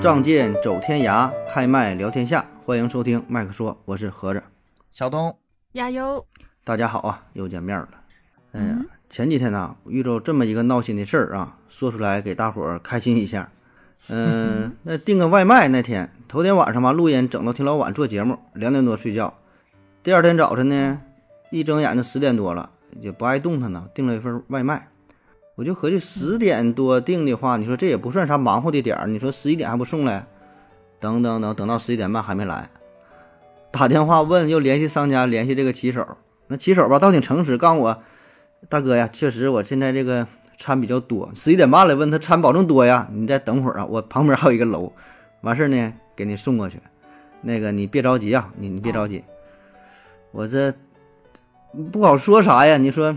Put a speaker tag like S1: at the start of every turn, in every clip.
S1: 仗剑走天涯，开麦聊天下。欢迎收听麦克说，我是盒子。
S2: 小东，
S3: 加油！
S1: 大家好啊，又见面了。哎呀，前几天呢、我遇着这么一个闹心的事儿啊，说出来给大伙儿开心一下。嗯、 那订个外卖那天，头天晚上吧，录音整到挺老晚做节目，两点多睡觉。第二天早晨呢，一睁眼就十点多了，也不爱动弹呢，订了一份外卖。我就合计十点多订的话，你说这也不算啥忙活的点儿，你说十一点还不送来？等等等，等到十一点半还没来，打电话问，又联系商家，联系这个骑手。那骑手吧倒挺诚实，告诉我，大哥呀，确实我现在这个餐比较多，十一点半了，问他餐保证多呀，你再等会儿啊，我旁边还有一个楼，完事儿呢给你送过去。那个你别着急啊，你你别着急，我这不好说啥呀，你说。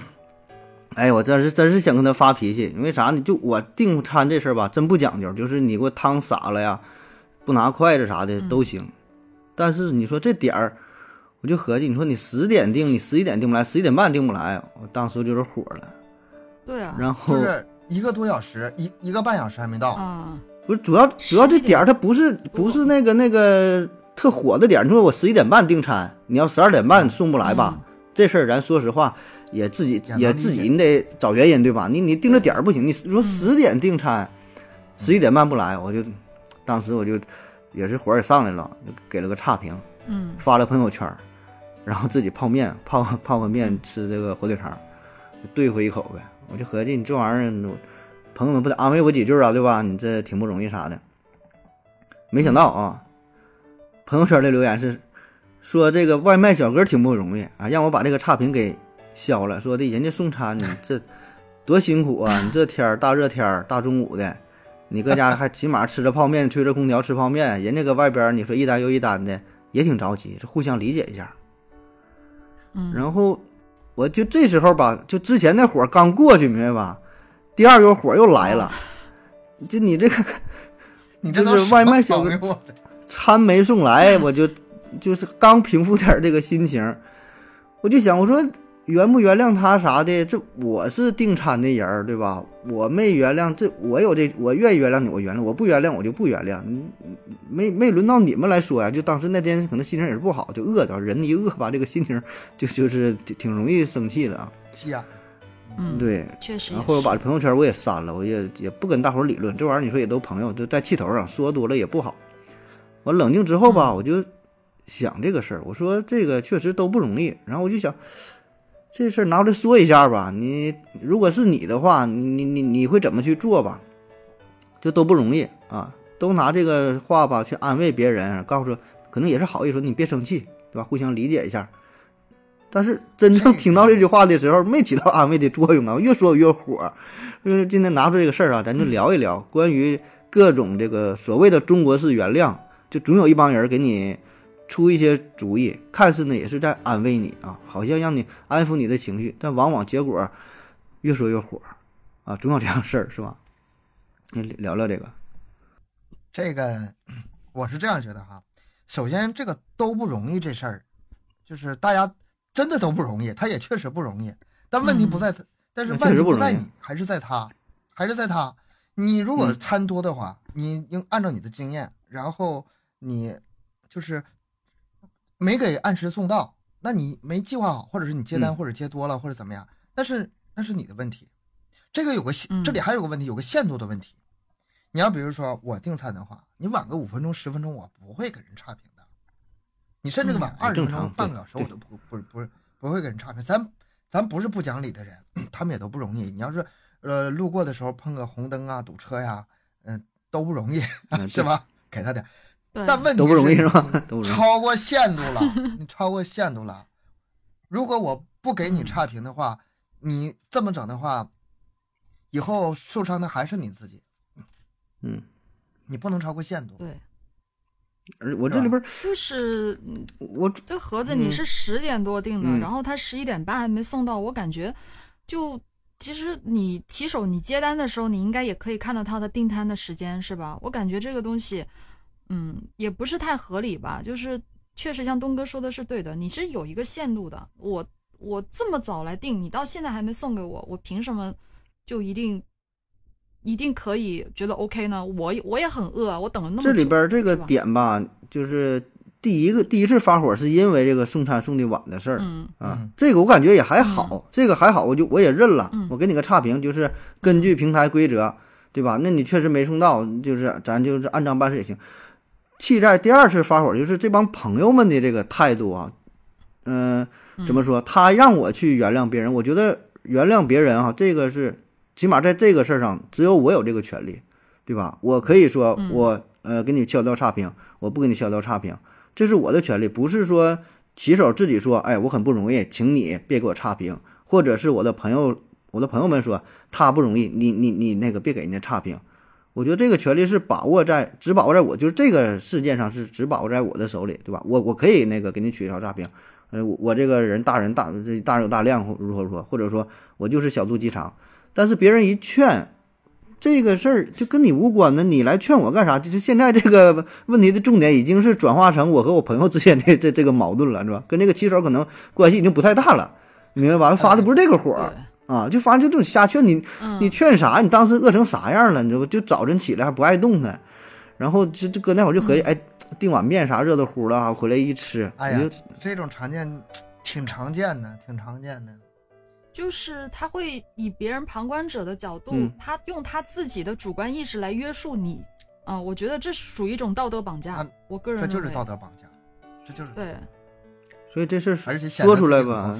S1: 哎，我这是真是想跟他发脾气，为啥呢？就我订餐这事儿吧，真不讲究，就是你给我汤洒了呀，不拿筷子啥的都行。但是你说这点儿，我就合计，你说你十点定，你十一点定不来，十一点半定不来，我当时就有点火了。
S3: 对啊，
S1: 然后
S2: 就是一个多小时，一一个半小时还没到，
S1: 哦
S3: 啊，
S1: 不是主要主要这
S3: 11
S1: 点儿它不是不是那个那个特火的点儿。你说我十一点半订餐，你要十二点半送不来吧？这事儿咱说实话也自己
S2: 嗯也能
S1: 也
S2: 理
S1: 自己
S2: 解嗯
S1: 你得找原因对吧？你你定这点儿不行，你说十点订餐，十一点半不来，我就当时我就也是火也上来了，就给了个差评，
S3: 嗯，
S1: 发了朋友圈儿，然后自己泡面 泡泡个面吃这个火腿肠，对付一口呗。我就合计你这玩意儿，我朋友们不得安慰我几句啊，对吧？你这挺不容易啥的。没想到啊，朋友圈的留言是说这个外卖小哥挺不容易啊，让我把这个差评给消了，说的人家送餐你这多辛苦啊，你这天儿大热天儿大中午的。你搁家还起码吃着泡面，吹着空调吃泡面，人家搁外边儿你说一单又一单的，也挺着急，这互相理解一下。
S3: 嗯
S1: 然后我就这时候吧，就之前那火刚过去，明白吧？第二个火又来了，就你这个
S2: 你这都
S1: 就是外卖小哥
S2: 哥，我
S1: 餐没送来，我就就是刚平复点儿这个心情，我就想我说原不原谅他啥的，这我是订餐的人儿对吧？我没原谅这，我有这，我愿意原谅你，我原谅；我不原谅，我就不原谅。你没没轮到你们来说呀、就当时那天可能心情也是不好，就饿着，人一饿吧，这个心情就就是挺挺容易生气的啊。
S2: 气啊！
S3: 嗯，，
S1: 对，
S3: 确实也是。
S1: 然后我把朋友圈我也删了，我也也不跟大伙儿理论，这玩意儿你说也都朋友，就在气头上说多了也不好。我冷静之后
S3: 嗯
S1: 吧，我就想这个事儿，我说这个确实都不容易，然后我就想这事儿拿出来说一下吧。你如果是你的话，你你你你会怎么去做吧？就都不容易啊，都拿这个话吧去安慰别人，告诉可能也是好意，说你别生气，对吧？互相理解一下。但是真正听到这句话的时候，没起到安慰的作用啊，越说越火。就是今天拿出这个事儿啊，咱就聊一聊关于各种这个所谓的中国式原谅，就总有一帮人给你出一些主意，看似呢也是在安慰你啊，好像让你安抚你的情绪，但往往结果越说越火啊，总有这样事儿是吧？你聊聊这个，
S2: 这个我是这样觉得哈。首先，这个都不容易这事儿，就是大家真的都不容易，他也确实不容易。但问题不在他，但是
S1: 嗯那确
S2: 问
S1: 实
S2: 题
S1: 不
S2: 不在
S1: 容易
S2: 你，还是在他，还是在他。你如果
S1: 嗯
S2: 餐多的话，你应按照你的经验，然后你就是没给按时送到，那你没计划好，或者是你接单
S1: 嗯
S2: 或者接多了或者怎么样，但是那是你的问题。这个有个限
S3: 嗯
S2: 这里还有个问题，有个限度的问题。你要比如说我订餐的话，你晚个五分钟十分钟，我不会给人差评的。你甚至晚
S3: 嗯
S2: 二十
S1: 正
S2: 分钟、
S1: 常
S2: 半个
S1: 对
S2: 小时，我
S1: 对
S2: 都不不不不会给人差评。咱咱不是不讲理的人， 他们也都不容易。你要是呃路过的时候碰个红灯啊、堵车呀、嗯、都不容易，
S1: 嗯
S2: 是？吧？给他点儿，
S3: 对，
S2: 但问题
S1: 都不容易
S2: 是
S1: 是吧
S2: 你
S1: 都不容易
S2: 超过限度了，你超过限度了。如果我不给你差评的话，你这么整的话，以后受伤的还是你自己。
S1: 对嗯，
S2: 你不能超过限度。
S3: 对，
S1: 而我这里边儿
S3: 就是嗯
S1: 我
S3: 这盒子
S1: 嗯
S3: 你是十点多订的，
S1: 嗯
S3: 然后他十一点半还没送到，我感觉就其实你骑手你接单的时候，你应该也可以看到他的订单的时间是吧？我感觉这个东西，嗯，也不是太合理吧，就是确实像东哥说的是对的，你是有一个限度的，我我这么早来订，你到现在还没送给我，我凭什么就一定一定可以觉得 OK 呢？我也我也很饿，啊我等了那么久。
S1: 这里边这个
S3: 是吧
S1: 点吧，就是第一个第一次发火是因为这个送餐送的晚的事儿，
S3: 嗯
S1: 啊
S2: 嗯，
S1: 这个我感觉也还好，这个还好，我就我也认了，我给你个差评，就是根据平台规则，对吧？那你确实没送到，就是咱就是按章办事也行。气在第二次发火，就是这帮朋友们的这个态度啊，嗯、怎么说？他让我去原谅别人，我觉得原谅别人啊，这个是起码在这个事儿上，只有我有这个权利，对吧？我可以说我呃给你敲掉差评，我不给你敲掉差评，这是我的权利，不是说骑手自己说，哎，我很不容易，请你别给我差评，或者是我的朋友，我的朋友们说他不容易，你你你那个别给人家差评。我觉得这个权利是把握在，只把握在我就是这个事件上是只把握在我的手里，对吧？我我可以那个给你取消差评，呃，我我这个人大人大这大人有大量，或如何如何，或者说我就是小肚鸡肠，但是别人一劝，这个事儿就跟你无关的，你来劝我干啥？就是现在这个问题的重点已经是转化成我和我朋友之间的这这个矛盾了，是吧？跟这个骑手可能关系已经不太大了，你明白吧？发的不是这个火儿
S3: 对嗯
S1: 啊，就发现这种瞎劝你，
S2: 嗯
S1: 你劝啥？你当时饿成啥样了？你知道不？就早晨起来还不爱动弹，然后这这搁那会儿就合计，哎，订碗面啥热乎乎的啊，回来一吃，
S2: 嗯哎
S1: 你
S2: 呀
S1: 就，
S2: 这种常见，挺常见的，挺常见的。
S3: 嗯就是他会以别人旁观者的角度，
S1: 嗯
S3: 他用他自己的主观意识来约束你啊、我觉得这是属于一种道德绑架。
S2: 啊
S3: 我个人
S2: 这就是
S3: 认为
S2: 道德绑架，这就是
S3: 对，
S1: 所以这事儿
S2: 而且显得
S1: 说出来
S2: 自己很高
S1: 吧，啊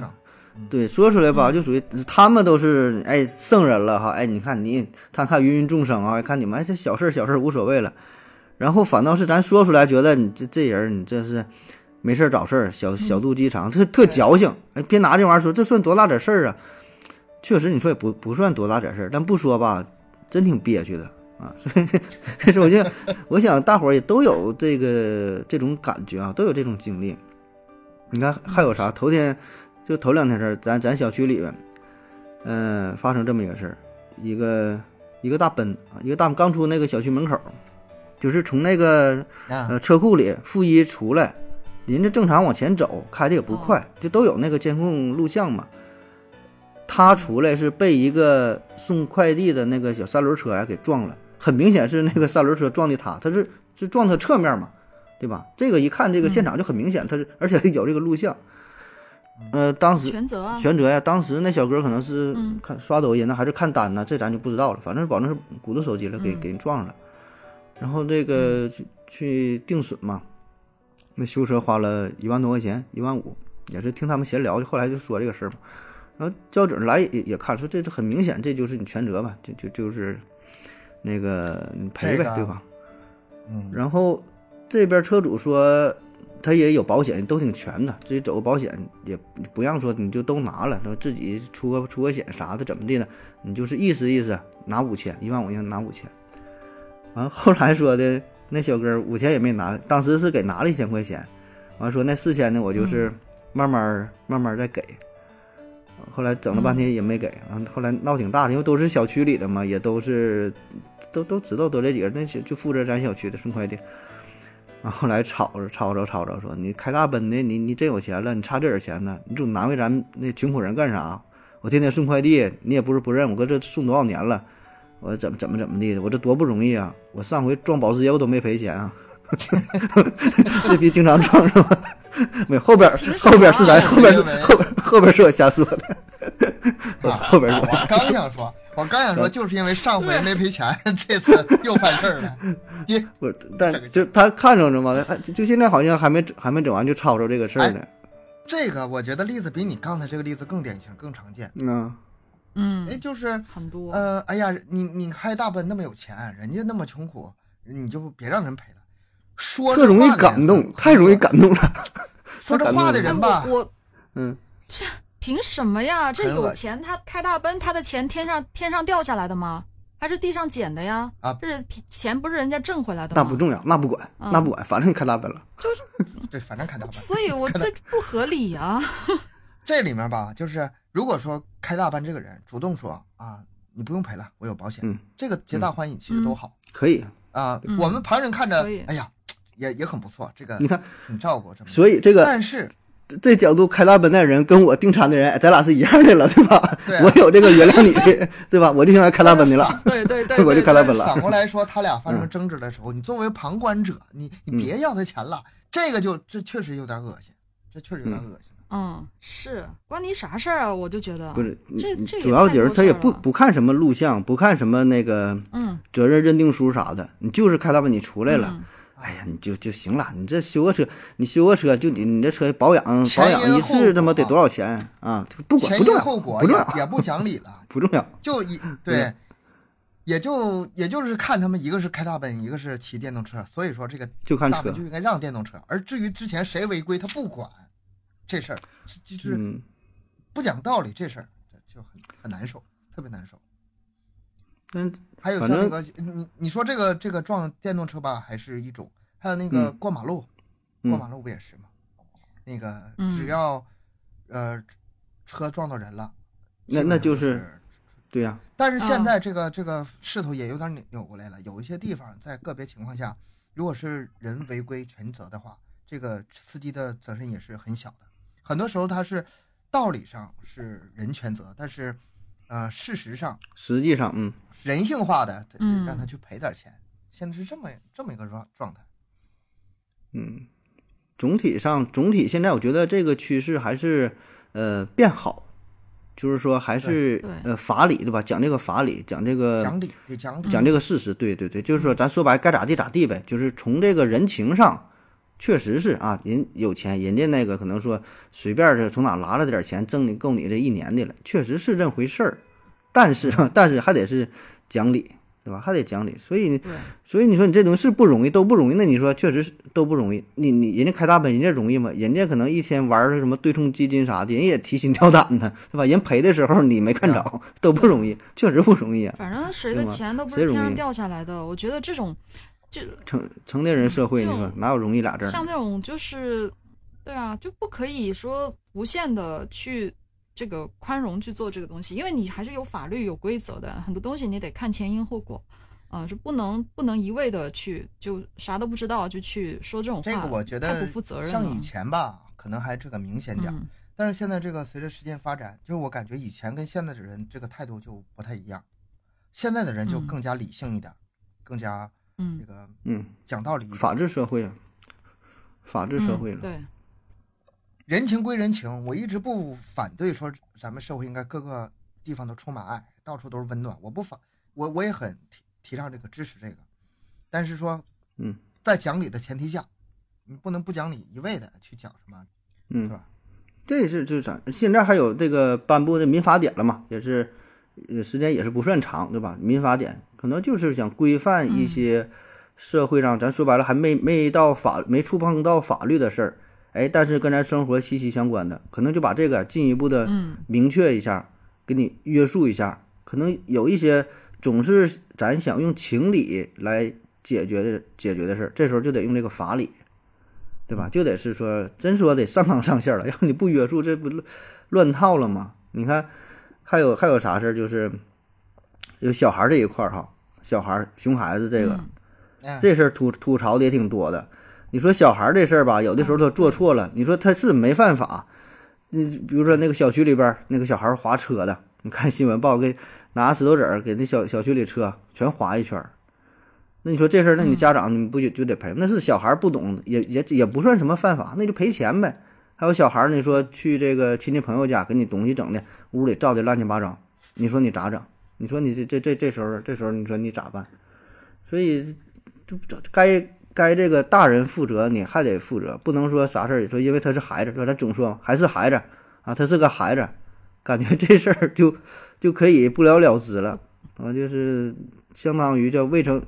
S2: 尚，
S1: 对，说出来吧，就属于他们都是哎圣人了哈，哎，你看你，他看芸芸众生啊，看你们哎这小事儿小事儿无所谓了，然后反倒是咱说出来，觉得你这这人儿你这是没事儿找事儿，小小肚鸡肠，特特
S3: 对
S1: 矫情，哎，别拿这玩意儿说，这算多大点事儿啊？确实，你说也不不算多大点事儿，但不说吧，真挺憋屈的啊。 所以，所以我就我想大伙儿也都有这个这种感觉啊，都有这种经历。你看还有啥？头天就头两天事儿，咱咱小区里边，嗯、发生这么一个事儿，一个一个大奔啊，一个大奔刚出那个小区门口，就是从那个
S2: 啊，
S1: 呃车库里负一出来，人家正常往前走，开的也不快，就都有那个监控录像嘛。他出来是被一个送快递的那个小三轮车呀给撞了，很明显是那个三轮车撞的他，他是是撞他侧面嘛，对吧？这个一看这个现场就很明显，他是 而且有这个录像。呃，当时
S3: 全责啊，
S1: 全责呀，当时那小哥可能是
S3: 嗯
S1: 看刷抖音呢，还是看单呢，这咱就不知道了。反正保证是鼓捣手机了，给
S3: 嗯
S1: 给人撞了。然后这个去去定损嘛，那修车花了一万多块钱，一万五，也是听他们闲聊，就后来就说这个事儿嘛。然后交警来也也看，说这这很明显，这就是你全责吧，就就就是那个你赔
S2: 这
S1: 呗，
S2: 个
S1: 对吧？
S2: 嗯，
S1: 然后这边车主说他也有保险，都挺全的，自己走个保险也不让说你就都拿了，他自己出个出个险啥的，怎么的呢？你就是意思意思，拿五千，一万五千拿五千。完、后来说的那小哥五千也没拿，当时是给拿了一千块钱，完说那四千呢，我就是慢慢儿、慢慢儿再给。后来整了半天也没给，完、后来闹挺大的，因为都是小区里的嘛，也都是都都知道都这几个人，那些就负责咱小区的送快递。然后来吵着吵着吵着说，你开大奔的，你你真有钱了，你差这点钱呢，你总难为咱那穷苦人干啥？我天天送快递，你也不是不认，我搁这送多少年了，我怎么怎么怎么地的，我这多不容易啊！我上回撞保时捷我都没赔钱啊， 这逼经常撞是吧？没有后边
S3: 凭什
S1: 后
S3: 么啊啊
S1: 边是咱后边是
S2: 没有没有
S1: 后边后边是我瞎说的，后后边是我
S2: 嗯啊我刚想说，我刚想说，
S1: 嗯
S2: 就是因为上回没赔钱，这次又犯事儿了。你
S1: 不是，但就是他看着呢嘛，哎就就现在好像还没还没整完就吵吵这个事儿
S3: 哎
S1: 呢，
S2: 这个我觉得例子比你刚才这个例子更典型、更常见。
S1: 嗯
S3: 嗯
S2: 哎，，就是，
S3: 很多，
S2: 呃，哎呀，你你开大奔那么有钱，人家那么穷苦，你就别让人赔了。说
S1: 特
S2: 这
S1: 容易
S2: 话的人
S1: 感
S3: 嗯
S1: 动，太容易。感动了，
S2: 说这话的
S3: 哎
S2: 人吧，
S3: 我我
S1: 嗯，
S3: 凭什么呀？这
S2: 很恶
S3: 有
S2: 心
S3: 钱他开大奔，他的钱天上天上掉下来的吗？还是地上捡的呀？
S2: 啊
S3: 这是钱不是人家挣回来的吗？
S1: 那不重要，那不管，那不管，反正你开大奔了，
S2: 对，反正开大奔。
S3: 所以我这不合理呀、
S2: 这里面吧，就是如果说开大班这个人主动说啊，你不用赔了，我有保险，
S1: 嗯
S2: 这个皆大欢喜，其实都好、
S1: 可以，
S2: 啊。
S3: 嗯
S2: 我们旁人看着
S3: 可以，
S2: 哎呀，也也很不错，这个
S1: 你看，
S2: 挺照顾这么。
S1: 所以这个
S2: 但是
S1: 这角度开拉本带人跟我订餐的人，哎咱俩是一样的了，对吧？
S2: 对啊啊
S1: 我有这个原 谅你的，对吧？我就相当于开拉本的了，
S3: 对对 对
S1: 我就
S3: 对
S1: 开拉本
S3: 对，
S1: 了嗯
S2: 反。过来说，他俩发生争执的时候，你作为旁观者，你你别要他钱了，这个就这确实有点恶心，这确实有点恶心。
S3: 嗯，是关你啥事儿啊？我就觉得
S1: 不是，你
S3: 这这也
S1: 主要
S3: 太
S1: 人
S3: 多
S1: 他
S3: 事
S1: 也
S3: 儿
S1: 不
S3: 了
S1: 不看什么录像，不看什么那个
S3: 嗯，
S1: 责任认定书啥的，你就是开大奔你出来了，
S3: 嗯
S1: 哎呀，你就就行了，你这修个车，你修个车就你你这车保养保
S2: 前因
S1: 养一
S2: 后
S1: 次他妈
S2: 果
S1: 得多少钱啊？这个不管
S2: 前
S1: 不重
S2: 因
S1: 要，
S2: 后果
S1: 不重
S2: 也
S1: 要，
S2: 也不讲理了，
S1: 不重要。
S2: 就 一
S1: 对
S2: 对，也就也就是看他们一个是开大奔，一个是骑电动车，所以说这个
S1: 就看
S2: 大奔
S1: 车
S2: 就，应该让电动车。而至于之前谁违规，他不管这事儿，是就是
S1: 嗯，
S2: 不讲道理，这事儿就很很难受，特别难受。
S1: 但
S2: 还有
S1: 嗯反
S2: 像那
S1: 正
S2: 个你你说这个这个撞电动车吧，还是一种，还有那个过马路，
S1: 嗯
S2: 过马路不也是吗？那个
S3: 嗯
S2: 只要呃车撞到人了，
S1: 那
S2: 基本上
S1: 那就是
S2: 是。
S1: 对呀、
S2: 但是现
S3: 啊
S2: 在这个、这个势头也有点扭扭过来了，有一些地方在个别情况下，如果是人违规全责的话，这个司机的责任也是很小的。很多时候他是道理上是人全责，但是呃事实上
S1: 实际上，嗯，
S2: 人性化的，
S3: 嗯
S2: 让他去赔点钱。现在是这么这么一个状状态。
S1: 嗯，总体上，总体现在我觉得这个趋势还是呃变好，就是说还是
S3: 对对
S1: 呃法理对吧？讲这个法理，讲这个
S2: 讲理得讲理，
S1: 呃讲这个事实，对对对，就是说咱说白，该咋地咋地呗，就是从这个人情上。确实是啊，人有钱，人家那个可能说随便是从哪拿了点钱，挣你够你这一年的了，确实是这回事儿。但是 啊，但是还得是讲理，对吧？还得讲理。所以呢
S3: 对，
S1: 所以你说你这东西是不容易，都不容易。那你说确实是都不容易。你你人家开大奔，人家容易吗？人家可能一天玩儿什么对冲基金啥的，人也提心吊胆的，对吧？人赔的时候你没看着，
S3: 啊
S1: 都不容易，确实不容易啊。
S3: 反正谁
S1: 对
S3: 的
S1: 吗
S3: 钱都不
S1: 谁
S3: 是天
S1: 容易
S3: 上掉下来的，我觉得这种就
S1: 成成年人社会，
S3: 就
S1: 你说哪有容易俩字
S3: 像
S1: 儿？
S3: 这种就是，对啊，就不可以说无限的去这个宽容去做这个东西，因为你还是有法律有规则的，很多东西你得看前因后果，啊、是不能不能一味的去就啥都不知道就去说这种话，
S2: 这个我觉
S3: 太
S2: 得
S3: 不负责任了。
S2: 像以前吧，可能还这个明显点儿。
S3: 嗯
S2: 但是现在这个随着时间发展，就是我感觉以前跟现在的人这个态度就不太一样，现在的人就
S3: 嗯
S2: 更加理性一点，更加这
S3: 嗯，
S2: 个
S1: 嗯，
S2: 讲道理一点。
S1: 法治社会，啊，法治社会
S3: 嗯
S1: 了。
S3: 对，
S2: 人情归人情，我一直不反对说咱们社会应该各个地方都充满爱，到处都是温暖。我不反，我我也很提提倡这个支持这个，但是说，
S1: 嗯，
S2: 在讲理的前提下，你不能不讲理，一味的去讲什么，是
S1: 嗯，
S2: 吧？
S1: 这是就是咱现在还有这个颁布的民法典了嘛，也是，呃时间也是不算长，对吧？民法典可能就是想规范一些社会上，咱说白了还没没到法没触碰到法律的事儿，哎，但是跟咱生活息息相关的，可能就把这个进一步的
S3: 嗯
S1: 明确一下，给你约束一下。可能有一些总是咱想用情理来解决的解决的事儿，这时候就得用这个法理，对吧？就得是说，真说得上纲上线儿了，要 不你不约束，这不乱乱套了吗？你看，还有还有啥事儿？就是有小孩儿这一块儿哈，小孩儿熊孩子这个、
S3: 嗯
S2: 嗯，
S1: 这事儿吐吐槽的也挺多的。你说小孩儿这事儿吧，有的时候他做错了，你说他是没犯法。你比如说那个小区里边儿那个小孩儿划车的，你看新闻报给拿石头子儿给那小小区里车全划一圈儿。那你说这事儿，那你家长你不就就得赔？那是小孩儿不懂，也也也不算什么犯法，那就赔钱呗。还有小孩儿，你说去这个亲戚朋友家给你东西整的，屋里照的乱七八糟，你说你咋整？你说你这这这这时候这时候你说你咋办？所以就就该该这个大人负责，你还得负责，不能说啥事儿说因为他是孩子，说咱总说还是孩子啊，他是个孩子，感觉这事儿就就可以不了了之了啊，就是相当于叫未成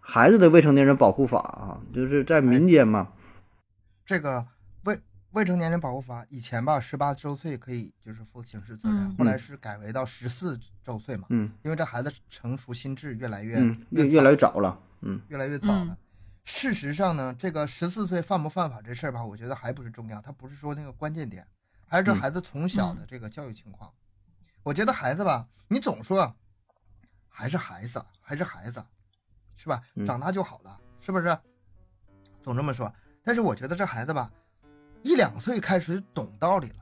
S1: 孩子的未成年人保护法啊，就是在
S2: 哎
S1: 民间嘛，
S2: 这个未未成年人保护法以前吧，十八周岁可以就是负刑事责任，
S3: 嗯
S2: 后来是改为到十四周岁嘛，
S1: 嗯
S2: 因为这孩子成熟心智越来越、
S1: 嗯，越
S2: 越
S1: 越
S2: 早
S1: 来越早了，嗯
S2: 越来越早了。
S3: 嗯
S2: 事实上呢，这个十四岁犯不犯法这事儿吧，我觉得还不是重要，它不是说那个关键点，还是这
S1: 嗯
S2: 孩子从小的这个教育情况。我觉得孩子吧，你总说还是孩子，还是孩子，是吧
S1: 嗯？
S2: 长大就好了，是不是？总这么说。但是我觉得这孩子吧，一两岁开始懂道理了，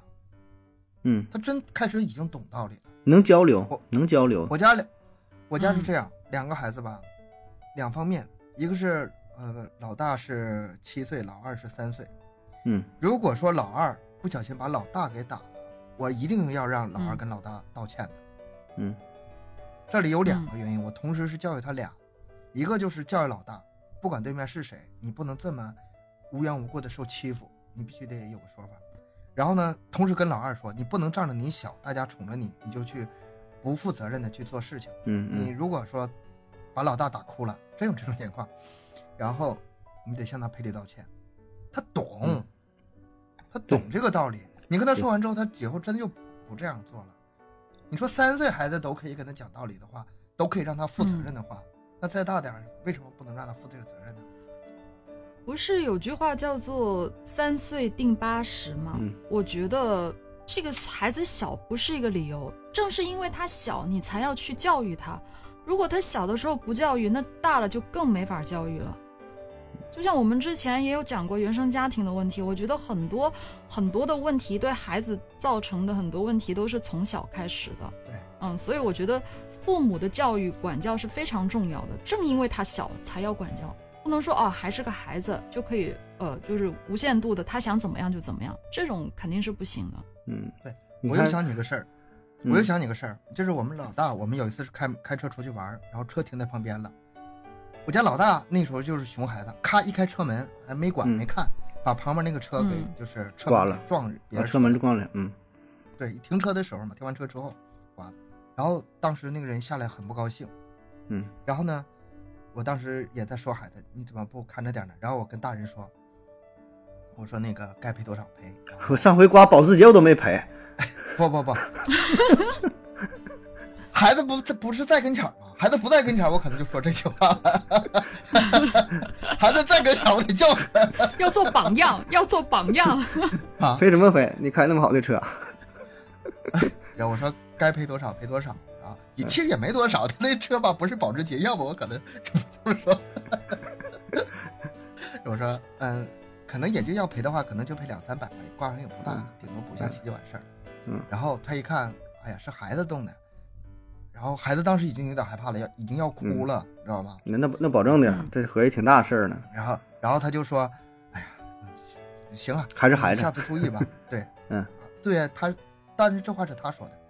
S1: 嗯，
S2: 他真开始已经懂道理了。
S1: 能交流
S2: 我，
S1: 能交流，
S2: 我家两，我家是
S3: 嗯
S2: 这样，两个孩子吧，两方面，一个是呃老大是七岁，老二是三岁。
S1: 嗯
S2: 如果说老二不小心把老大给打了，我一定要让老
S3: 嗯
S2: 二跟老大道歉的。
S1: 嗯
S2: 这里有两个原因，我同时是教育他俩，一个就是教育老大，不管对面是谁，你不能这么无缘无故的受欺负，你必须得有个说法。然后呢，同时跟老二说，你不能仗着你小，大家宠着你，你就去不负责任的去做事情。
S1: 嗯
S2: 你
S1: 嗯
S2: 如果说把老大打哭了，真有这种情况，然后你得向他赔礼道歉。他懂，
S1: 嗯
S2: 他懂这个道理。你跟他说完之后，他以后真就不这样做了。你说三岁孩子都可以跟他讲道理的话，都可以让他负责任的话，
S1: 嗯
S2: 那再大点儿，为什么不能让他负这个责任呢？
S3: 不是有句话叫做“三岁定八十”吗？
S1: 嗯
S3: 我觉得这个孩子小不是一个理由，正是因为他小，你才要去教育他。如果他小的时候不教育，那大了就更没法教育了。就像我们之前也有讲过原生家庭的问题，我觉得很多很多的问题对孩子造成的很多问题都是从小开始的。
S2: 对，
S3: 嗯，所以我觉得父母的教育管教是非常重要的。正因为他小，才要管教。不能说哦还是个孩子就可以呃就是无限度的他想怎么样就怎么样，这种肯定是不行的。
S1: 嗯，
S2: 对
S1: 你
S2: 我又
S1: 看
S2: 想起个事儿，
S1: 嗯
S2: 我又想起个事儿，就是我们老大，我们有一次是开开车出去玩儿，然后车停在旁边了。我家老大那时候就是熊孩子，咔一开车门还没管
S1: 嗯
S2: 没看，把旁边那个车给
S3: 嗯
S2: 就是车
S1: 刮
S2: 门
S1: 了
S2: 撞别
S1: 啊
S2: 人
S1: 车门关了，嗯
S2: 对，停车的时候嘛，停完车之后刮了。然后当时那个人下来很不高兴，
S1: 嗯
S2: 然后呢，我当时也在说孩子，你怎么不看着点儿呢？然后我跟大人说，我说那个该赔多少赔。然后
S1: 我上回刮保时捷我都没赔，
S2: 啊不不 不，孩子不在不是在跟前儿吗？孩子不在跟前儿，我可能就说这句话了。 孩子在跟前儿，我得叫 他
S3: 要做榜样，要做榜样。
S2: 啊。
S1: 赔什么赔？你开那么好的车，
S2: 然后我说该赔多少赔多少啊，也其实也没多少， 他那车吧不是保时捷，要不我可能就不这么说。 我说嗯，可能也就要赔的话，可能就赔两三百吧，挂上也不大
S1: 嗯，
S2: 顶多补下漆就完事儿。
S1: 嗯
S2: 然后他一看，哎呀，是孩子动的，然后孩子当时已经有点害怕了，要已经要
S1: 嗯
S2: 哭了，知道吗？
S1: 那那那保证的呀
S3: 嗯，
S1: 这合计挺大事儿呢，
S2: 然后然后他就说，哎呀，嗯行啊，
S1: 还是孩子
S2: 下次 注意吧。对，
S1: 嗯，
S2: 对啊他，但是这话是他说的。
S1: 嗯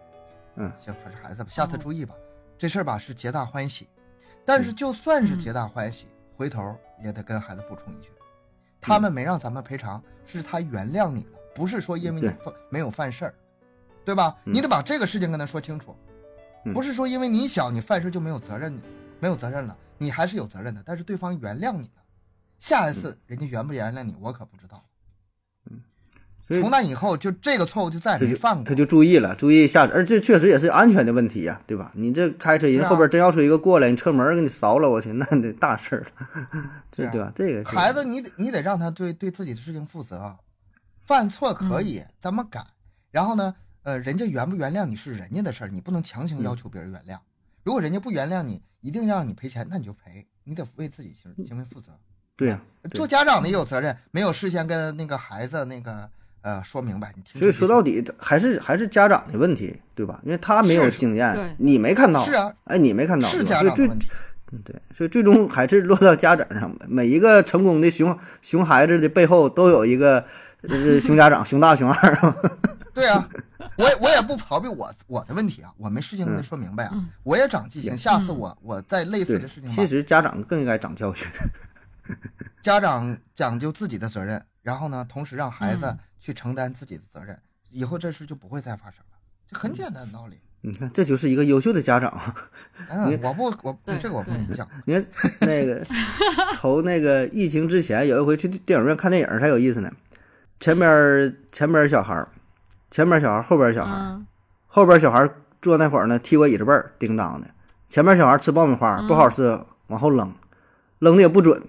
S1: 哦
S2: 行，还是孩子吧，下次注意吧。这事儿吧是皆大欢喜，但
S1: 嗯
S2: 是就算是皆大欢喜，回头也得跟孩子补充一句，
S1: 嗯
S2: 他们没让咱们赔偿，是他原谅你了，不是说因为你
S1: 对
S2: 犯没有犯事儿，对吧？
S1: 嗯
S2: 你得把这个事情跟他说清楚，
S1: 嗯
S2: 不是说因为你小你犯事就没有责任，没有责任了，你还是有责任的，但是对方原谅你了。下一
S1: 嗯
S2: 次人家原不原谅你，我可不知道。
S1: 所以
S2: 从那以后，就这个错误就再也
S1: 嗯这
S2: 没
S1: 就
S2: 犯过。
S1: 他就注意了，注意下，而这确实也是安全的问题呀、对吧？你这开车
S2: 对
S1: 人
S2: 啊
S1: 后边真要出一个过来，你车门给你烧了，我去，那得大事儿了，这
S2: 对啊
S1: 对吧？这个是
S2: 孩子，你得你得让他对对自己的事情负责，犯错可
S1: 嗯
S2: 以，咱们改。然后呢，呃，人家原不原谅你是人家的事儿，你不能强行
S1: 嗯
S2: 要求别人原谅。如果人家不原谅你，一定让你赔钱，那你就赔，你得为自己行行为负责。
S1: 对呀、嗯对
S2: 做家长的也有责任，没有事先跟那个孩子那个呃说明白。你听
S1: 所以
S2: 这
S1: 说
S2: 句
S1: 到底还是还是家长的问题，对吧？因为他没有
S2: 是是
S1: 经验
S3: 对，
S1: 你没看到，
S2: 是啊，
S1: 哎，你没看到，
S2: 是
S1: 对吧
S2: 家
S1: 所以
S2: 长的
S1: 最
S2: 问题，
S1: 嗯对，所以最终还是落到家长上。每一个成功的熊熊孩子的背后，都有一个呃熊家长，熊大、熊二。
S2: 对 啊，我也我也不逃避我我的问题啊，我没事先跟他说明白啊，
S3: 嗯
S2: 我也长记性，下次我我在类似
S1: 对
S2: 的事情，吧
S1: 其实家长更应该长教训。
S2: 家长讲究自己的责任，然后呢，同时让孩
S3: 嗯
S2: 子去承担自己的责任，以后这事就不会再发生了。这很简单的道理。
S1: 嗯你看，这就是一个优秀的家长。啊
S2: 嗯，我不，我
S3: 对
S2: 这个我不
S1: 嗯
S2: 影响。
S1: 你看那 个头那个疫情之前有一回去电影院看电影才有意思呢，前边儿前边儿小孩儿，前边儿小孩儿，后边儿小孩儿，
S3: 嗯，
S1: 后边儿小孩儿坐那会儿呢踢我椅子背儿，叮当的，前面小孩儿吃爆米
S3: 嗯
S1: 花、不好吃往后扔，扔的也不准，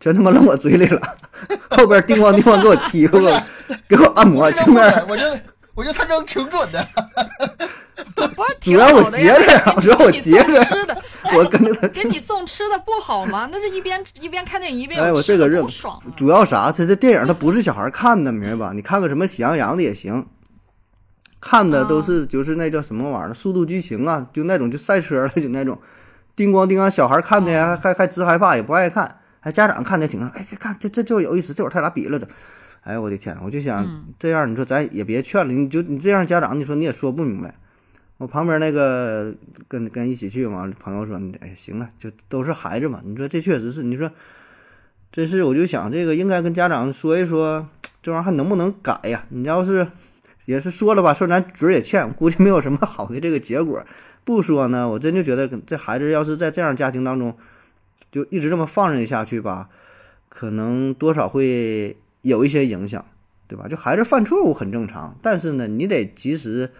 S1: 全他妈扔我嘴里了， 后边儿叮咣叮咣给我踢，给我给我按摩，
S2: 这
S1: 前
S2: 个
S1: 面
S2: 我觉得，我觉得他扔挺准的。
S3: 这不是
S1: 主
S3: 挺
S1: 要我
S3: 好的
S1: 节
S3: 呀
S1: 着呀
S3: 给
S1: 主要我
S3: 你
S1: 节
S3: 送
S1: 着呀
S3: 吃的，
S1: 我跟着他，
S3: 给你送吃的不好吗？那是一边一边看电影一边
S1: 哎，
S3: 有
S1: 我
S3: 吃
S1: 这
S3: 的
S1: 个认
S3: 多爽啊！，
S1: 主要啥？这这电影它不是小孩看的，明白吧？你看个什么《喜羊羊》的也行，看的都是就是那叫什么玩意儿，《速度与激情》啊，就那种就赛车的 就那种，叮咣叮咣，小孩看的呀，还还直害怕，也不爱看，还家长看的挺上，哎，看这这就是有意思，这会儿他俩比了这。哎呦我的天！我就想这样，你说咱也别劝了，你就你这样家长，你说你也说不明白。我旁边那个跟跟一起去嘛，朋友说，哎，行了，就都是孩子嘛。你说这确实是，你说这是我就想这个应该跟家长说一说，这玩意儿还能不能改呀？你要是也是说了吧，说咱嘴儿也欠，估计没有什么好的这个结果。不说呢，我真就觉得跟这孩子要是在这样家庭当中，就一直这么放任下去吧，可能多少会有一些影响，对吧？就孩子犯错误很正常，但是呢，你得及时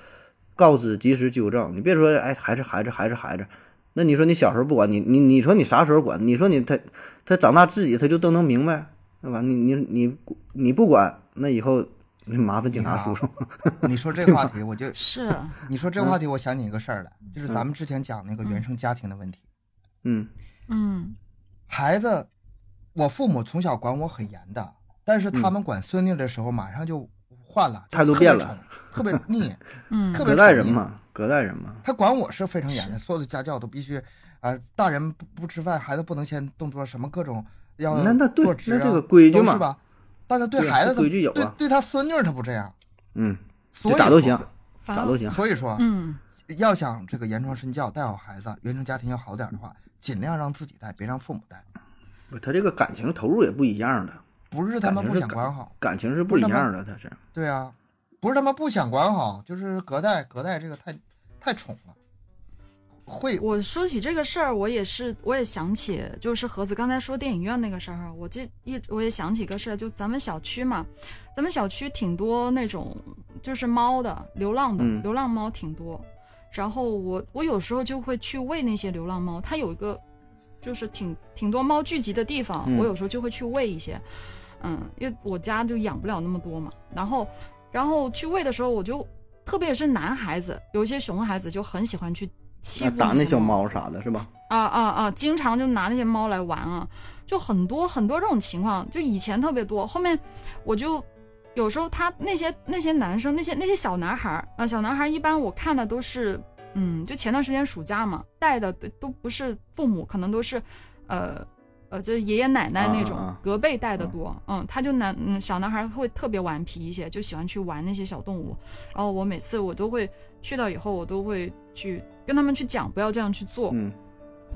S1: 告知，及时纠正。你别说哎，还是孩子，还是孩子。那你说你小时候不管你，你你说你啥时候管？你说你他他长大自己他就都能明白，对吧？你你你你不管，那以后麻烦警察叔叔。
S2: 你说这个话题，我就是你说这个
S1: 嗯
S2: 话题，我想起一个事儿来，就是咱们之前讲那个原生家庭的问题。
S1: 嗯
S3: 嗯
S2: 孩子，我父母从小管我很严的，但是他们管孙女的时候，马上就换了，
S1: 嗯态度
S2: 特别
S1: 变了
S2: 宠，特别 腻，特
S3: 嗯，
S2: 别
S1: 隔代
S2: 宠
S1: 人
S2: 溺
S1: 嘛，隔代人嘛，
S2: 他管我是非常严的，所有的家教都必须，啊、大人不不吃饭，孩子不能先动桌，什么各种要
S1: 那那对
S2: 坐直啊
S1: 那这个规矩嘛
S2: 都是吧？但是
S1: 对
S2: 对
S1: 啊
S2: 孩子
S1: 这规矩有啊
S2: 对对他孙女儿他不这样，
S1: 嗯，
S2: 所
S1: 就
S2: 以
S1: 咋都行，
S3: 反
S1: 咋都行
S2: 说。，所以说，
S3: 嗯
S2: 要想这个言传身教，带好孩子，原生家庭要好点儿的话，尽量让自己带，别让父母带。
S1: 不是他这个感情投入也不一样的，
S2: 不是他
S1: 感
S2: 们
S1: 情
S2: 不
S1: 是
S2: 想管好，
S1: 感情是不一样的，他是。
S2: 对啊，不是他们不想管好，就是隔代隔代这个太太宠了，会
S3: 我说起这个事儿，我也是，我也想起，就是盒子刚才说电影院那个事儿，我这一我也想起个事儿，就咱们小区嘛，咱们小区挺多那种就是猫的，流浪的，
S1: 嗯
S3: 流浪猫挺多。然后我我有时候就会去喂那些流浪猫，它有一个就是挺挺多猫聚集的地方，
S1: 嗯
S3: 我有时候就会去喂一些，嗯，因为我家就养不了那么多嘛。然后然后去喂的时候，我就特别是男孩子，有一些熊孩子就很喜欢去欺
S1: 那
S3: 负
S1: 啊打那
S3: 些
S1: 小猫啥的，是吧？
S3: 啊啊啊！经常就拿那些猫来玩啊，就很多很多这种情况，就以前特别多。后面我就有时候他那些那些男生，那些那些小男孩儿啊、小男孩儿一般我看的都是，嗯，就前段时间暑假嘛，带的都都不是父母，可能都是，呃呃，就是爷爷奶奶那种
S1: 啊啊啊
S3: 隔辈带的多。嗯，他就男嗯小男孩儿会特别顽皮一些，就喜欢去玩那些小动物。然后我每次我都会去到以后，我都会去跟他们去讲，不要这样去做。
S1: 嗯，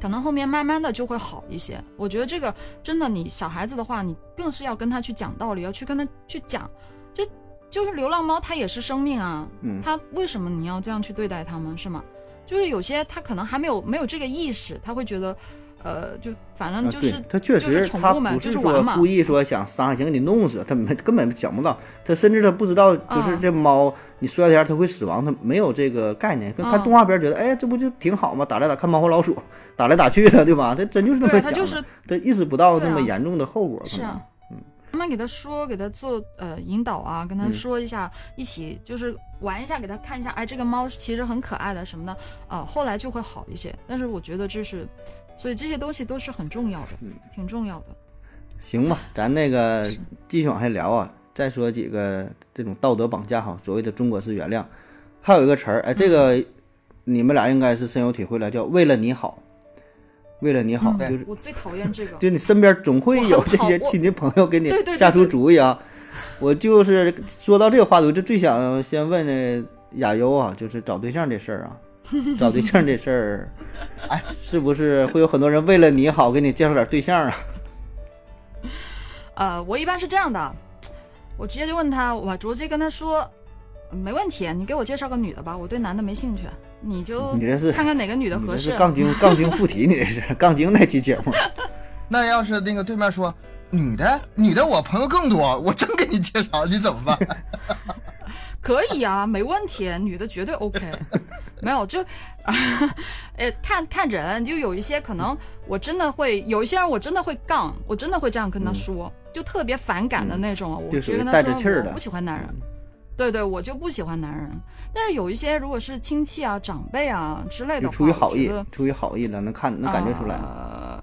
S3: 可能后面慢慢的就会好一些。我觉得这个真的，你小孩子的话，你更是要跟他去讲道理，要去跟他去讲，这就是流浪猫，它也是生命啊，
S1: 嗯
S3: 它为什么你要这样去对待它们，是吗？就是有些它可能还没有没有这个意识，他会觉得，呃，就反正
S1: 啊，
S3: 就是、
S1: 对，他确
S3: 就
S1: 实
S3: 是宠
S1: 他
S3: 物嘛，
S1: 不
S3: 就是玩
S1: 说
S3: 嘛
S1: 故，意说想伤害，想给你弄死，他没根本想不到，他甚至他不知道，就是
S3: 嗯
S1: 这猫你摔它一下它会死亡，他没有这个概念。跟看
S3: 嗯
S1: 动画片觉得，哎，这不就挺好吗？打来打看猫和老鼠，打来打去的，对吧？他真就是那
S3: 对，啊
S1: 么
S3: 它
S1: 想
S3: 就是
S1: 的，他意识不到
S3: 对
S1: 那
S3: 啊
S1: 么严重的后果，可
S3: 是啊
S1: 能。
S3: 慢慢给他说，给他做呃引导啊，跟他
S1: 嗯
S3: 说一下，一起就是玩一下，给他看一下，哎，这个猫其实很可爱的什么的啊、后来就会好一些。但是我觉得这是，所以这些东西都是很重要的，
S1: 嗯
S3: 挺重要的。
S1: 行吧，咱那个继续往下聊啊，再说几个这种道德绑架哈，所谓的中国式原谅，还有一个词儿，哎，这个、
S3: 嗯
S1: 你们俩应该是深有体会了，叫为了你好，为了你好，
S2: 嗯
S1: 就是，
S3: 我最讨厌这个
S1: 就你身边总会有
S3: 我
S1: 这
S3: 很讨
S1: 些
S3: 我
S1: 亲戚朋友给你
S3: 对对对
S1: 下出主意啊。我就是说到这个话题，我就最想先问那亚优啊，就是找对象这事 儿啊，找对象这事儿，哎，是不是会有很多人为了你好给你介绍点对象啊？
S3: 呃，我一般是这样的，我直接就问他，我直接跟他说，呃没问题，你给我介绍个女的吧，我对男的没兴趣，你就
S1: 你这是
S3: 看看哪个女的
S1: 你
S3: 合
S1: 这
S3: 适啊
S1: 是。杠精杠精附体，你这是杠精那期节目，
S2: 那要是那个对面说女的，女的我朋友更多，我真给你介绍，你怎么办？
S3: 可以啊，没问题，女的绝对 OK。没 有就， 呃，看看人，就有一些可能我真的会，有一些人我真的会杠，我真的会这样跟他说，就特别反感的那种，我
S1: 嗯就
S3: 直
S1: 属
S3: 接
S1: 于
S3: 跟他
S1: 带着气
S3: 说
S1: 儿
S3: 我
S1: 的
S3: 不喜欢男人。对对，我就不喜欢男人。但是有一些如果是亲戚啊、长辈啊之类的
S1: 就
S3: 话，
S1: 出于好
S3: 我
S1: 意
S3: 觉得，
S1: 出于好意的，能看能感觉出来。
S3: 呃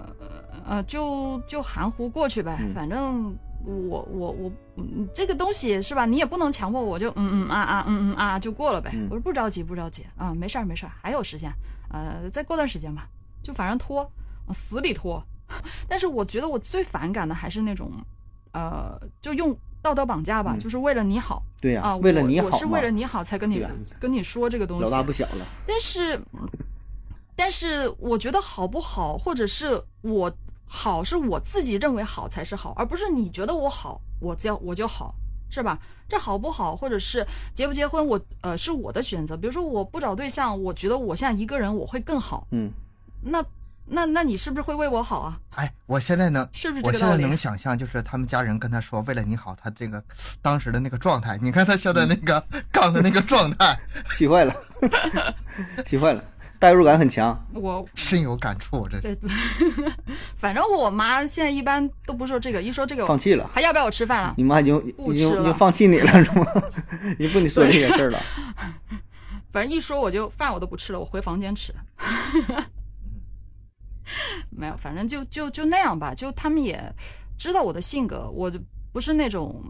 S3: 呃，就就含糊过去呗，
S1: 嗯
S3: 反正。我我我，嗯，这个东西是吧？你也不能强迫我就嗯嗯啊啊嗯嗯啊就过了呗。
S1: 嗯
S3: 我说不着急不着急啊，没事儿没事儿，还有时间，呃，再过段时间吧。就反正拖，往死里拖。 但是我觉得我最反感的还是那种，呃，就用道德绑架吧，
S1: 嗯
S3: 就是为了你好
S1: 对呀、
S3: 啊，
S1: 为了
S3: 我
S1: 你好
S3: 我是为
S1: 嘛
S3: 了你好才跟你
S1: 对呀啊
S3: 跟你说这个东
S1: 老
S3: 西
S1: 大。不小了，
S3: 但是，但是我觉得好不好，或者是我好是我自己认为好才是好，而不是你觉得我好，我就我就好，是吧？这好不好，或者是结不结婚，我呃是我的选择。比如说我不找对象，我觉得我现在一个人我会更好，
S1: 嗯，
S3: 那那那你是不是会为我好啊？
S2: 哎，我 现在能，
S3: 是不是这
S2: 我
S3: 个
S2: 现
S3: 道
S2: 在
S3: 理？啊
S2: 能想象，就是他们家人跟他说为了你好，他这个当时的那个状态，你看他现在那个
S3: 嗯
S2: 杠的那个状态，
S1: 气坏了， 气坏了，代入感很强。
S3: 我
S2: 深有感触。我这
S3: 对， 对反正我妈现在一般都不说这个，一说这个
S1: 放弃了
S3: 还要不要我吃饭啊？
S1: 你妈已经
S3: 不
S1: 已
S3: 吃
S1: 经已
S3: 了
S1: 经放弃你了是吗？ 已经不跟你说这些事儿了。
S3: 反正一说我就饭我都不吃了，我回房间吃。没有，反正就就就那样吧。就他们也知道我的性格，我就不是那种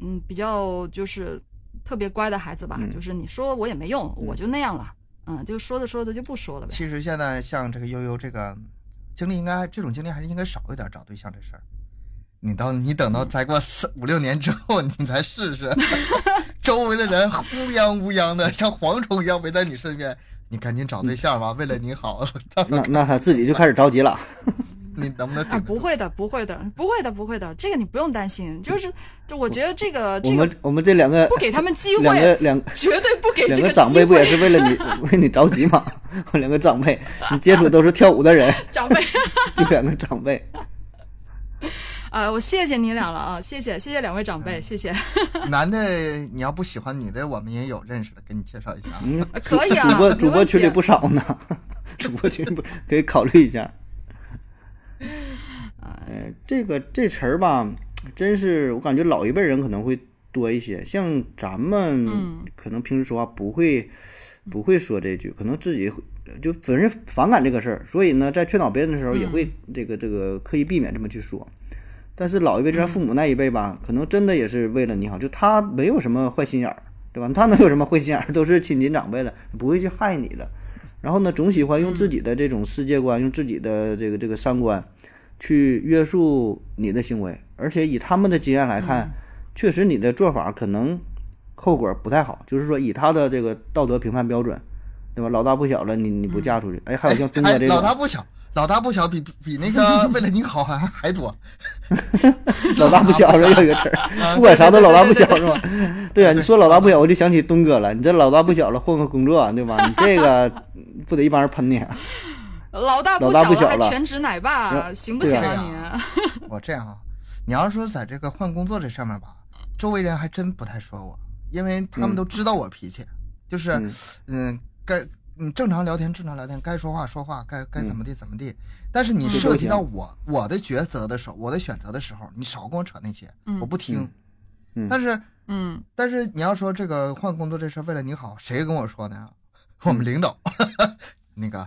S3: 嗯比较就是特别乖的孩子吧。
S1: 嗯
S3: 就是你说我也没用，我就那样了。嗯，就说着说着就不说了呗。
S2: 其实现在像这个悠悠这个经历，应该这种经历还是应该少一点找对象这事儿。你到你等到再过四五六年之后，你再试试， 周围的人乌泱乌泱的，像蝗虫一样围在你身边，你赶紧找对象吧，为了你好，到时
S1: 那那他自己就开始着急了。
S2: 候你能不能
S3: 啊，
S2: 顶得
S3: 不
S2: 住？
S3: 会的，不会的，不会的，不会的，这个你不用担心。就是，就我觉得这个
S1: 我
S3: 这个
S1: 们我们这两个
S3: 不给他们机
S1: 两个
S3: 会，
S1: 两
S3: 绝对不给
S1: 两
S3: 这
S1: 个长
S3: 机
S1: 辈不也
S3: 会。
S1: 是为了你 为你着急吗？两个长辈，你接触都是跳舞的人，
S3: 长辈，
S1: 就两个长辈。
S3: 啊，我谢谢你俩了啊，谢谢谢谢两位长辈，谢谢。
S2: 男的你要不喜欢，女的我们也有认识的，给你介绍一下。
S1: 嗯，主
S3: 可以啊
S1: 主播
S3: 没
S1: 主播
S3: 问题
S1: 群里不少呢， 主播群里不可以考虑一下。呃，这个这词儿吧，真是我感觉老一辈人可能会多一些，像咱们
S3: 嗯
S1: 可能平时说话不会不会说这句，可能自己会就反正反感这个事儿，所以呢，在劝导别人的时候也会这个这个刻意避免这么去说。但是老一辈，就像父母
S2: 嗯
S1: 那一辈吧，可能真的也是为了你好，就他没有什么坏心眼儿，对吧？他能有什么坏心眼儿？都是亲近长辈的，不会去害你的。然后呢，总喜欢用自己的这种世界观，用自己的这个这个三观，去约束你的行为。而且以他们的经验来
S2: 嗯
S1: 看，确实你的做法可能后果不太好。就是说，以他的这个道德评判标准，对吧？老大不小了，你你不嫁 出去，哎，还有像东
S2: 哎
S1: 哥，这种
S2: 老大不小，老大不小比比那个为了你好还还多。
S1: 老大不小啊是吧有一个词儿，不管啥都老大不小是吧？ 对啊，你说老大不小，我就想起东哥了。你这老大不小了，换个工作对吧？你这 个不得一帮人喷你啊？
S3: 老大
S1: 老
S3: 不
S1: 大不小
S3: 还
S1: 了
S3: 全职奶爸，行不
S1: 对
S3: 行
S1: 啊
S3: 啊
S2: 我这样啊，你要是说在这个换工作这上面吧，周围人还真不太说我，因为他们
S1: 嗯
S2: 都知道我脾气，就是
S1: 嗯
S2: 嗯，该你正常聊天正常聊天，该说话说话，该该
S1: 嗯
S2: 怎么地怎么地。但是你
S3: 嗯
S2: 涉及到我我的抉择的时候，我的选择的时候，你少跟我扯那些，
S3: 嗯
S2: 我不听。
S1: 嗯嗯
S2: 但是
S3: 你？嗯，
S2: 但是你要说这个换工作这事儿为了你好，谁跟我说呢？我
S1: 嗯
S2: 们领导， 那个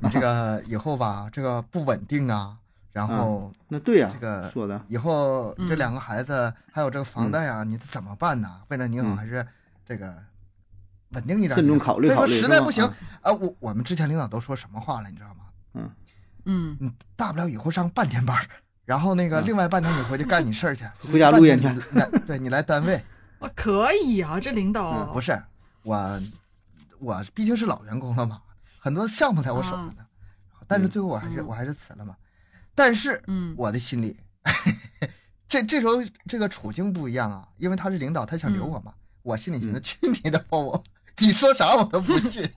S2: 你这个以后吧，这个不稳定啊，然
S1: 嗯
S2: 后
S1: 那对呀
S2: 这，个
S1: 说的
S2: 以后这
S1: 嗯
S2: 两个孩子还有这个房贷啊，你怎么办呢？为了你好，
S1: 嗯
S2: 还是这个稳定一点，
S1: 慎重考虑
S2: 再
S1: 考
S2: 说
S1: 虑。
S2: 实在
S1: 是吧
S2: 不行
S1: 啊
S2: 啊，我我们之前领导都说什么话了，你知道吗？
S3: 嗯，
S2: 你大不了以后上半天班儿，然后那个
S1: 嗯
S2: 另外半天你回去干你事儿去，
S1: 回家录音去
S2: 半天你来。对你来单位，
S3: 我可以 啊，这领导、
S1: 嗯
S2: 不是我，我毕竟是老员工了嘛，很多项目在我手
S1: 啊
S2: 上呢，但是最后我还是、
S3: 嗯
S2: 我还是辞了嘛。但是
S3: 嗯
S2: 我的心里， 这这时候这个处境不一样啊，因为他是领导，他想留我嘛，我心里寻思、
S1: 嗯
S2: 去你的吧我，你说啥我都不 信。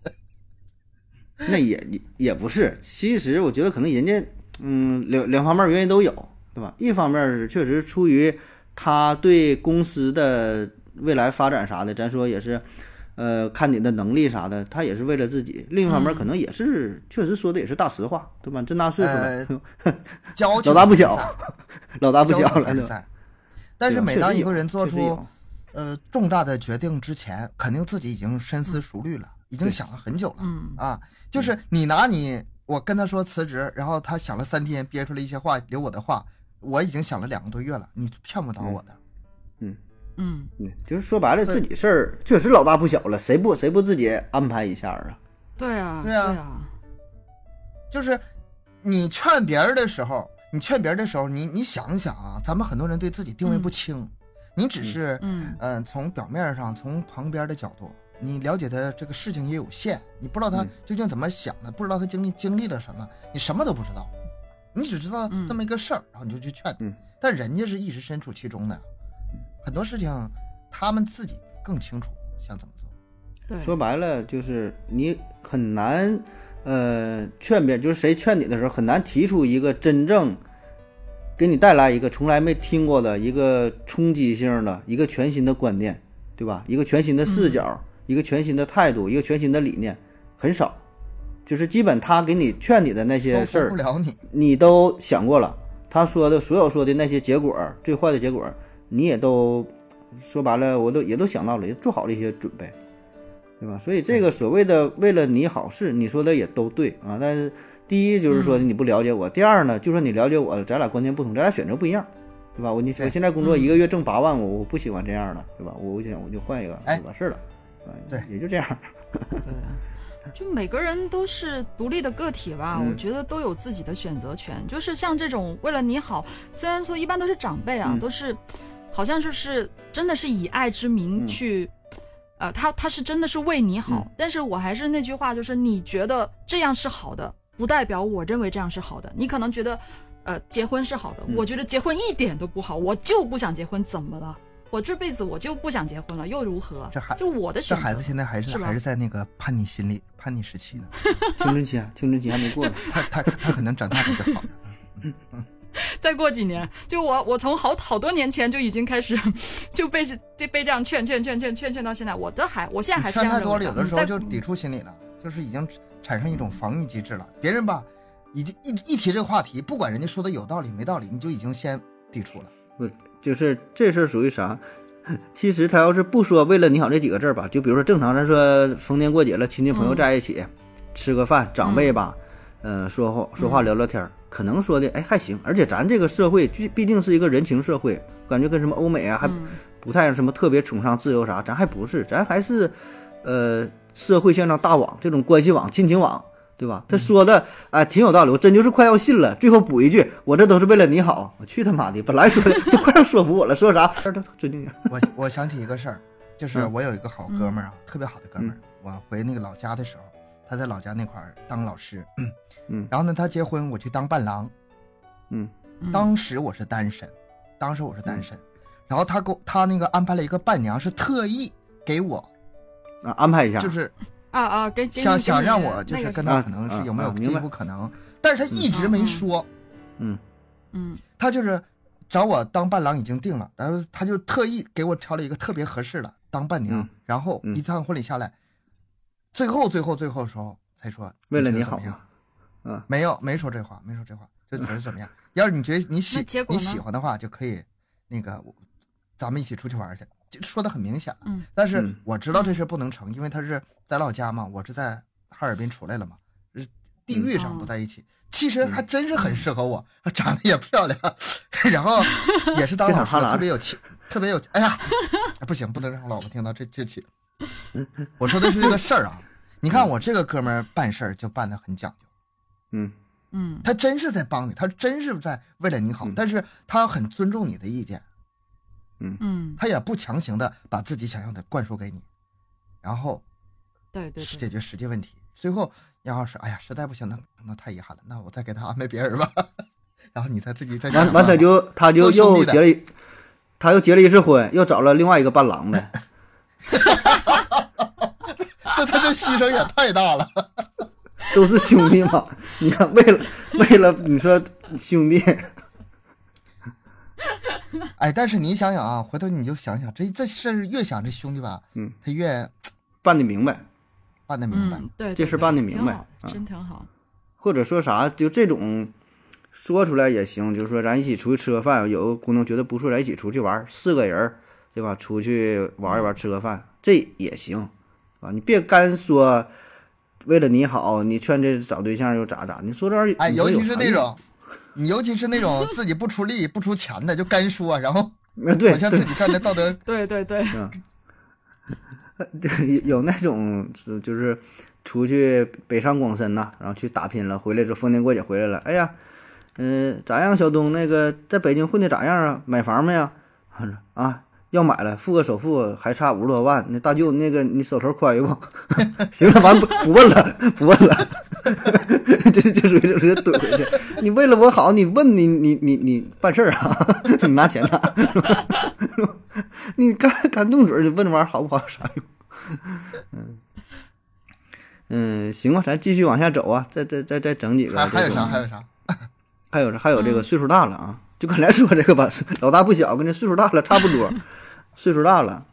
S1: 那也也也不是，其实我觉得可能人家嗯两两方面原因都有，对吧？一方面是确实出于他对公司的未来发展啥的，咱说也是，呃，看你的能力啥的，他也是为了自己；另一方面
S3: 嗯
S1: 可能也是、确实说的也是大实话，对吧？这么大岁数 了，
S2: 呃交情
S1: 老大不
S2: 比
S1: 小
S2: 赛，
S1: 老大不
S2: 交
S1: 小
S2: 情
S1: 了，
S2: 比
S1: 对吧？
S2: 赛。但是每当一个人做
S1: 确实有
S2: 出呃重大的决定之前，肯定自己已经深思熟虑了，已经
S1: 嗯对
S2: 想了很久了。
S3: 嗯
S2: 啊，就是你拿你，我跟他说辞职，然后他想了三天，憋出了一些话，留我的话，我已经想了两个多月了，你骗不倒我的。
S3: 嗯，
S1: 嗯，就是说白了，
S2: 所以
S1: 自己事儿确实老大不小了，谁不谁不自己安排一下啊？
S3: 对啊，
S2: 对
S3: 对
S2: 啊
S3: 啊，
S2: 就是你劝别人的时候，你劝别人的时候，你你想一想啊，咱们很多人对自己定位不清，你只是
S3: 嗯
S2: 嗯、呃从表面上，从旁边的角度。你了解的这个事情也有限，你不知道他
S1: 嗯
S2: 究竟怎么想的，不知道他经历经历了什么，你什么都不知道，你只知道
S3: 嗯
S2: 这么一个事儿，然后你就去劝他
S1: 嗯
S2: 但人家是一直身处其中的，
S3: 嗯
S2: 很多事情他们自己更清楚想怎么做。
S3: 对，
S1: 说白了就是你很难，呃，劝别人，就是谁劝你的时候，很难提出一个真正给你带来一个从来没听过的一个冲击性的一个全新的观念，对吧？一个全新的
S2: 嗯
S1: 视角，一个全新的态度，一个全新的理念，很少。就是基本他给你劝你的那些
S2: 说
S1: 事
S2: 服
S1: 儿
S2: 不，了你，
S1: 你都想过了，他说的所有说的那些结果，最坏的结果，你也都说白了，我都也都想到了，也做好了一些准备，对吧？所以这个所谓的为了你好事，你说的也都对啊。但是第一就是说你不了解我，第二呢，就算你了解我了，咱俩观念不同，咱俩选择不一样，对吧？我你
S2: 对
S1: 我现在工作
S3: 嗯
S1: 一个月挣八万，我我不喜欢这样了，对吧？我我想我就换一个
S2: 哎
S1: 就完事儿了，啊
S2: 对
S1: 也就这样。
S3: 对啊，就每个人都是独立的个体吧，
S1: 嗯
S3: 我觉得都有自己的选择权。就是像这种为了你好，虽然说一般都是长辈啊，
S1: 嗯
S3: 都是好像就是真的是以爱之名
S1: 嗯
S3: 去。呃，他他是真的是为你好，
S1: 嗯
S3: 但是我还是那句话，就是你觉得这样是好的，不代表我认为这样是好的。你可能觉得，呃，结婚是好的，
S1: 嗯
S3: 我觉得结婚一点都不好，我就不想结婚，怎么了？我这辈子我就不想结婚了，又如何？
S2: 这还
S3: 就我的
S2: 这
S3: 选择。
S2: 孩子现在还是
S3: 是吧
S2: 还是在那个叛逆心理、叛逆时期呢。
S1: 青春期啊，青春期还没过呢。
S2: 他他他可能长大了 就好了。
S3: 再过几年，就我我从好好多年前就已经开始就被这被这样劝劝劝劝劝劝到现在，我的还我现在还
S2: 你
S3: 是这
S2: 劝
S3: 样
S2: 太多
S3: 认
S2: 了，
S3: 为
S2: 有的
S3: 你
S2: 时候
S3: 再
S2: 就抵触心理了，就是已经产生一种防御机制了。别人吧，已经一一提这个话题，不管人家说的有道理没道理，你就已经先抵触了。
S1: 就是这事儿属于啥？ 其实他要是不说“为了你好”这几个字儿吧，就比如说正常，咱说逢年过节了，亲戚朋友
S3: 嗯
S1: 在一起、吃个饭，长辈吧，嗯、说话说话聊聊天儿，可能说的哎还行，而且咱这个社会毕毕竟是一个人情社会，感觉跟什么欧美啊还
S3: 嗯
S1: 不太什么特别崇尚自由啥，咱还不是，咱还是呃社会向上大网这种关系网、亲情网，对吧？他说的啊、哎挺有道理，我真就是快要信了。最后补一句，我这都是为了你好。我去他妈的，本来说的 都快要说服我了，说啥事儿都尊敬点儿。
S2: 我我想起一个事儿，就是
S1: 嗯
S2: 我有一个好哥们儿啊，
S3: 嗯
S2: 特别好的哥们儿，我回那个老家的时候，他在老家那块儿当老师，
S1: 嗯
S2: 然后呢，他结婚我去当伴郎，
S1: 嗯
S3: 嗯
S2: 当时我是单身，当时我是单身，然后他给我他那个安排了一个伴娘，是特意给我，
S1: 啊，安排一下，
S2: 就是
S3: 啊啊，跟
S2: 想想让我就
S3: 那
S2: 是
S3: 个
S2: 跟
S1: 啥
S2: 他可能
S1: 啊
S2: 是有没有
S1: 啊
S2: 进一
S1: 明白
S2: 步可能，但是他一直没说，
S1: 嗯
S3: 嗯
S2: 他就是找我当伴郎已经定了，然后他就特意给我挑了一个特别合适的当伴娘
S1: 嗯，
S2: 然后
S1: 嗯
S2: 一趟婚礼下来，最后最后最后的时候才说
S1: 为了
S2: 你
S1: 你
S2: 觉得
S1: 好
S2: 怎么样
S1: 嘛。嗯，
S2: 没有没说这话，没说这话，就觉得怎么样？要是你觉得你喜
S3: 那结果
S2: 你
S3: 呢
S2: 喜欢的话，就可以那个我咱们一起出去玩去，就说的很明显了。
S3: 嗯
S2: 但是
S1: 嗯
S2: 我知道这事不能成，因为他是在老家嘛，我是在哈尔滨出来了嘛，是地
S1: 嗯
S2: 域
S3: 哦
S2: 上不在一起。其实还真是
S3: 嗯
S2: 很适合我，长得也漂亮， 然后也是当老师
S1: 别喊哈喇
S2: 特别有气，特别有哎呀， 不行，不能让老婆听到这 这期。我说的是这个事儿啊，你看我这个哥们儿办事儿就办得很讲究。
S1: 嗯
S3: 嗯
S2: 他真是在帮你，他真是在为了你好，
S1: 嗯
S2: 但是他很尊重你的意见，
S3: 嗯，
S2: 他也不强行的把自己想要的灌输给你，然后
S3: 对对
S2: 解
S3: 对，
S2: 决实际问题。最后要是哎呀实在不行，那那太遗憾了，那我再给他安排别人吧， 然后你再自己再想
S1: 完完他
S2: 办法
S1: 就他就
S2: 做兄
S1: 又
S2: 弟的
S1: 结了一，他又结了一次婚，又找了另外一个伴郎呗。
S2: 那 他这牺牲也太大了。
S1: 都是兄弟嘛。你看，为了为了你说兄弟，
S2: 哎，但是你想想啊，回头你就想想，这这事儿越想这兄弟吧，
S1: 嗯，
S2: 他越
S1: 办的明白，
S2: 办得明白。
S3: 嗯对，对
S1: 这事
S3: 对
S1: 办得
S3: 挺
S1: 明白
S3: 好
S1: 啊
S3: 真挺好，
S1: 或者说啥，就这种说出来也行，就是说咱一起出去吃个饭，有个姑娘觉得不错，咱一起出去玩儿，四个人儿对吧？出去玩一玩，吃个饭，这也行啊。你别干说为了你好，你劝这找对象又咋咋？你说这玩意儿，
S2: 哎，
S1: 你说
S2: 尤
S1: 有
S2: 其是
S1: 啥
S2: 那
S1: 用
S2: 种，你尤其是那种自己不出力、不出钱的，就干说，然后
S1: 啊，对
S2: 好像
S1: 对
S2: 自己站在道德
S3: 对对对，
S1: 对，有那种是就是出去北上广深呐、然后去打拼了，回来之后逢年过节回来了，哎呀，嗯、咋样，小东那个在北京混的咋样啊？买房没呀？啊，要买了，付个首付还差五十多万。那大舅，那个你手头宽裕不？ 行了，完不不问了，不问了， 这就属于这属于怼回去。你为了我好，你问你你你你办事儿啊？ 你拿钱呐、你干干动嘴儿，你问这玩意儿好不 好有啥用？嗯嗯，行吧，咱继续往下走啊，再再再再整几个
S2: 还还
S1: 这
S2: 有
S1: 种。
S2: 啥？还有啥？
S1: 还有还有
S2: 嗯
S1: 这个岁数大了啊，就刚才说这个吧， 老大不小，跟这岁数大了差不多，岁数大了，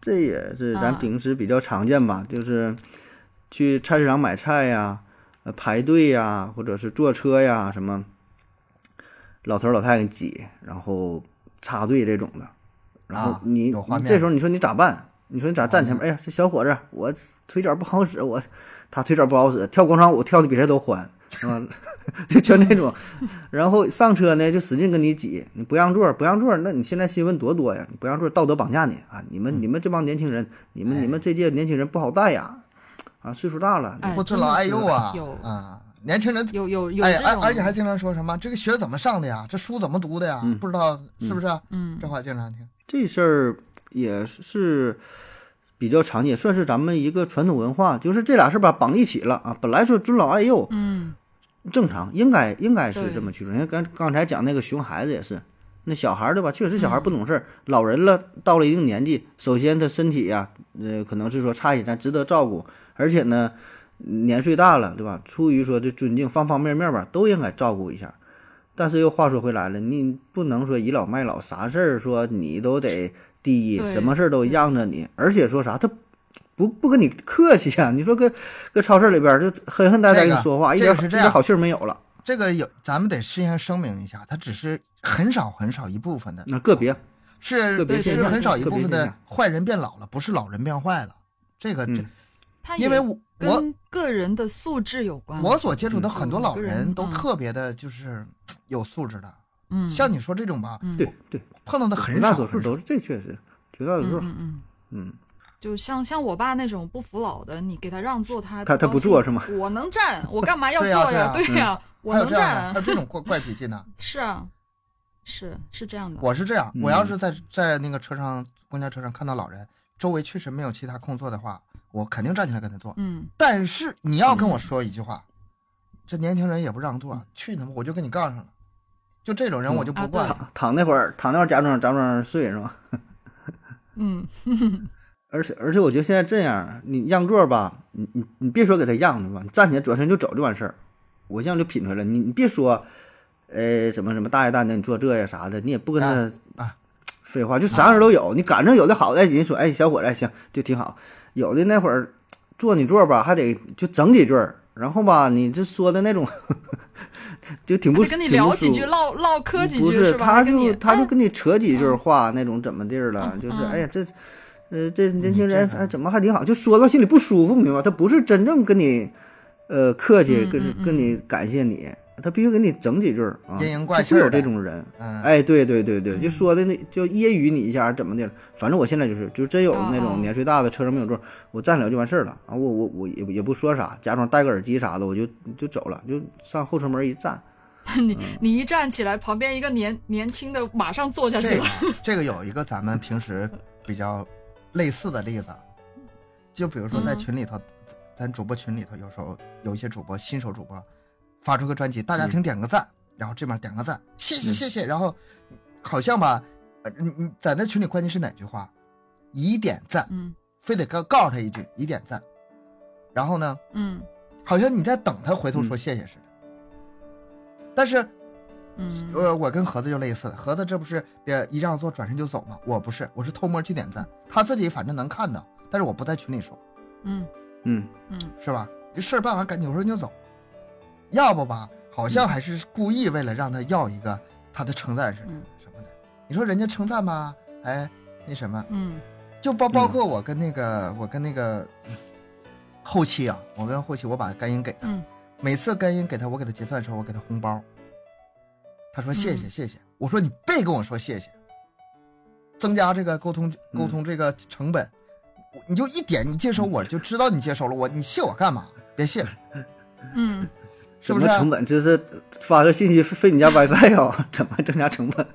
S1: 这也是咱
S3: 啊
S1: 平时比较常见吧，就是去菜市场买菜呀、呃排队呀、或者是坐车呀什么，老头儿老太太挤，然后插队这种的，然后
S2: 啊
S1: 你、
S2: 有画
S1: 你
S2: 面
S1: 这时候你说你咋办？你说你咋站前面？哎呀，这小伙子，我腿脚不好使，我他腿脚不好使，跳广场舞跳的比谁都欢，是吧？就全那种， 然后上车呢就使劲跟你挤，你不让座不让座，那你现在新闻多多呀，你不让座道德绑架你啊！你们你们这帮年轻人，你们
S2: 哎
S1: 你们这届年轻人不好带呀，啊，岁数大了，
S3: 哎
S2: 不尊老爱幼啊
S3: 有
S2: 啊！年轻人
S3: 有有有
S2: 哎，
S3: 这
S2: 而
S3: 种，
S2: 而且还经常说什么这个学怎么上的呀？这书怎么读的呀？
S1: 嗯
S2: 不知道是不是啊？
S3: 嗯
S2: 这话经常听。
S1: 这事儿也是比较常见，算是咱们一个传统文化，就是这俩事儿吧绑一起了啊。本来说尊老爱幼，
S3: 嗯，
S1: 正常，应该应该是
S3: 对
S1: 这么去说。因为刚刚才讲那个熊孩子也是，那小孩儿对吧？确实小孩
S3: 嗯
S1: 儿不懂事儿，老人了到了一定年纪，首先他身体呀、呃，可能是说差一点，咱值得照顾，而且呢，年岁大了，对吧？出于说这尊敬方方面面吧，都应该照顾一下。但是又话说回来了，你不能说倚老卖老，啥事儿说你都得第一，
S3: 对嗯
S1: 什么事儿都让着你，而且说啥他不不跟你客气啊！ 你说搁搁超市里边儿就狠狠呆呆
S2: 这
S1: 跟
S2: 个
S1: 你说话，一
S2: 这
S1: 点
S2: 个
S1: 好一
S2: 是这
S1: 点
S2: 样
S1: 好气儿没有了。
S2: 这个有，咱们得事先声明一下，它只是很少很少一部分的，
S1: 那个别，
S2: 嗯是
S1: 嗯个别
S2: 对
S3: 现
S2: 是
S3: 象
S2: 很少一
S1: 个
S2: 部
S1: 别
S2: 分
S1: 现
S2: 的
S1: 象
S2: 坏人变老了，不是老人变坏了。这个这，
S1: 嗯
S3: 他也
S2: 因为我我
S3: 跟嗯个人的素质有关。
S2: 我所接触的
S1: 嗯
S2: 很多
S3: 嗯
S2: 老
S3: 每个人
S2: 人都
S3: 嗯
S2: 特别的，就是有素质的。
S3: 嗯，
S2: 像你说这种吧，
S3: 嗯
S1: 对对，
S2: 碰到的
S1: 绝
S2: 很
S1: 大
S2: 少
S1: 多数
S2: 很少。
S1: 都是这确实，绝大多
S3: 嗯
S1: 数，
S3: 嗯嗯，
S1: 嗯，
S3: 就像像我爸那种不服老的，你给他让座，他
S1: 他他
S3: 高
S1: 不
S3: 兴
S1: 坐是吗？
S3: 我能站，我干嘛要坐
S2: 对呀
S3: 呀？
S2: 对
S3: 对呀，我
S2: 还有
S3: 能
S2: 这样的，
S3: 站
S2: 还，有这种怪怪脾气呢。
S3: 是啊，是是这样的。
S2: 我是这样，
S1: 嗯
S2: 我要是在在那个车上公交车上看到老人，周围确实没有其他空座的话，我肯定站起来跟他坐。
S3: 嗯，
S2: 但是你要跟我
S1: 嗯
S2: 说一句话，这年轻人也不让座，去他妈我就跟你杠上了。就这种人
S1: 嗯
S2: 我就不
S3: 啊
S2: 惯了。
S1: 躺躺那会儿，躺那会儿假装假装睡是吧？
S3: 嗯，
S1: 而且而且，我觉得现在这样，你让座吧，你你你别说给他让着吧，你站起来转身就走就完事儿。我这样就品出来了，你你别说，呃，什么什么大爷大娘，你坐这呀啥的，你也不跟他
S2: 啊啊
S1: 废话，就啥人都有。你赶上有的好的，人家说，哎，小伙子行就挺好。有的那会儿坐你座吧，还得就整几句儿，然后吧，你这说的那种 就挺不
S3: 还得跟你
S1: 挺不
S3: 聊几
S1: 舒
S3: 句，
S1: 服
S3: 唠唠嗑几
S1: 不
S3: 句
S1: 是，
S3: 吧？
S1: 他
S3: 还跟
S1: 就
S3: 你
S1: 他就
S3: 嗯
S1: 跟你扯几句话，那种怎么地儿了，
S3: 嗯
S1: 就是
S3: 嗯
S1: 哎呀这，呃这年轻人
S2: 这个
S1: 哎怎么还挺好，就说到心里不舒服，明白吗？他不是真正跟你，呃客气，
S3: 嗯
S1: 跟
S3: 嗯嗯
S1: 跟你感谢你，他必须给你整几句儿啊，
S2: 阴阳怪气
S1: 就
S2: 儿
S1: 会有
S2: 的
S1: 这种人。
S2: 嗯，
S1: 哎，对对对对，
S3: 嗯
S1: 就说的那就揶揄你一下怎么的，反正我现在就是，就真有
S3: 哦
S1: 那
S3: 哦
S1: 种年岁大的车上没有座，我站了就完事儿了啊，我我我也不也不说啥，假装戴个耳机啥的，我就就走了，就上后车门一站，
S3: 你哎你一站起来，旁边一个年年轻的马上坐下去
S2: 这个
S3: 了。
S2: 这个有一个咱们平时比较类似的例子，就比如说在
S3: 嗯
S2: 群里头，咱主播群里头有时候有一些主播新手主播发出个专辑，
S3: 嗯
S2: 大家听点个赞，然后这边点个赞，谢谢
S1: 嗯
S2: 谢谢，然后好像吧，呃你你在那群里关键是哪句话？以点赞，
S3: 嗯
S2: 非得告告诉他一句以点赞，然后呢，
S3: 嗯
S2: 好像你在等他回头说谢谢似的。但是
S3: 嗯，
S2: 呃，我跟盒子就类似，盒子这不是别一让座转身就走吗？我不是，我是偷摸去点赞，他自己反正能看到，但是我不在群里说，
S3: 嗯
S1: 嗯。
S3: 嗯，
S2: 是吧？这事儿办完赶紧扭身就走，要不吧，好像还是故意为了让他要一个他的称赞似的
S3: 嗯
S2: 什么的。你说人家称赞吧，哎，那什么，
S3: 嗯
S2: 就包包括我跟那个我跟那个后期啊，我跟后期我把干音给他，
S3: 嗯
S2: 每次干音给他，我给他结算的时候，我给他红包，他说谢谢
S3: 嗯
S2: 谢谢，我说你别跟我说谢谢，增加这个沟通
S3: 嗯
S2: 沟通这个成本，我你就一点你接收我就知道你接收了我，你谢我干嘛？别谢，
S3: 嗯，
S2: 是
S1: 什么
S2: 不是啊、
S1: 成本？就是发个信息费你家 WiFi 啊？怎么还增加成本？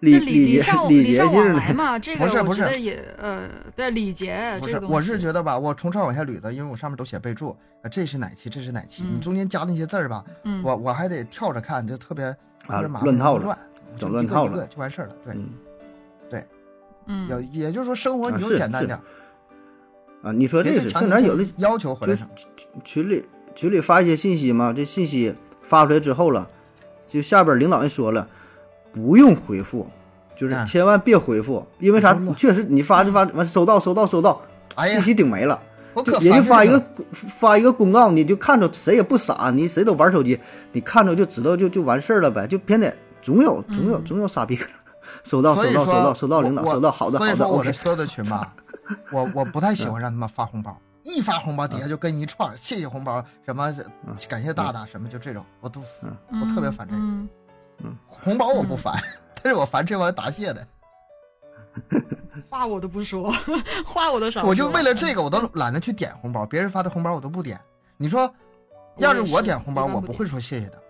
S1: 礼
S3: 这礼
S1: 节
S3: 尚
S1: 礼
S3: 礼
S1: 节
S3: 尚往
S1: 性
S3: 来
S1: 的，
S3: 嘛，这个
S2: 不是
S3: 我
S2: 不
S3: 觉
S2: 是
S3: 得也呃对礼节
S2: 啊不
S3: 这个，
S2: 是
S3: 东西，
S2: 我是觉得吧，我从上往下捋的，因为我上面都写备注，啊，这是哪期，这是哪期，
S3: 嗯
S2: 你中间加那些字儿吧，
S3: 嗯
S2: 我我还得跳着看，就特别特
S1: 啊
S2: 别麻烦
S1: 乱套了
S2: 乱，
S1: 整
S2: 就
S1: 乱
S2: 一个
S1: 套
S2: 一
S1: 了
S2: 个就完事儿了。对，
S1: 嗯
S2: 要
S3: 嗯
S2: 也就是说生活
S1: 啊
S2: 你就是简单
S1: 是
S2: 点儿，
S1: 啊，你说
S2: 别
S1: 这
S2: 对
S1: 是
S2: 强
S1: 现
S2: 求
S1: 在
S2: 自
S1: 有的
S2: 己要求回来
S1: 就
S2: 什么？
S1: 群里群里发一些信息嘛，这信息发出来之后了，就下边领导人说了，不用回复，就是
S2: 嗯
S1: 千万别回复，因为啥
S2: 不用？了
S1: 确实你发就发完收到收到收到，
S2: 哎呀
S1: 信，息顶没了。
S2: 我可
S1: 就人家
S2: 烦
S1: 发一
S2: 这
S1: 个发一个公告，你就看着谁也不傻，你谁都玩手机，你看着就知道就就完事儿了呗，就偏得总有总有
S3: 嗯
S1: 总有傻逼。收到收
S2: 所以
S1: 到收到
S2: 说
S1: 收到，领导
S2: 我
S1: 收到，好的
S2: 所
S1: 好的
S2: 以说我
S1: ，OK
S2: 的。所有的群吧，我我不太喜欢让他们发红包，一发红包底
S1: 嗯
S2: 下就跟一串儿谢谢红包，什么感谢大大什么就这种，我都
S3: 嗯，
S2: 我特别烦这个
S3: 嗯
S2: 红包我不烦， 但是我烦这帮答谢的，
S3: 话我都不说， 话我都少说，
S2: 我就为了这个我
S3: 嗯
S2: 都懒得去点红包，别人发的红包我都不点。你说，
S3: 我
S2: 要
S3: 也
S2: 我
S3: 是
S2: 点红包，
S3: 一般
S2: 我
S3: 不
S2: 不
S3: 点
S2: 会说谢谢的。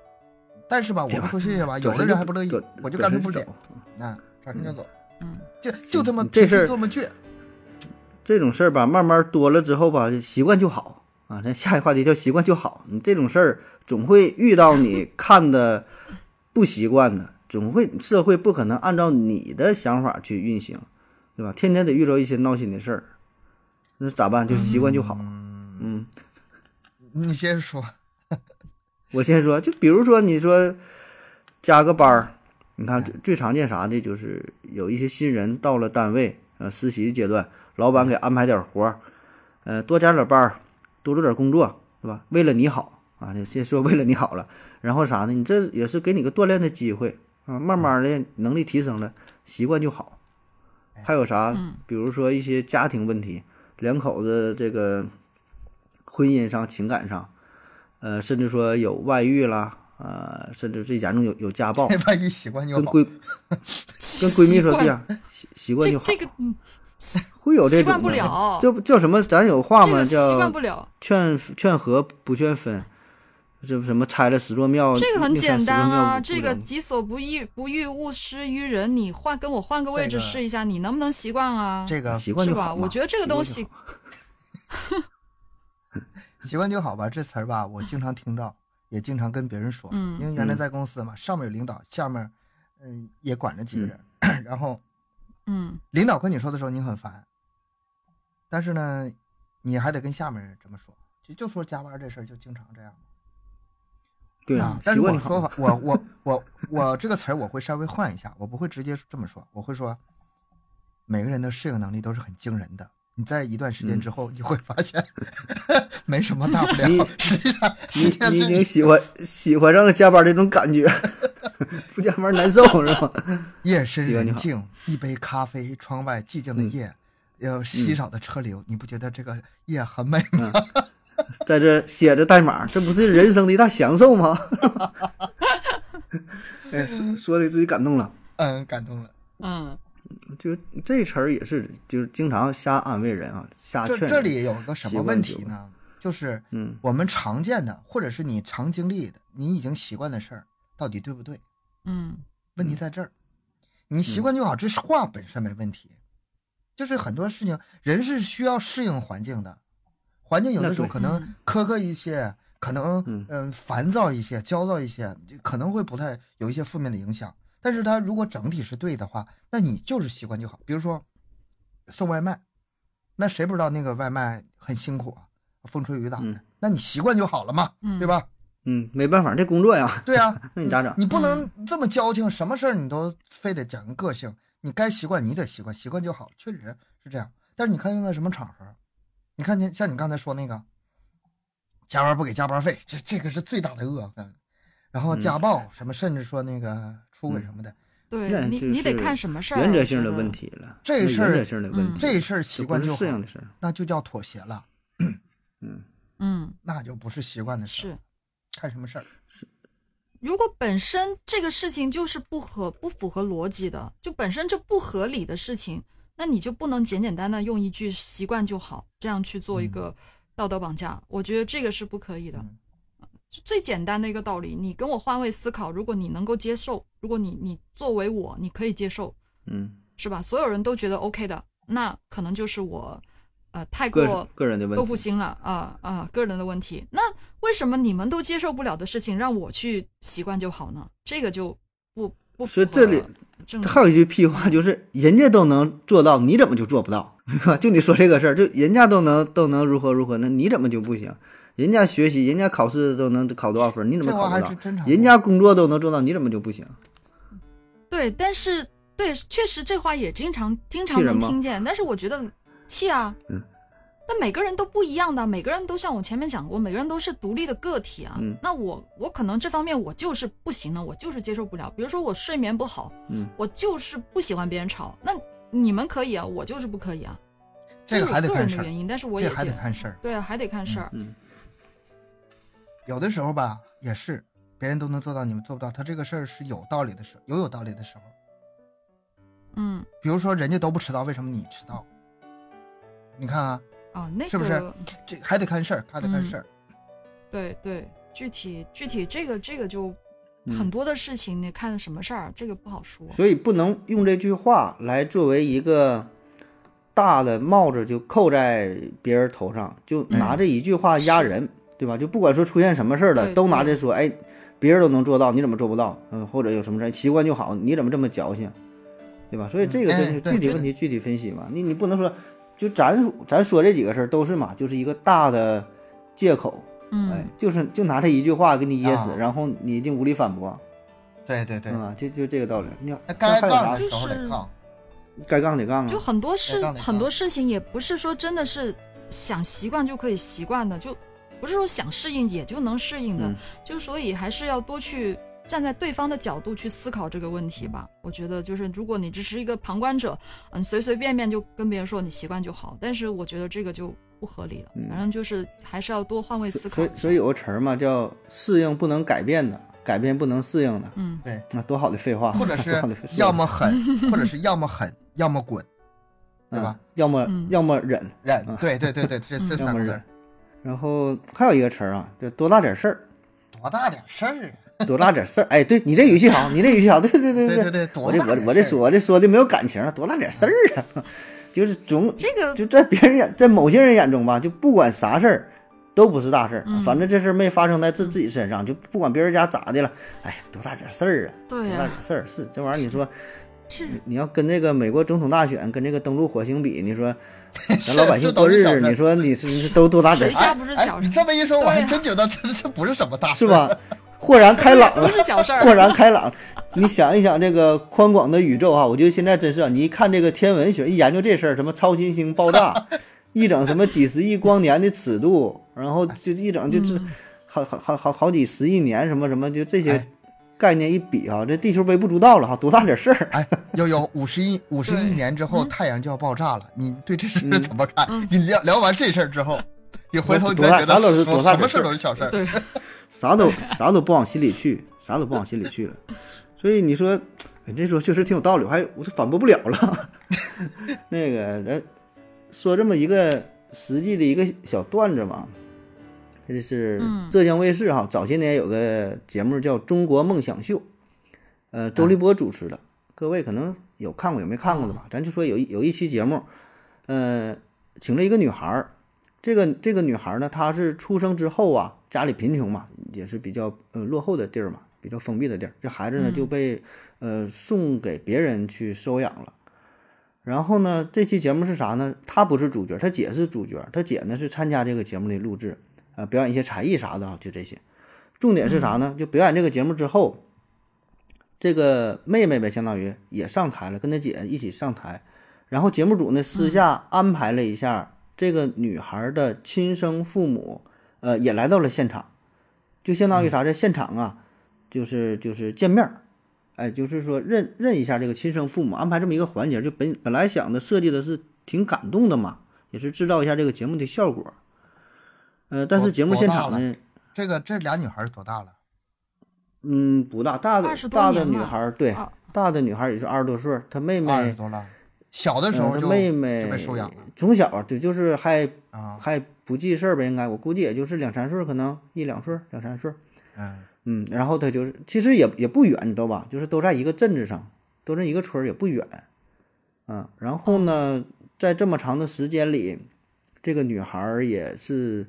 S2: 但是吧，我
S1: 对
S2: 不
S1: 吧
S2: 说谢谢吧，
S1: 转
S2: 有的
S1: 身
S2: 人还不乐意
S1: 转，
S2: 我就
S1: 转
S2: 干脆
S1: 身
S2: 不点
S1: 走。
S2: 啊，转身就走，
S3: 嗯
S2: 就就这么
S1: 你这
S2: 就
S1: 事儿
S2: 这么倔。
S1: 这种事儿吧，慢慢多了之后吧，习惯就好啊。咱下一个话题叫习惯就好。你这种事儿总会遇到你看的不习惯的，总会社会不可能按照你的想法去运行，对吧？天天得遇到一些闹心的事儿，那咋办？就习惯就好。
S2: 嗯，
S1: 嗯，
S2: 你先 说，，
S1: 我先说，就比如说你说加个班儿，你看最最常见啥的，就是有一些新人到了单位，呃，实习阶段，老板给安排点活儿，呃，多加点班儿，多做点工作，是吧？为了你好啊，就先说为了你好了。然后啥呢？你这也是给你个锻炼的机会啊，慢慢的能力提升了，习惯就好。还有啥？比如说一些家庭问题，两口子这个婚姻上、情感上，呃，甚至说有外遇啦，呃，甚至最严重有 有家暴
S2: 万一习惯就
S1: 跟
S3: 嗯
S2: 好。
S1: 闺跟闺蜜说对
S3: 习
S1: 呀，习习惯就好，
S3: 惯这这个嗯
S1: 会有这
S3: 习
S1: 种
S3: 惯不
S1: 的
S3: 了，
S1: 就叫什么？咱有话
S3: 这
S1: 嘛，
S3: 个习惯
S1: 叫
S3: 不了，
S1: 劝劝和不劝分，这什么拆了十座庙，
S3: 这个很
S1: 另拆
S3: 简
S1: 十座
S3: 单啊，
S1: 庙
S3: 这个己所不欲不欲，勿施于人。你换跟我换个位
S2: 这
S3: 置
S2: 个
S3: 试一下，你能不能习惯啊？
S2: 这个
S1: 习惯
S3: 是
S1: 就
S3: 吧
S1: 好嘛。
S3: 我觉得这个
S1: 习惯
S3: 东
S1: 就
S3: 西
S1: 好
S2: 习惯就好吧，这词儿吧，我经常听到，也经常跟别人说。
S3: 嗯
S2: 因为原来
S1: 嗯
S2: 在公司嘛，上面有领导，下面嗯也管着几个人， 然后
S3: 嗯
S2: 领导跟你说的时候你很烦，但是呢，你还得跟下面人这么说，就就说加班这事儿就经常这样嘛。
S1: 对
S2: 啊，但
S1: 习
S2: 是
S1: 惯
S2: 我
S1: 就好
S2: 说
S1: 嘛。
S2: 法，我我我我这个词儿我会稍微换一下，我不会直接这么说，我会说，每个人的适应能力都是很惊人的。你在一段
S1: 嗯
S2: 时间之后，你会发现 没什么大不
S1: 你
S2: 了。实际上，实 际
S1: 你
S2: 上
S1: 你已
S2: 是
S1: 经喜欢喜欢上了加班这种感觉， 不加班难受是吧？
S2: 夜深
S1: 习惯
S2: 人
S1: 就好嗯
S2: 静，一杯咖啡，窗外寂静的夜，有稀少的车流，你不觉得这个夜很美 吗？
S1: 在这写着代码，这不是人生的一大享受吗？ 哎，说说的自己感动了。
S2: 嗯，感动了。
S3: 嗯，
S1: 就这词儿也是，就是经常瞎安慰人啊，瞎
S2: 这
S1: 劝人。
S2: 这里有个什
S1: 习
S2: 么
S1: 惯
S2: 问
S1: 就
S2: 题呢？就是
S1: 嗯
S2: 我们常见的，或者是你常经历的，你已经习惯的事儿，到底对不对？
S3: 嗯
S2: 问题在这儿，你习惯就好，这是话本身没问题，就是很多事情人是需要适应环境的，环境有的时候
S1: 那对
S2: 可能
S3: 嗯
S2: 苛刻一些，可能
S1: 嗯
S2: 嗯、烦躁一些、焦躁一些，可能会不太有一些负面的影响。但是它如果整体是对的话，那你就是习惯就好。比如说送外卖，那谁不知道那个外卖很辛苦啊，风吹雨打的，
S1: 嗯
S2: 那你习惯就好了嘛，
S3: 嗯
S2: 对吧？
S1: 嗯，没办法，这工作呀，
S2: 对啊，
S1: 那你咋整？
S2: 你不能这么矫情，什么事儿你都非得讲个个性，你该习惯你得习惯，习惯就好，确实是这样。但是你看用在什么场合？你看见像你刚才说那个，加班不给加班费，这这个是最大的恶。嗯然后家暴什么，甚至说那个出轨什么的，
S1: 那
S3: 对你
S1: 就
S3: 你得
S1: 是
S3: 看什么事儿，啊
S1: 原则
S3: 我
S1: 性
S3: 觉
S1: 的
S3: 得
S1: 问，题了，
S2: 这
S1: 那
S2: 事
S1: 原
S2: 儿
S1: 则性的问
S3: 嗯
S1: 题，
S2: 这事儿习惯
S1: 不
S2: 就是好
S1: 这，样的事儿，
S2: 那就叫妥协了，
S1: 嗯，
S3: 嗯，
S2: 那就不是习惯的事儿。
S3: 是。
S2: 看什么事儿？
S3: 如果本身这个事情就是不合不符合逻辑的，就本身这不合理的事情，那你就不能简简单单用一句“习惯就好”这样去
S1: 嗯
S3: 做一个道德绑架。我觉得这个是不可以的。
S2: 嗯
S3: 就最简单的一个道理，你跟我换位思考，如果你能够接受，如果你你作为我，你可以接受，
S1: 嗯，
S3: 是吧？所有人都觉得 OK 的，那可能就是我，呃，太
S1: 个
S3: 过
S1: 个人的问
S3: 豆
S1: 题，
S3: 腐心了啊啊，个人的问题。那为什么你们都接受不了的事情，让我去习惯就好呢？这个就不不符
S1: 所以这里
S3: 合正
S1: 还有一句屁话，就是人家都能做到，你怎么就做不到？ 是吧？就你说这个事儿，就人家都能都能如何如何，那你怎么就不行？人家学习，人家考试都能考多少分，你怎么
S2: 这
S1: 考
S2: 话
S1: 不
S2: 还
S1: 到
S2: 是？真常。
S1: 人家工作都能做到，你怎么就不行？
S3: 对，但是对，确实这话也经常经常
S1: 气人
S3: 能
S1: 吗
S3: 听见，但是我觉得气啊，
S1: 嗯，
S3: 但每个人都不一样的，每个人都像我前面讲过，每个人都是独立的个体啊。
S1: 嗯
S3: 那我我可能这方面我就是不行的，我就是接受不了。比如说我睡眠不好，
S1: 嗯，
S3: 我就是不喜欢别人吵，那你们可以啊，我就是不可以啊。
S2: 这个
S3: 是
S2: 还得
S3: 我个
S2: 看
S3: 人
S2: 事
S3: 的
S2: 儿，
S3: 原因，但是我
S2: 这
S3: 也
S2: 还得
S3: 接
S2: 看事儿。
S3: 对啊，还得看事儿。
S2: 有的时候吧，也是别人都能做到，你们做不到。他这个事儿是有道理的时，有有道理的时候。
S3: 嗯，
S2: 比如说，人家都不迟到，为什么你迟到？你看啊，
S3: 啊，那个
S2: 是不是这还得看事儿，还得看事儿。
S1: 嗯
S3: 对对，具体具体这个这个就
S2: 嗯
S3: 很多的事情，你看什么事儿，这个不好说。
S1: 所以不能用这句话来作为一个大的帽子就扣在别人头上，就
S2: 嗯
S1: 拿这一句话压人，对吧？就不管说出现什么事儿了，
S3: 对
S1: 都拿这说，哎，别人都能做到，你怎么做不到？嗯，或者有什么事儿习惯就好，你怎么这么矫情，对吧？所以这个
S2: 嗯
S1: 真是
S2: 哎对
S1: 具体
S2: 对
S1: 问
S2: 的
S1: 题具体分析嘛，你你不能说就咱咱说这几个事儿都是嘛，就是一个大的借口，哎
S3: 嗯，，
S1: 就是就拿这一句话给你噎死，
S2: 啊
S1: 然后你一定无力反驳，
S2: 对对对
S1: 是，吧？就就这个道理。你
S2: 那
S1: 还
S2: 该
S1: 有嗯啥
S2: 杠的时候
S3: 就
S2: 得
S3: 是
S2: 杠。
S1: 该杠得杠啊
S3: 就，很多事
S2: 杠得
S3: 很
S2: 杠
S1: 嗯
S3: 多事情也不是说真的是想习惯就可以习惯的，就不是说想适应也就能适应的。
S1: 嗯
S3: 就所以还是要多去站在对方的角度去思考这个问题吧。我觉得就是如果你只是一个旁观者，嗯，随随便便就跟别人说你习惯就好，但是我觉得这个就不合理了。
S1: 嗯
S3: 反正就是还是要多换位思考
S1: 所
S3: 一
S1: 以
S3: 下。
S1: 所以有个词儿嘛，叫适应不能改变的，改变不能适应的，
S3: 嗯，
S2: 对，
S1: 那、多好的废话，
S2: 或者是
S1: 多好的废话
S2: 要么狠，或者是要么狠，要么滚，对吧？
S1: 嗯要么、
S3: 嗯
S1: 要么忍，
S2: 忍
S1: 啊。
S2: 对对对对， 这这
S3: 嗯
S1: 要
S2: 三
S1: 么
S2: 个字
S1: 忍
S2: 儿，。
S1: 然后还有一个词儿啊，就多大点事儿，
S2: 多大点事儿啊？
S1: 多大点事儿。哎，对你这语气好，你这语气好，对 对对
S2: 对
S1: 对。
S2: 对，多
S1: 我
S2: 大
S1: 这
S2: 点
S1: 我
S2: 事
S1: 这
S2: 儿啊
S1: 我这说我这说的没有感情了，多大点事儿啊， 就是总
S3: 这个
S1: 就在别人眼，在某些人眼中吧，就不管啥事儿都不是大事儿，
S3: 嗯
S1: 反正这事儿没发生在自自己身上，就不管别人家咋的了，哎，多大点事儿啊，
S3: 对
S1: 多
S3: 呀、
S1: 大点事儿是这玩意儿，你说
S3: 是
S1: 你要跟这个美国总统大选，跟这个登陆火星比，你说咱
S2: 是
S1: 老百姓
S2: 这
S1: 过
S2: 都是
S1: 日
S2: 小
S1: 子，
S2: 事儿
S1: 你说你是你是都多大点
S3: 谁
S1: 事
S3: 家不是
S2: 哎
S3: 小
S2: 你
S3: 事，
S2: 这么一说，我还
S3: 对啊
S2: 真觉得这这不是什么
S1: 儿
S2: 大
S1: 是
S2: 事儿？
S1: 吧？豁然开朗
S3: 都
S1: 了，
S3: 是 小事
S1: 豁
S3: 儿。
S1: 然开朗。你想一想这个宽广的宇宙哈，我觉得现在真是啊，你一看这个天文学，一研究这事儿，什么超新星爆 炸，一整什么几十亿光年的尺度，然后就一整就
S3: 嗯
S1: 这好好好好好几十亿年什么什么，就这些
S2: 哎
S1: 概念一比啊，这地球微不足道了哈，多大点事儿？
S2: 哎，悠悠，五十一五十
S3: 对
S2: 一年之后
S3: 嗯
S2: 太阳就要爆炸了，你对这事儿
S1: 嗯
S2: 怎么看
S3: 嗯？
S2: 你聊聊完这事儿之后，你回头你
S1: 多
S2: 再
S1: 大
S2: 觉
S1: 啥都
S2: 得
S1: 是
S2: 什么
S1: 多大
S2: 什么
S1: 点
S2: 事
S1: 事儿
S2: 儿都是小事儿。
S3: 对，
S1: 啥都啥都不往心里去，啥都不往心里去了。所以你说，你这说确实挺有道理，我还我都反驳不了了。 那个人说这么一个实际的一个小段子嘛，这就是
S3: 嗯
S1: 浙江卫视哈，早些年有个节目叫《中国梦想秀》，呃，周立波主持的，各位可能有看过有没看过的吧？
S3: 嗯
S1: 咱就说有一有一期节目，呃，请了一个女孩儿，这个这个女孩儿呢，她是出生之后啊，家里贫穷嘛，也是比较呃落后的地儿嘛，比较封闭的地儿。这孩子呢
S3: 嗯
S1: 就被呃送给别人去收养了。然后呢，这期节目是啥呢？她不是主角，她姐是主角，她姐呢是参加这个节目的录制，呃，表演一些才艺啥的啊，就这些。重点是啥
S2: 嗯
S1: 呢？就表演这个节目之后，这个妹妹呗，相当于也上台了，跟她姐一起上台。然后节目组呢私
S2: 嗯
S1: 下安排了一下这个女孩的亲生父母，呃，也
S2: 嗯
S1: 来到了现场，就相当于啥，在现场啊，就是就是见面儿，哎，就是说认认一下这个亲生父母，安排这么一个环节，就本本来想的设计的是挺感动的嘛，也是制造一下这个节目的效果。呃，但是
S2: 多
S1: 节目
S2: 多
S1: 现
S2: 大
S1: 场
S2: 了
S1: 呢，
S2: 这个这俩女孩儿多大了？
S1: 嗯，不大，大的
S3: 20多
S1: 大的
S3: 年
S1: 女
S3: 吧
S1: 孩儿，对，
S3: 啊
S1: 大的女孩儿也是二十多岁儿，她妹妹，
S2: 二十多了，小的时
S1: 嗯
S2: 候
S1: 她
S2: 就
S1: 妹
S2: 就
S1: 妹
S2: 被收养了
S1: 从小啊，对，就是还
S2: 啊，
S1: 还不记事儿呗，应该我估计也就是两三岁儿，可能一两岁儿，两三岁儿。
S2: 嗯，
S1: 嗯，然后他就是其实也也不远，你知道吧？就是都在一个镇子上，都在一个村儿，也不远。嗯，然后呢，在这么长的时间里，这个女孩儿也是，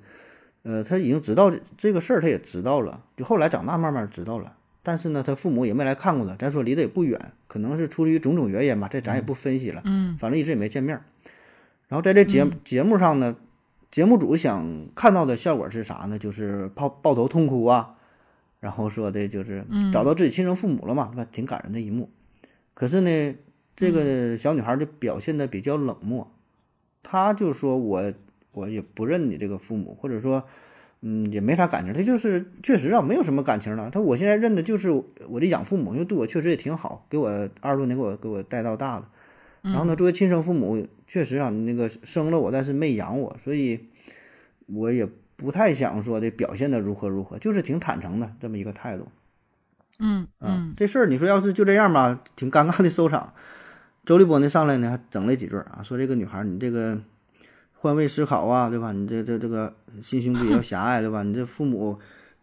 S1: 呃，她已经知道这这个事儿，她也知道了。就后来长大慢慢知道了，但是呢，她父母也没来看过她。咱说离得也不远，可能是出于种种原因吧，这咱也不分析了。
S3: 嗯
S1: 反正一直也没见面儿。然后在这节、节目上呢，节目组想看到的效果是啥呢？就是抱抱头痛哭啊，然后说的就是找到自己亲生父母了嘛，那、挺感人的一幕。可是呢，这个小女孩就表现的比较冷漠，她就说我我也不认你这个父母，或者说。嗯，也没啥感情，她就是确实啊，没有什么感情了。她我现在认的就是我的养父母，因为对我确实也挺好，给我二十多年给我给我带到大的。然后呢，作为亲生父母，确实啊，那个生了我，但是没养我，所以我也不太想说的表现的如何如何，就是挺坦诚的这么一个态度。
S3: 嗯
S1: 嗯
S3: 嗯，，
S1: 这事儿你说要是就这样吧，挺尴尬的收场。周立波呢上来呢还整了几句儿啊，说这个女孩儿你这个换位思考啊，对吧？你这这这个心胸比较狭隘，对吧？你这父母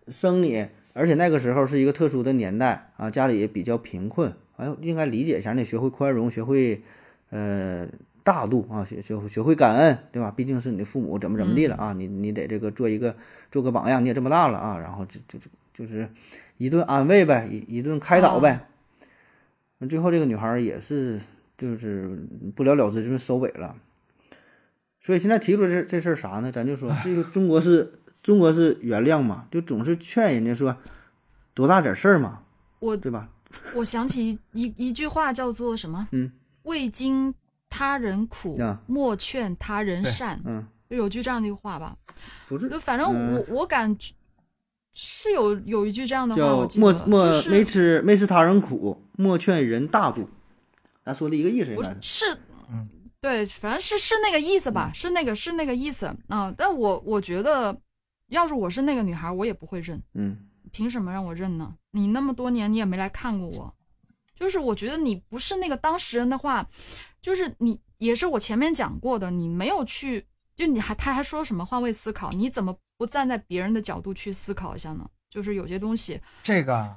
S1: 生你，而且那个时候是一个特殊的年代啊，家里也比较贫困，哎呦，应该理解一下，你得学会宽容，学会呃大度啊，学学会学会感恩，对吧？毕竟是你的父母怎么怎么地了啊，你你得这个做一个做个榜样，你也这么大了啊，然后就就就就是一顿安慰呗，一一顿开
S3: 啊
S1: 导呗。最后这个女孩儿也是就是不了了之，就是收尾了。所以现在提出这这事儿啥呢？咱就 说，这个中国是中国是原谅嘛，就总是劝人家说多大点事儿嘛，
S3: 我
S1: 对吧？
S3: 我想起一一一句话叫做什么？
S1: 嗯，
S3: 未经他人苦，
S1: 啊
S3: 莫劝他人
S2: 对
S3: 善。
S1: 嗯，
S3: 有句这样的一个话吧，
S1: 不是
S3: 就反正
S1: 嗯
S3: 我、我感觉是有有一句这样的话，
S1: 叫
S3: 我记
S1: 莫
S3: 得
S1: 莫
S3: 就
S1: 没
S3: 是
S1: 吃没吃他人苦，莫劝人大度。咱说的一个意思应
S3: 我
S1: 该是，
S3: 是
S2: 嗯
S3: 对，反正是是那个意思
S1: 嗯
S3: 吧，是那个是那个意思啊、但我我觉得，要是我是那个女孩，我也不会认。
S1: 嗯
S3: 凭什么让我认呢？你那么多年你也没来看过我，就是我觉得你不是那个当事人的话，就是你也是我前面讲过的，你没有去，就你还他还说什么换位思考，你怎么不站在别人的角度去思考一下呢？就是有些东西
S2: 这个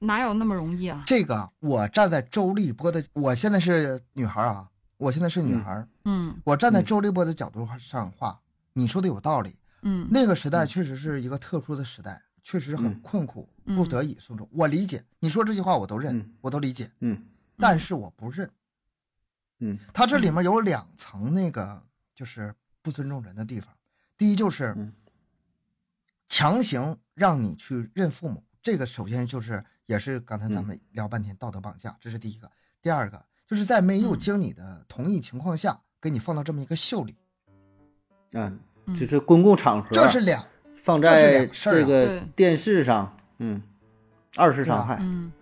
S3: 哪有那么容易啊？
S2: 这个，我站在周立波的，我现在是女孩儿啊，我现在是女孩儿，
S3: 嗯
S2: 我站在
S1: 嗯
S2: 周立波的角度上话，你说的有道理。
S3: 嗯
S2: 那个时代确实是一个特殊的时代，确实很
S1: 嗯
S2: 困苦，
S3: 嗯
S2: 不得已送终。我理解，你说这句话我都认
S1: 嗯，
S2: 我都理解，
S1: 嗯
S2: 但是我不认。
S1: 嗯
S2: 它这里面有两层那个就是不尊重人的地方，第一就是
S1: 嗯
S2: 强行让你去认父母，这个首先就是也是刚才咱
S1: 嗯
S2: 们聊半天道德绑架，这是第一个。第二个就是在没有
S3: 嗯
S2: 经你的同意情况下，给你放到这么一个秀里，
S1: 啊，
S3: 嗯
S1: 就是公共场合，
S2: 这是两
S1: 放
S2: 这是
S1: 在
S2: 两个事儿啊
S1: 这个
S3: 对
S1: 电视上，嗯，二次伤害，
S3: 嗯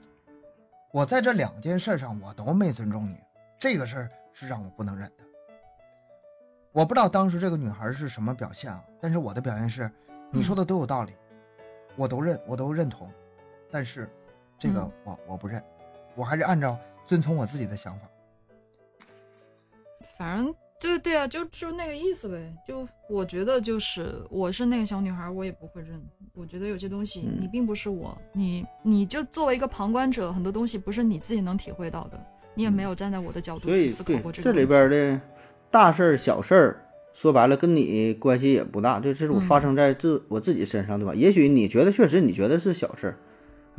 S2: 我在这两件事上我都没尊重你，这个事儿是让我不能忍的。我不知道当时这个女孩是什么表现啊，但是我的表现是，你说的都有道理，我都认，我都认同，但是这个
S3: 嗯
S2: 我我不认，我还是按照遵从我自己的想法。
S3: 反正对对啊，就就那个意思呗。就我觉得，就是我是那个小女孩，我也不会认。我觉得有些东西
S1: 嗯
S3: 你并不是我，你你就作为一个旁观者，很多东西不是你自己能体会到的，你也没有站在我的角
S1: 嗯
S3: 度
S1: 所
S3: 去
S1: 以
S3: 思考
S1: 对
S3: 过这个
S1: 这
S3: 问题。
S1: 里边儿的大事儿、小事儿，说白了跟你关系也不大，这这是我发
S3: 嗯
S1: 生在自、我自己身上，对吧？也许你觉得确实你觉得是小事儿，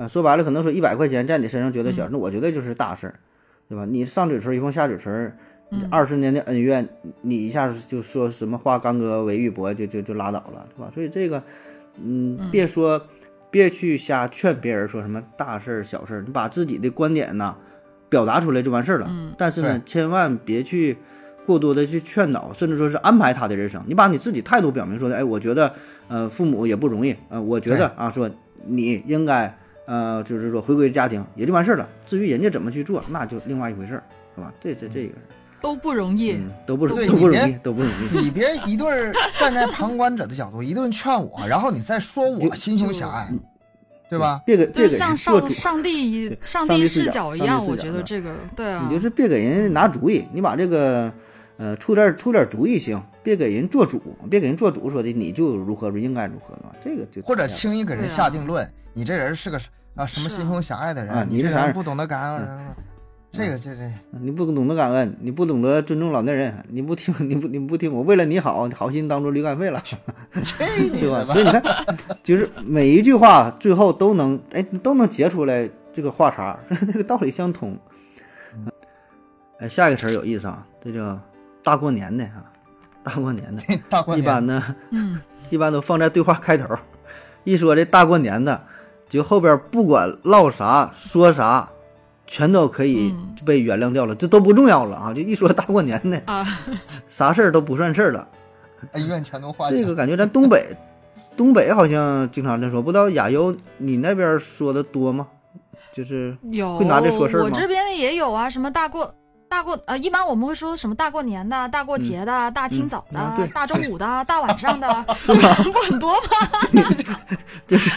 S1: 啊，说白了可能说一百块钱在你身上觉得
S3: 嗯
S1: 小事儿，那我觉得就是大事儿，对吧？你上嘴唇儿一碰下嘴唇儿，
S3: 嗯
S1: 二十年的恩怨，你一下子就说什么化干戈为玉帛，就就就拉倒了，对吧？所以这个，嗯，别说，别去瞎劝别人说什么大事儿、小事儿，你把自己的观点呐、表达出来就完事儿了。
S3: 嗯
S1: 但是呢，千万别去过多的去劝导，甚至说是安排他的人生。你把你自己态度表明说的，哎，我觉得，呃，父母也不容易，呃，我觉得啊，说你应该呃，就是说回归家庭也就完事儿了。至于人家怎么去做，那就另外一回事儿，是吧？这这这个，
S3: 都不容易。
S1: 嗯，都不容
S2: 对
S1: 都不
S2: 你
S1: 容易
S2: 别，
S1: 都不容易。
S2: 你别一顿儿站在旁观者的角度一顿劝我，然后你再说
S1: 就
S2: 我心胸狭隘，对吧？
S1: 别给
S3: 就
S1: 别
S3: 是
S1: 给
S3: 像
S1: 人做主
S3: 上，上帝
S1: 对
S3: 上
S1: 上帝视
S3: 视
S1: 角
S3: 角一
S1: 上帝
S3: 样，
S1: 视
S3: 我
S1: 角
S3: 觉
S1: 是吧
S3: 得这个对啊
S1: 你，就是别给人拿主意，你把这个呃出点出点主意行，别给人做主，别给人做主说的你就如何应该如何嘛，这个就
S2: 或者
S1: 太
S2: 轻易给人
S3: 对啊
S2: 下定论，你这人是个什啊什么
S3: 是啊
S2: 心胸狭隘的
S1: 啊
S2: 人，
S1: 你
S2: 这
S1: 是啥
S2: 人
S1: 人嗯
S2: 不懂得感恩，这个这这
S1: 你不懂得感恩，你不懂得尊重老年人，你不听， 你不你不听我为了你好，好心当做驴肝肺了，
S2: 这你
S1: 对吧？
S2: 的吧
S1: 所以你看，就是每一句话最后都能哎都能结出来这个话茬儿， 这个道理相通。哎，下一个词儿有意思啊，这叫大过年的啊，大过年的，
S2: 大观
S1: 一
S2: 点，
S1: 般呢
S3: 嗯，
S1: 一般都放在对话开头。一说这大过年的，就后边不管唠啥说啥，全都可以
S3: 嗯
S1: 被原谅掉了，这都不重要了啊！就一说大过年的
S3: 啊，
S1: 啥事儿都不算事儿了。
S2: 恩怨哎全都化解
S1: 这。个感觉咱东北，东北好像经常这说，不知道亚优你那边说的多吗？就是
S3: 有
S1: 会拿这说事儿吗
S3: 我这边也有啊，什么大过大过呃，一般我们会说什么大过年的、大过节的、大清早的、
S1: 嗯啊对
S3: 大中 午的、大晚上的，
S1: 是吗？
S3: 不很多吗？
S1: 就是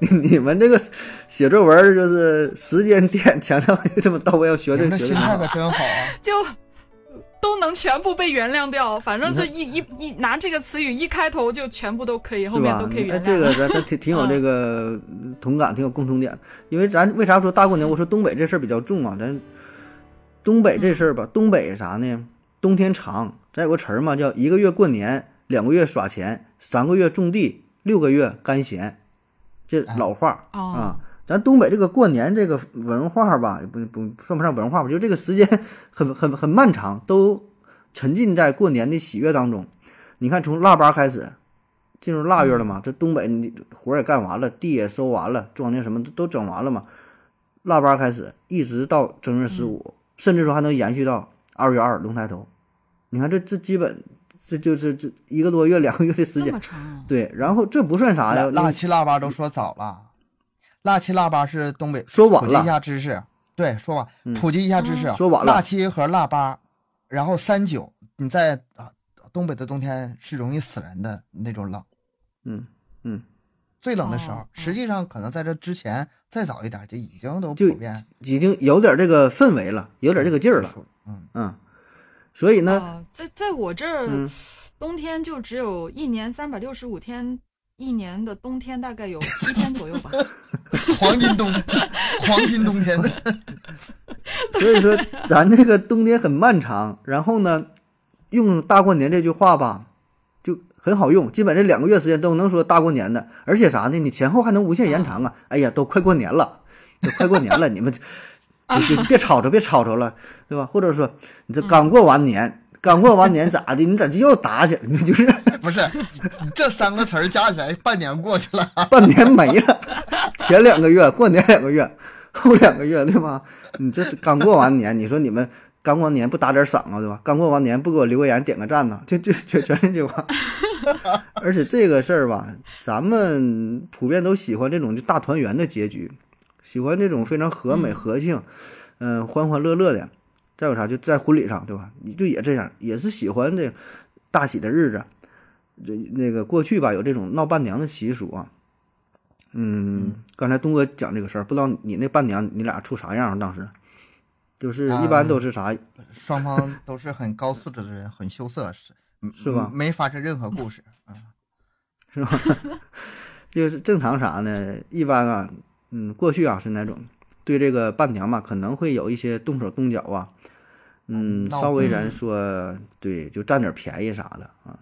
S1: 你 你们这个写作文儿就是时间点 强调得这么到位，要学
S2: 你
S1: 这
S2: 们
S1: 个
S2: 的
S1: 学
S2: 心
S1: 这
S2: 态
S1: 个。
S2: 可真好啊！
S3: 就。都能全部被原谅掉，反正
S1: 你
S3: 就
S1: 看
S3: 一一一拿这个词语一开头就全部都可以，后
S1: 是
S3: 面
S1: 吧？
S3: 都可以
S1: 你
S3: 原
S1: 哎，
S3: 谅。嗯
S1: 这 个咱咱挺挺有这个同感，挺有共同点的。因为咱为啥说大过年？我说东北这事儿比较重啊，咱东北这事儿吧，东北啥呢？冬天长，咱有个词儿嘛，叫一个月过年，两个月耍钱，三个月种地，六个月干闲，这老话
S3: 哦
S1: 啊。咱东北这个过年这个文化吧，也不不算不上文化吧，就这个时间很很很漫长，都沉浸在过年的喜悦当中。你看，从腊八开始，进入腊月了嘛，这东北你活儿也干完了，地也收完了，庄稼什么都都整完了嘛。腊八开始，一直到正月十五，甚至说还能延续到二月二龙抬头。你看这这基本这就是这一个多月、两个月的时
S3: 这
S1: 间
S3: 么。长啊、
S1: 对，然后这不算啥呀，
S2: 腊腊
S1: 你
S2: 七腊八都说早了，腊七腊八是东北
S1: 说
S2: 普
S1: 晚
S2: 及一
S1: 了，
S2: 下知识，对，说
S1: 嗯
S2: 晚普及一下知识。
S1: 说晚
S2: 腊
S1: 了，
S2: 七和腊八，然后三九，你在啊东北的冬天是容易死人的那种冷，
S1: 嗯嗯，
S2: 最冷的时候，
S3: 哦哦
S2: 实际上可能在这之前再早一点就已经都
S1: 就
S2: 普遍，
S1: 已经有点这个氛围了，有点这个劲儿了，
S2: 嗯，
S1: 嗯。所以 呢，
S3: 哦在在我这儿、
S1: 呃嗯
S3: 冬天就只有一年三百六十五天，一年的冬天大概有七天左右吧。
S2: 黄金冬，黄金冬天，
S1: 所以说咱这个冬天很漫长，然后呢，用大过年这句话吧，就很好用，基本这两个月时间都能说大过年的，而且啥呢？你前后还能无限延长啊！哎呀，都快过年了，都快过年了，你们就就就别吵吵，别吵吵了，对吧？或者说你这刚过完年，刚过完年咋的？你咋就又打起来？你就是
S2: 不是，这三个词儿加起来半年过去了，
S1: 半年没了，前两个月过年两个月，后两个月对吧？你这刚过完年，你说你们刚过完年不打点赏啊，对吧？刚过完年不给我留个言点个赞呐、就就全全是这句话。而且这个事儿吧，咱们普遍都喜欢这种就大团圆的结局，喜欢这种非常和美
S3: 嗯
S1: 和庆，嗯、欢欢乐乐的。再有啥就在婚礼上，对吧？你就也这样，也是喜欢这大喜的日子。这那个过去吧，有这种闹伴娘的习俗啊。嗯
S2: 嗯，
S1: 刚才东哥讲这个事儿，不知道你那伴娘你俩处啥样啊？当时就是一般
S2: 啊
S1: 都是啥？
S2: 双方都是很高素质的人，很羞涩，是
S1: 是吧
S2: 没发生任何故事，
S1: 是吧？就是正常啥呢？一般啊，嗯，过去啊是哪种对这个伴娘嘛，可能会有一些动手动脚啊，嗯，
S2: 嗯闹
S1: 稍微
S3: 嗯
S1: 咱说对，就占点便宜啥的啊。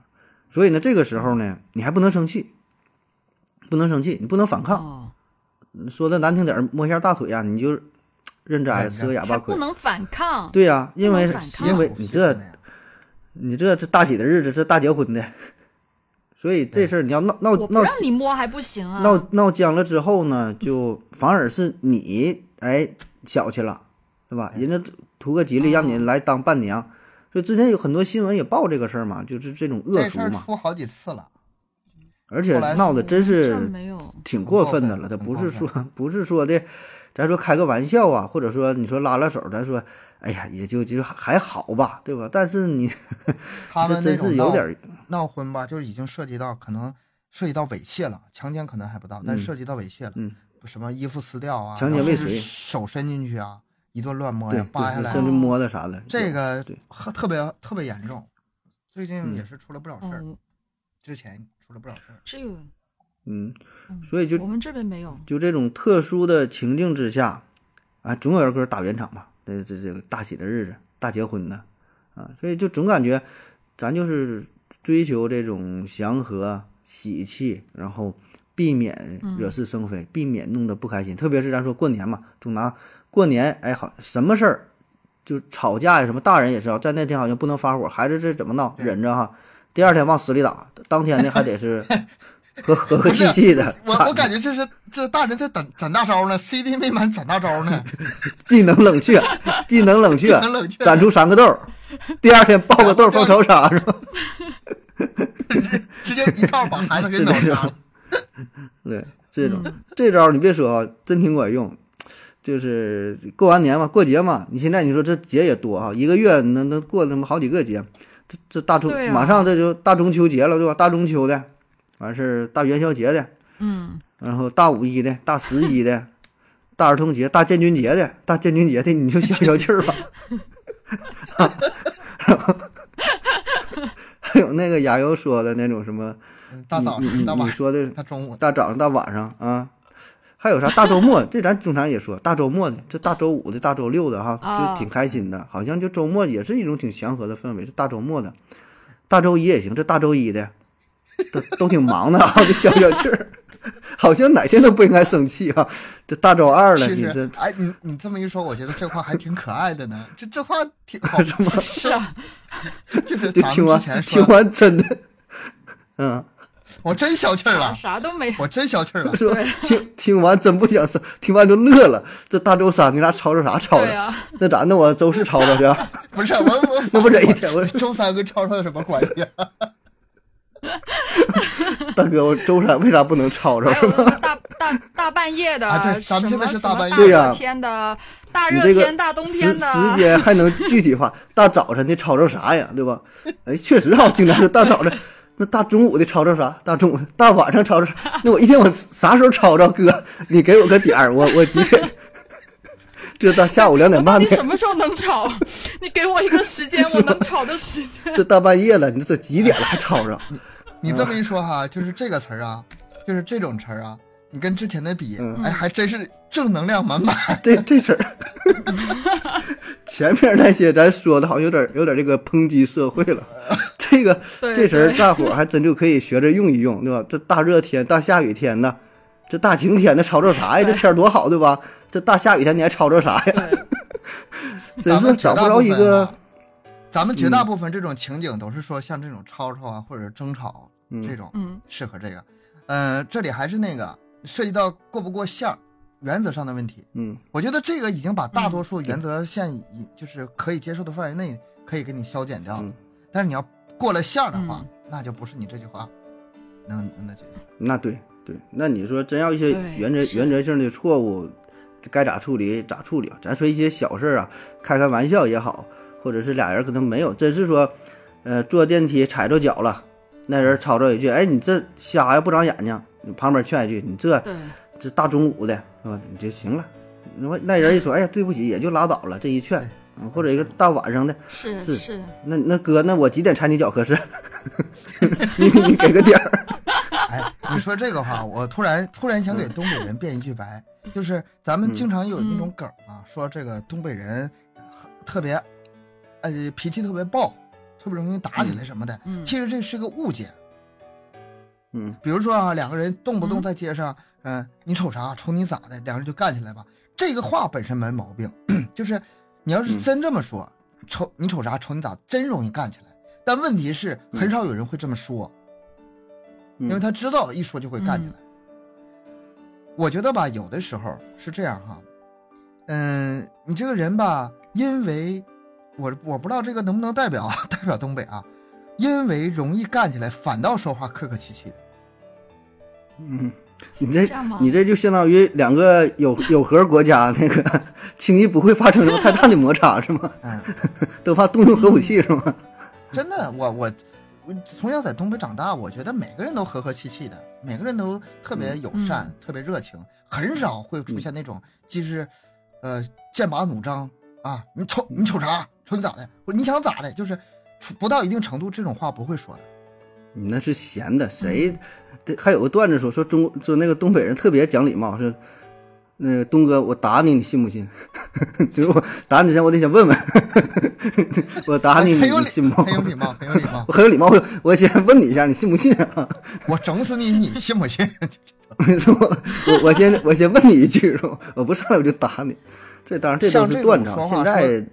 S1: 所以呢，这个时候呢，你还不能生气，不能生气， 你不能反抗。
S3: 哦，
S1: 说的难听点儿，摸一下大腿呀、你就认栽了，
S2: 忍着
S1: 吃个哑巴
S3: 还不
S1: 亏。
S3: 能反抗。
S1: 对呀、因为
S3: 不能反抗哦
S1: 因为你这你这这大喜的日子，这大结婚的，所以这事儿你要闹闹
S3: 我不
S1: 闹
S3: 让你摸还不行啊！
S1: 闹闹僵了之后呢，就反而是你哎小气了，对吧？
S2: 嗯
S1: 人家图个吉利，
S2: 哦
S1: 让你来当伴娘。所以之前有很多新闻也报这个事儿嘛，就是这种恶
S2: 这
S1: 俗
S2: 事儿
S1: 嘛。
S2: 出好几次了，
S1: 而且
S2: 后来
S1: 闹得真
S3: 我好像
S1: 是
S3: 没有，
S1: 挺
S2: 很
S1: 过
S2: 过
S1: 分的
S2: 分
S1: 了，他
S2: 很
S1: 不
S2: 过
S1: 是
S2: 分
S1: 说不是说的，咱说开个玩笑啊，或者说你说拉拉手，咱说哎呀也就就是还好吧，对吧？但是你
S2: 他
S1: 这
S2: 们
S1: 真
S2: 那种
S1: 是有
S2: 闹
S1: 点儿
S2: 闹婚吧，就是已经涉及到可能涉及到猥亵了，强奸可能还不到，但
S1: 嗯
S2: 涉及到猥亵了，
S1: 嗯
S2: 什么衣服撕掉啊，
S1: 强
S2: 然
S1: 奸
S2: 后
S1: 未
S2: 是
S1: 遂
S2: 手伸进去啊，一顿乱摸
S1: 对
S2: 呀，扒下
S1: 对，
S2: 来
S1: 甚
S2: 啊，
S1: 至摸的啥的，
S2: 这个
S1: 对
S2: 呵特别特别严重，最近
S1: 嗯
S2: 也是出了不少事儿，
S3: 哦，
S2: 之前出了不 少事儿，
S3: 这个
S1: 嗯，
S3: 嗯
S1: 所以就
S3: 我们这边没有，
S1: 就这种特殊的情境之下，啊，总有一个打圆场吧。这这这个大喜的日子，大结婚呢，啊，所以就总感觉咱就是追求这种祥和喜气，然后避免惹是生非，避免弄得不开心。特别是咱说过年嘛，总拿过年，哎，好什么事儿就吵架呀，什么大人也是啊，在那天好像不能发火，孩子这怎么闹，
S2: 对
S1: 忍着哈。第二天往死里打，当天呢还得 是和和和气气的。
S2: 我
S1: 惨
S2: 我感觉这是这大人在攒攒大招呢，CD 没满攒大 招呢，
S1: 技能冷却，技能冷却，
S2: 冷
S1: 啊
S2: 却
S1: 攒出三个豆儿，第二天爆个豆儿放潮场是吧？
S2: 直接一炮把孩 子给秒杀了。
S1: 对，这种、
S3: 嗯
S1: 这招儿你别说啊，真挺管用。就是过完年嘛，过节嘛，你现在你说这节也多啊，一个月能能过那么好几个节，这这大中、
S3: 对啊
S1: 马上这就大中秋节了，对吧？大中秋的，完事儿大元宵节的，
S3: 嗯，
S1: 然后大五一的、大十一的、大儿童节、大建军节的、大建军节的，你就消消气儿吧。 然后 还有那个牙油说的那种什么，
S2: 嗯大早
S1: 你
S2: 上、
S1: 你
S2: 大
S1: 你
S2: 晚
S1: 你
S2: 上、
S1: 说的
S2: 大中午，
S1: 大早上、大晚上啊，还有啥大周末？这咱经常也说，大周末的，这大周五的、大周六的哈，
S3: 啊
S1: 就挺开心的，好像就周末也是一种挺祥和的氛围。这大周末的，大周一也行，这大周一的都都挺忙的啊，就消消气儿，好像哪天都不应该生气啊。这大周二了，
S2: 其
S1: 你这
S2: 实，哎，你你这么一说，我觉得这话还挺可爱的呢。这这话挺好，
S3: 是啊，
S2: 就是
S1: 就
S2: 咱
S1: 听
S2: 们
S1: 完
S2: 之前
S1: 听
S2: 说的，
S1: 完真的， 嗯，
S2: 我真消气儿
S3: 啥
S2: 了，
S3: 啥都没有，
S2: 我真消气 儿了。
S1: 说听听完真不想生，听完就乐了。这大周三你俩吵吵啥吵
S3: 对啊
S1: 的？
S3: 呀、
S1: 那咋？那我周四吵吵去啊。
S2: 不是我我
S1: 那不忍一 天，我说
S2: 周三跟超超有什么关系啊？
S1: 大哥，我周三为啥不能吵吵
S3: 还？有那个 大大大半夜的，
S2: 啊对
S3: 什
S2: 咱
S3: 么
S2: 们
S3: 什
S2: 现
S3: 么
S2: 在是大半夜
S1: 对呀
S3: 热天的，大
S1: 你
S3: 热
S1: 这
S3: 天、
S1: 个
S3: 大冬
S1: 时
S3: 天
S1: 时
S3: 的，
S1: 间还能具体化？大早晨的吵吵啥呀？对吧？哎，确实哈，经常是大早晨。那大中午的吵吵啥？大中午、大晚上吵吵啥？那我一天我啥时候吵吵？哥，你给我个点儿，我我几点？ 这到下午两点
S3: 到
S1: 半
S3: 底
S1: 的，
S3: 什么时候能吵？你给我一个时间，我能吵的时 间。
S1: 这大半夜了，你这几点了还吵吵？
S2: 你这么一说哈，就是这个词儿啊，就是这种词儿啊，你跟之前的比，
S1: 嗯
S2: 哎，还真是正能量满满。
S1: 这这事儿， 前面那些咱说的好像有点有点这个抨击社会了，这个
S3: 对
S1: 这词儿
S3: 对
S1: 大伙儿还真就可以学着用一用，对吧？这大热天、大下雨天的，这大晴天的吵吵啥呀？这
S3: 对
S1: 天儿多好，对吧？这大下雨天你还吵吵啥呀？
S3: 对，
S1: 真
S2: 咱
S1: 是
S2: 们绝
S1: 找不
S2: 大部
S1: 着一
S2: 分
S1: 个嗯
S2: 啊，咱们绝大部分这种情景都是说像这种吵吵啊，或者争吵这
S1: 嗯
S2: 种
S3: 嗯，
S2: 适合这个。呃，这里还是那个涉及到过不过线儿原则上的问题。
S1: 嗯，
S2: 我觉得这个已经把
S3: 嗯
S2: 大多数原则线已就是可以接受的范围内可以给你消减掉了
S1: 嗯，
S2: 但是你要过了线儿的
S3: 嗯
S2: 话，那就不是你这句话能能解决。
S1: 那对对，那你说真要一些
S3: 对
S1: 原则
S3: 是
S1: 原则性的错误，该咋处理咋处理啊？咱说一些小事儿啊，开开玩笑也好，或者是俩人可能没有，真是说，呃，坐电梯踩着脚了，那人吵着一句：“哎，你这瞎呀，不长眼睛。”你旁边劝一句：“你这
S3: 对，
S1: 这大中午的，是吧？你就行了。”那么那人一说：“哎呀，对不起，也就拉倒了。”这一劝
S2: 对，
S1: 嗯或者一个大晚上的，
S3: 是
S1: 是
S3: 是，
S1: 那那哥，那我几点踩你脚合适？ 你你你给个点儿。
S2: 哎，你说这个话，我突然突然想
S3: 嗯
S2: 给东北人辩一句白，就是咱们经常有那种梗啊，说这个东北人很特别，呃，脾气特别暴，特别容易打起来什么的。
S3: 嗯
S2: 其实这是个误解。
S1: 嗯，
S2: 比如说啊，两个人动不动
S3: 嗯
S2: 在街上，嗯、你瞅啥，瞅你咋的，两人就干起来吧。这个话本身没毛病， 就是你要是
S1: 嗯
S2: 真这么说，瞅你瞅啥，瞅你咋，真容易干起来。但问题是，
S1: 嗯
S2: 很少有人会这么说，
S1: 因
S2: 因为他知道一说就会干起来。
S1: 嗯
S2: 我觉得吧，有的时候是这样哈，嗯，你这个人吧，因为我我不知道这个能不能 代表代表东北啊，因为容易干起来，反倒说话客客气气的。
S1: 嗯，你这
S3: 这样吗
S1: 你这就相当于两个有有核国家那个轻易不会发生什么太大的摩擦是吗？
S2: 嗯，
S1: 都怕动用核武器是吗？
S2: 真的，我我我从小在东北长大，我觉得每个人都和和气气的，每个人都特别友善，
S1: 嗯
S2: 特别热情，很少会出现那种就是，呃，剑拔弩张啊，你瞅你瞅啥，瞅你咋的，或者你想咋的，就是出不到一定程度，这种话不会说的。
S1: 你那是闲的，谁？
S2: 嗯
S1: 这还有个段子说说中说那个东北人特别讲礼貌，说那个东哥我打你，你信不 信？就是我打你之前我得先问 问，我打你
S2: 很
S1: 你
S2: 有
S1: 你
S2: 礼
S1: 信，不？
S2: 很有礼貌，很 有礼貌。
S1: 我很有礼貌，我我先问你一下，你信不信啊？
S2: 我整死你，你信不信？
S1: 说我我先我先问你一句，说我不上来我就打你，这当然这都
S2: 像
S1: 是
S2: 这种
S1: 段子啊，
S2: 说
S1: 现
S2: 话
S1: 在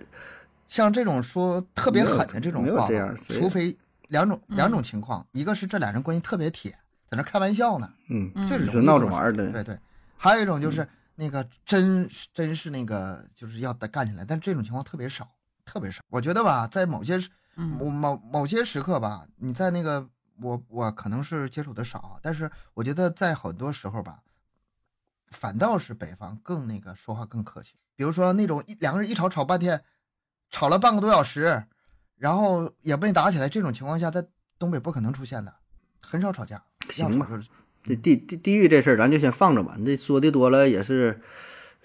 S2: 像这种说特别狠的这种
S1: 没有
S2: 话吧，
S1: 这样谁
S2: 除非两种
S3: 嗯
S2: 两种情况，一个是这俩人关系特别铁，在那开玩笑呢，
S1: 嗯，
S3: 嗯
S2: 这
S1: 你
S2: 是容
S1: 说
S2: 易
S1: 闹着
S2: 做
S1: 玩
S2: 事
S1: 儿的
S2: 对对。还有一种就是那个真是真是那个就是要干起来，但这种情况特别少，特别少。我觉得吧，在某些时
S3: 嗯
S2: 某某某些时刻吧，你在那个我我可能是接触的少啊，但是我觉得在很多时候吧，反倒是北方更那个说话更客气。比如说那种一两个人一吵吵半天，吵了半个多小时，然后也没打起来，这种情况下在东北不可能出现的，很少吵架。
S1: 行
S2: 要
S1: 吧
S2: 吵就是
S1: 这地地地域这事儿，咱就先放着吧。你这说的多了也是，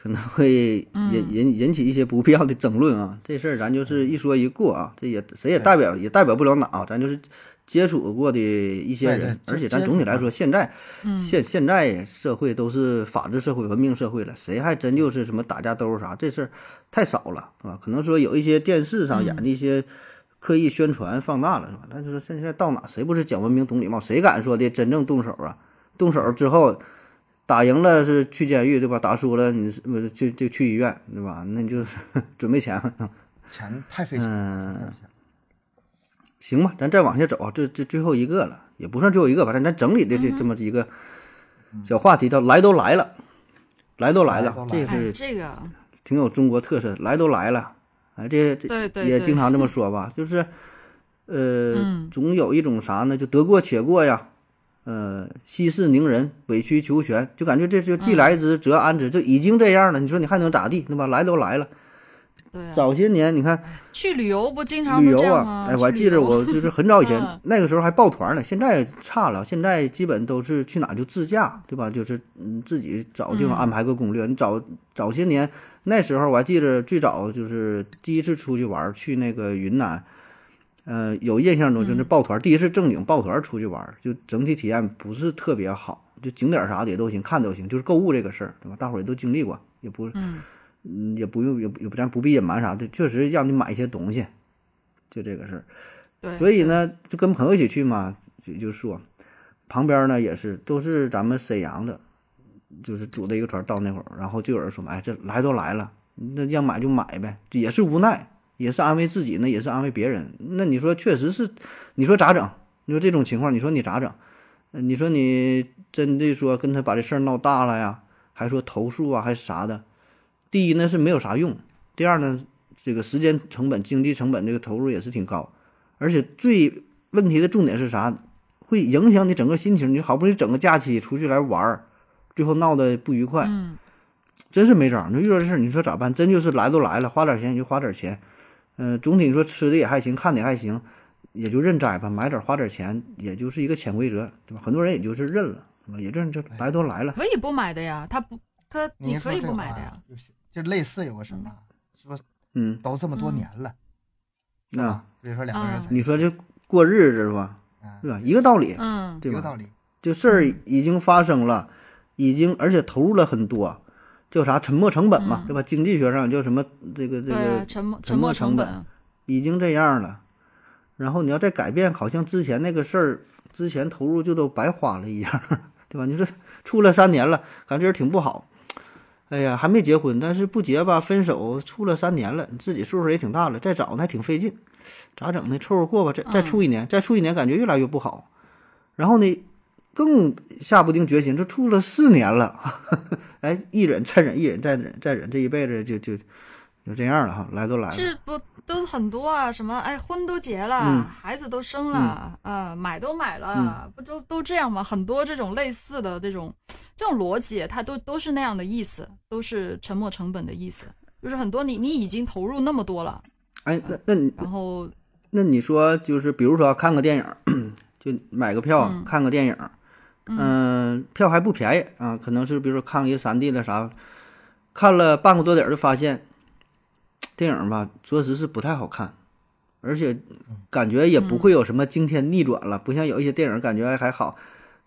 S1: 可能会引
S3: 嗯
S1: 引引起一些不必要的争论啊。这事儿咱就是一说一过啊，这也谁也代表也代表不了哪啊，咱就是接触过的一些
S2: 对对
S1: 人。
S2: 接
S1: 而且咱
S2: 接
S1: 总体
S2: 触
S1: 来
S2: 嘛
S1: 说，现在
S3: 嗯
S1: 现现在社会都是法治社会、文明社会了，谁还真就是什么打架斗殴啥这事儿太少了，是吧？可能说有一些电视上
S2: 嗯
S1: 演的一些刻意宣传放大了，是吧？但是说现在到哪谁不是讲文明懂礼貌？谁敢说的真正动手啊？动手之后打赢了是去监狱，对吧？打输了你是不是就就去医院，对吧？那你就 准备钱吧。
S2: 钱太费钱了，
S1: 嗯
S2: 太，费钱了
S1: 行吧，咱再往下走啊，这这最后一个了，也不算最后一个吧，咱咱整理的这这么一个小话题，叫来都来了，来都来
S2: 来
S1: 了
S2: 都，
S1: 这
S2: 来
S1: 个
S3: 哎，
S1: 是
S3: 这个
S1: 挺有中国特色的，来都来了，哎，这这
S3: 对对
S1: 也
S3: 对
S1: 经常这么说吧，就是呃
S3: 嗯，
S1: 总有一种啥呢，就得过且过呀，呃，息事宁人，委曲求全，就感觉这就既来之则安之，就已经这样了，你说你还能咋地，对吧？来都来了，
S3: 对啊，
S1: 早些年你看。
S3: 去旅游不经常
S1: 旅
S3: 都
S1: 游
S3: 这样
S1: 啊
S3: 吗？，
S1: 哎，我还
S3: 去
S1: 记
S3: 旅
S1: 着
S3: 游
S1: 我就是很早以前、
S3: 嗯
S1: 那个时候还抱团呢，现在差了，现在基本都是去哪就自驾，对吧？就是嗯自己找地方
S3: 嗯
S1: 安排个攻略。你早早些年那时候我还记着最早就是第一次出去玩儿去那个云南，呃，有印象中就是
S3: 嗯
S1: 抱团，第一次正经抱团出去玩儿，就整体体验不是特别好。就景点儿啥的也都行，看都行，就是购物这个事儿，对吧？大伙儿也都经历过，也不
S3: 嗯
S1: 嗯，也不用，也不也不，咱不必隐瞒啥的，确实让你买一些东西，就这个事儿。
S3: 对，
S1: 所以呢，就跟朋友一起去嘛，就就说，旁边呢也是都是咱们沈阳的，就是组的一个团到那会儿，然后就有人说，哎，这来都来了，那要买就买呗，这也是无奈，也是安慰自己呢，也是安慰别人。那你说确实是，你说咋整？你说这种情况，你说你咋整？呃你说你真的说跟他把这事儿闹大了呀，还说投诉啊，还是啥的？第一呢是没有啥用，第二呢，这个时间成本、经济成本这个投入也是挺高，而且最问题的重点是啥？会影响你整个心情。你好不容易整个假期出去来玩儿，最后闹得不愉快，
S3: 嗯
S1: 真是没招儿。你说遇到这事儿，你说咋办？真就是来都来了，花点钱也就花点钱。嗯、总体你说吃的也还行，看的也还行，也就认栽吧，买点儿花点儿钱，也就是一个潜规则，对吧？很多人也就是认了，对吧也认这来都来了。
S3: 可以不买的呀，他不他
S2: 你
S3: 你可以不买的呀
S2: 呀，，就是就类似有个什么，是不是
S1: 嗯，
S2: 都这么多年了，
S1: 那、
S2: 对吧？比如说两个人在一起，
S1: 你说这过日子吧，
S2: 啊
S1: 对吧？一个道理，
S3: 嗯
S1: 对
S2: 一
S1: 吧？
S2: 个道理，
S1: 就事儿已经发生了，已经而且投入了很多，叫啥沉没成本嘛，
S3: 嗯
S1: 对吧？经济学上叫什么这个这
S3: 对啊，
S1: 个
S3: 沉没
S1: 沉
S3: 沉
S1: 没
S3: 没
S1: 成啊
S3: 成本，
S1: 已经这样了，然后你要再改变，好像之前那个事儿之前投入就都白花了一样， 对吧？你说处了三年了，感觉挺不好。哎呀，还没结婚，但是不结吧，分手处了三年了，你自己岁数也挺大了，再找呢还挺费劲，咋整呢？凑合过吧，再再处一年，再处一年，感觉越来越不好。然后呢，更下不定决心，这 处了四年了，哎，一忍再忍，一忍再忍再忍，这一辈子就就就这样了哈，来都来了，
S3: 这不都很多啊？什么哎，婚都结了，
S1: 嗯
S3: 孩子都生了，呃，买都买了，不都都这样吗？很多这种类似的这种这种逻辑，它都都是那样的意思，都是沉没成本的意思，就是很多你你已经投入那么多了，
S1: 哎，那那你
S3: 然后
S1: 那你说就是比如说看个电影儿， 就买个票、
S3: 嗯
S1: 看个电影儿，
S3: 嗯
S1: 嗯，票还不便宜啊，可能是比如说看个一三 D 的啥，看了半个多点儿就发现，电影吧着实是不太好看，而且感觉也不会
S3: 嗯
S1: 有什么惊天逆转了，不像有一些电影感觉还还好，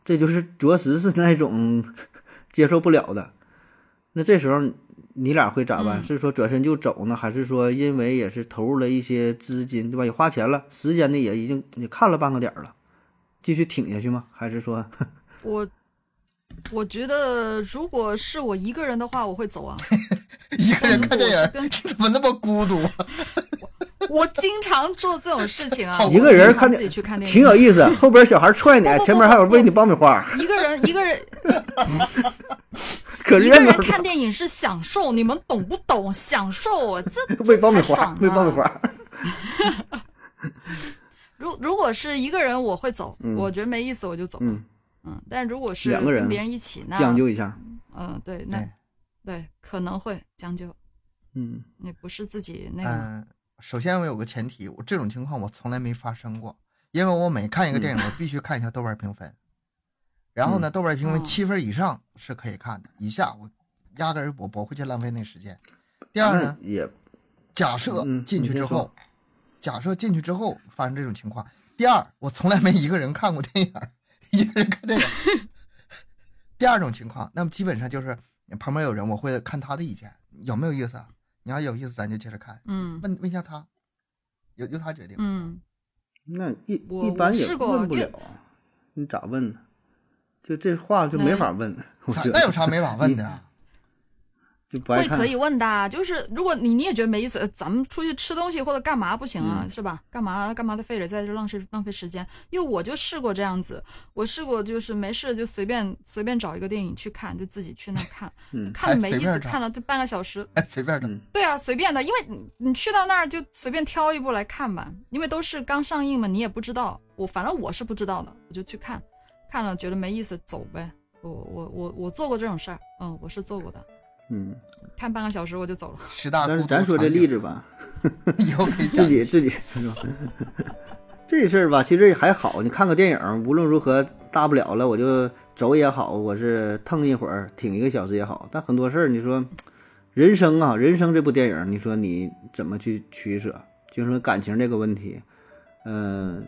S1: 这就是着实是那种 接受不了的。那这时候你俩会咋办？
S3: 嗯
S1: 是说转身就走呢，还是说因为也是投入了一些资金，对吧？也花钱了，时间呢也已经也看了半个点儿了，继续挺下去吗？还是说
S3: 我我觉得如果是我一个人的话，我会走啊。
S2: 一个人看电
S3: 我是
S2: 影
S3: 跟
S2: 怎么那么孤独啊？，
S3: 我经常做这种事情啊我
S1: 一个人
S3: 经常
S1: 看
S3: 自
S1: 电
S3: 己去看电
S1: 挺
S3: 影，
S1: 有意思？后边小孩踹你
S3: 不不，不
S1: 前面还有
S3: 不
S1: 喂你爆米花，
S3: 一个 人一个人
S1: 可
S3: 一
S1: 热
S3: 个
S1: 闹
S3: 人
S1: 了。
S3: 看电影是享受，你们懂不懂？享受啊这
S1: 喂
S3: 这
S1: 爆米
S3: 才
S1: 花
S3: 爽，
S1: 喂爆米
S3: 啊。
S1: 花。
S3: 如如果是一个人，我会走，
S1: 嗯
S3: 我觉得没意思，我就走。
S1: 嗯，
S3: 嗯，但如果是
S1: 两个人
S3: 跟别人一起，那
S1: 将就一哎下。
S3: 嗯，对，那
S2: 对
S3: 对可能会将就，
S1: 嗯，
S3: 你不是自己那
S1: 啊
S3: 个。
S2: 嗯，首先我有个前提，我这种情况我从来没发生过，因为我每看一个
S1: 嗯
S2: 电影，我必须看一下豆瓣评分。然后呢，豆瓣评分
S3: 哦
S2: 七分以上是可以看的，以下我压根儿我不会去浪费那时间。第二呢
S1: 那，也
S2: 假设
S1: 嗯
S2: 进
S1: 你
S2: 去
S1: 先
S2: 之
S1: 说
S2: 后，假设进去之后发生这种情况，第二，我从来没一个人看过电影儿，一个人看电影儿。 第二种情况，那么基本上就是旁边有人，我会看他的意见，有没有意思啊？你要有意思，咱就接着看。
S3: 嗯
S2: 问问一下他，由由他决定。
S3: 嗯，
S1: 那一
S3: 我
S1: 一般
S3: 我
S1: 也
S3: 试过
S1: 问不
S3: 因
S1: 了
S3: 为，
S1: 你咋问呢？就这话就没法问，我
S2: 咋
S1: 觉
S2: 那有
S1: 得
S2: 啥没法问的啊？
S1: 就不爱
S3: 会
S1: 看
S3: 可。以问的啊，就是如果你你也觉得没意思，呃咱们出去吃东西或者干嘛不行啊，
S1: 嗯
S3: 是吧？干嘛干嘛的非得在这浪费浪费时间？因为我就试过这样子，我试过就是没事就随便随便找一个电影去看，就自己去那看，
S1: 嗯
S3: 看了没
S2: 还
S3: 意
S2: 随
S3: 思，
S2: 便找
S3: 看了就半个小时。
S2: 哎，随便整。
S1: 嗯
S3: 对啊，随便的，因为你你去到那儿就随便挑一部来看吧，因为都是刚上映嘛，你也不知道。我反正我是不知道的，我就去看，看了觉得没意思，走呗。我我我我做过这种事儿，嗯，我是做过的，
S1: 嗯，
S3: 看半个小时我就走了。
S2: 十大
S1: 但
S2: 孤
S1: 是
S2: 独
S1: 咱说这
S2: 啊场景
S1: 例子吧，
S2: 以后可以讲
S1: 自。己自己 这事儿吧，其实也还好。你看个电影，无论如何，大不了了我就走也好，我是腾一会儿，挺一个小时也好。但很多事儿，你说人生啊，人生这部电影，你说你怎么去取舍？就是说感情这个问题，嗯、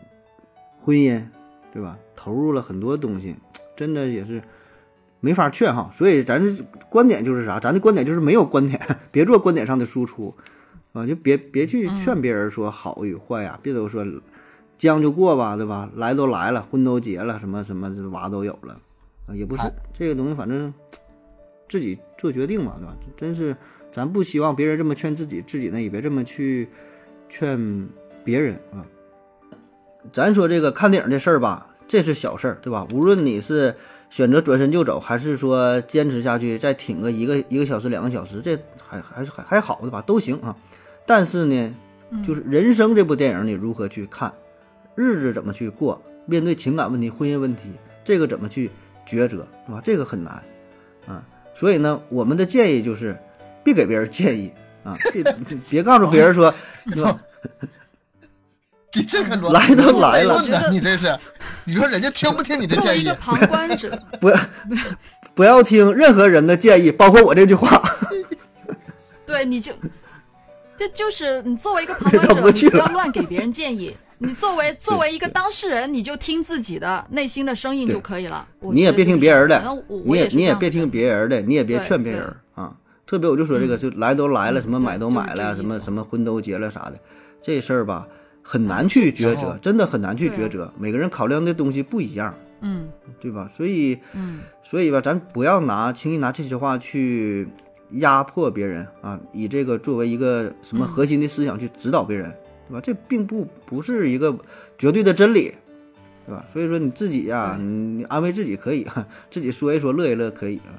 S1: 婚姻，对吧？投入了很多东西，真的也是没法劝哈。所以咱这观点就是啥？咱的观点就是没有观点， 别做观点上的输出啊，就别别去劝别人说好与坏呀、别都说将就过吧，对吧？来都来了，婚都结了，什么什么这娃都有了，啊，也不是
S2: 好
S1: 这个东西，反正自己做决定嘛，对吧？真是咱不希望别人这么劝自己，自己呢也别这么去劝别人啊。咱说这个看电影这事儿吧，这是小事儿，对吧？无论你是选择转身就走，还是说坚持下去再挺个一个一个小时、两个小时，这还还是还还好的吧，都行啊。但是呢，就是人生这部电影，你如何去看，日子怎么去过，面对情感问题、婚姻问题，这个怎么去抉择，对吧？这个很难啊。所以呢，我们的建议就是，别给别人建议啊，别别告诉别人说，对吧？
S2: 你这个逻
S1: 来
S2: 辑
S1: 都来
S3: 了
S2: 我觉得你这是，你说人家听不听你的
S3: 作为
S2: 建
S3: 一
S2: 议
S3: 个？旁观者，
S1: 不， 不要听任何人的建议，包括我这句话。
S3: 对你就，这就是你作为一个旁观
S1: 绕不过
S3: 者，
S1: 去
S3: 你不要
S1: 了
S3: 乱给别人 建议。你作为作为一个当事人，你就听自己的内心的声音
S1: 对
S3: 就可以了。我
S1: 你也
S3: 觉得
S1: 别
S3: 就是
S1: 听别人
S3: 反
S1: 的
S3: 正我，
S1: 你
S3: 我
S1: 也
S3: 是
S1: 你
S3: 这
S1: 也
S3: 样
S1: 别听别人的，你也别
S3: 对
S1: 劝别人啊。特别我就说这个，就来都来了，
S3: 嗯
S1: 什么买都
S3: 对
S1: 买了，
S3: 就
S1: 什
S3: 是这个意
S1: 么
S3: 思
S1: 什么婚都结了啥的，这事儿吧很难去抉
S2: 然后
S1: 择，真的很难去
S3: 对
S1: 抉
S3: 啊
S1: 择。每个人考量的东西不一样，
S3: 嗯
S1: 对吧？所以
S3: 嗯，
S1: 所以吧，咱不要拿轻易拿这些话去压迫别人啊，以这个作为一个什么核心的思想去指导别人，对吧？这并不不是一个绝对的真理，对吧？所以说你自己呀、啊
S3: 对
S1: 你安慰自己可以，自己说一说，乐一乐可以啊。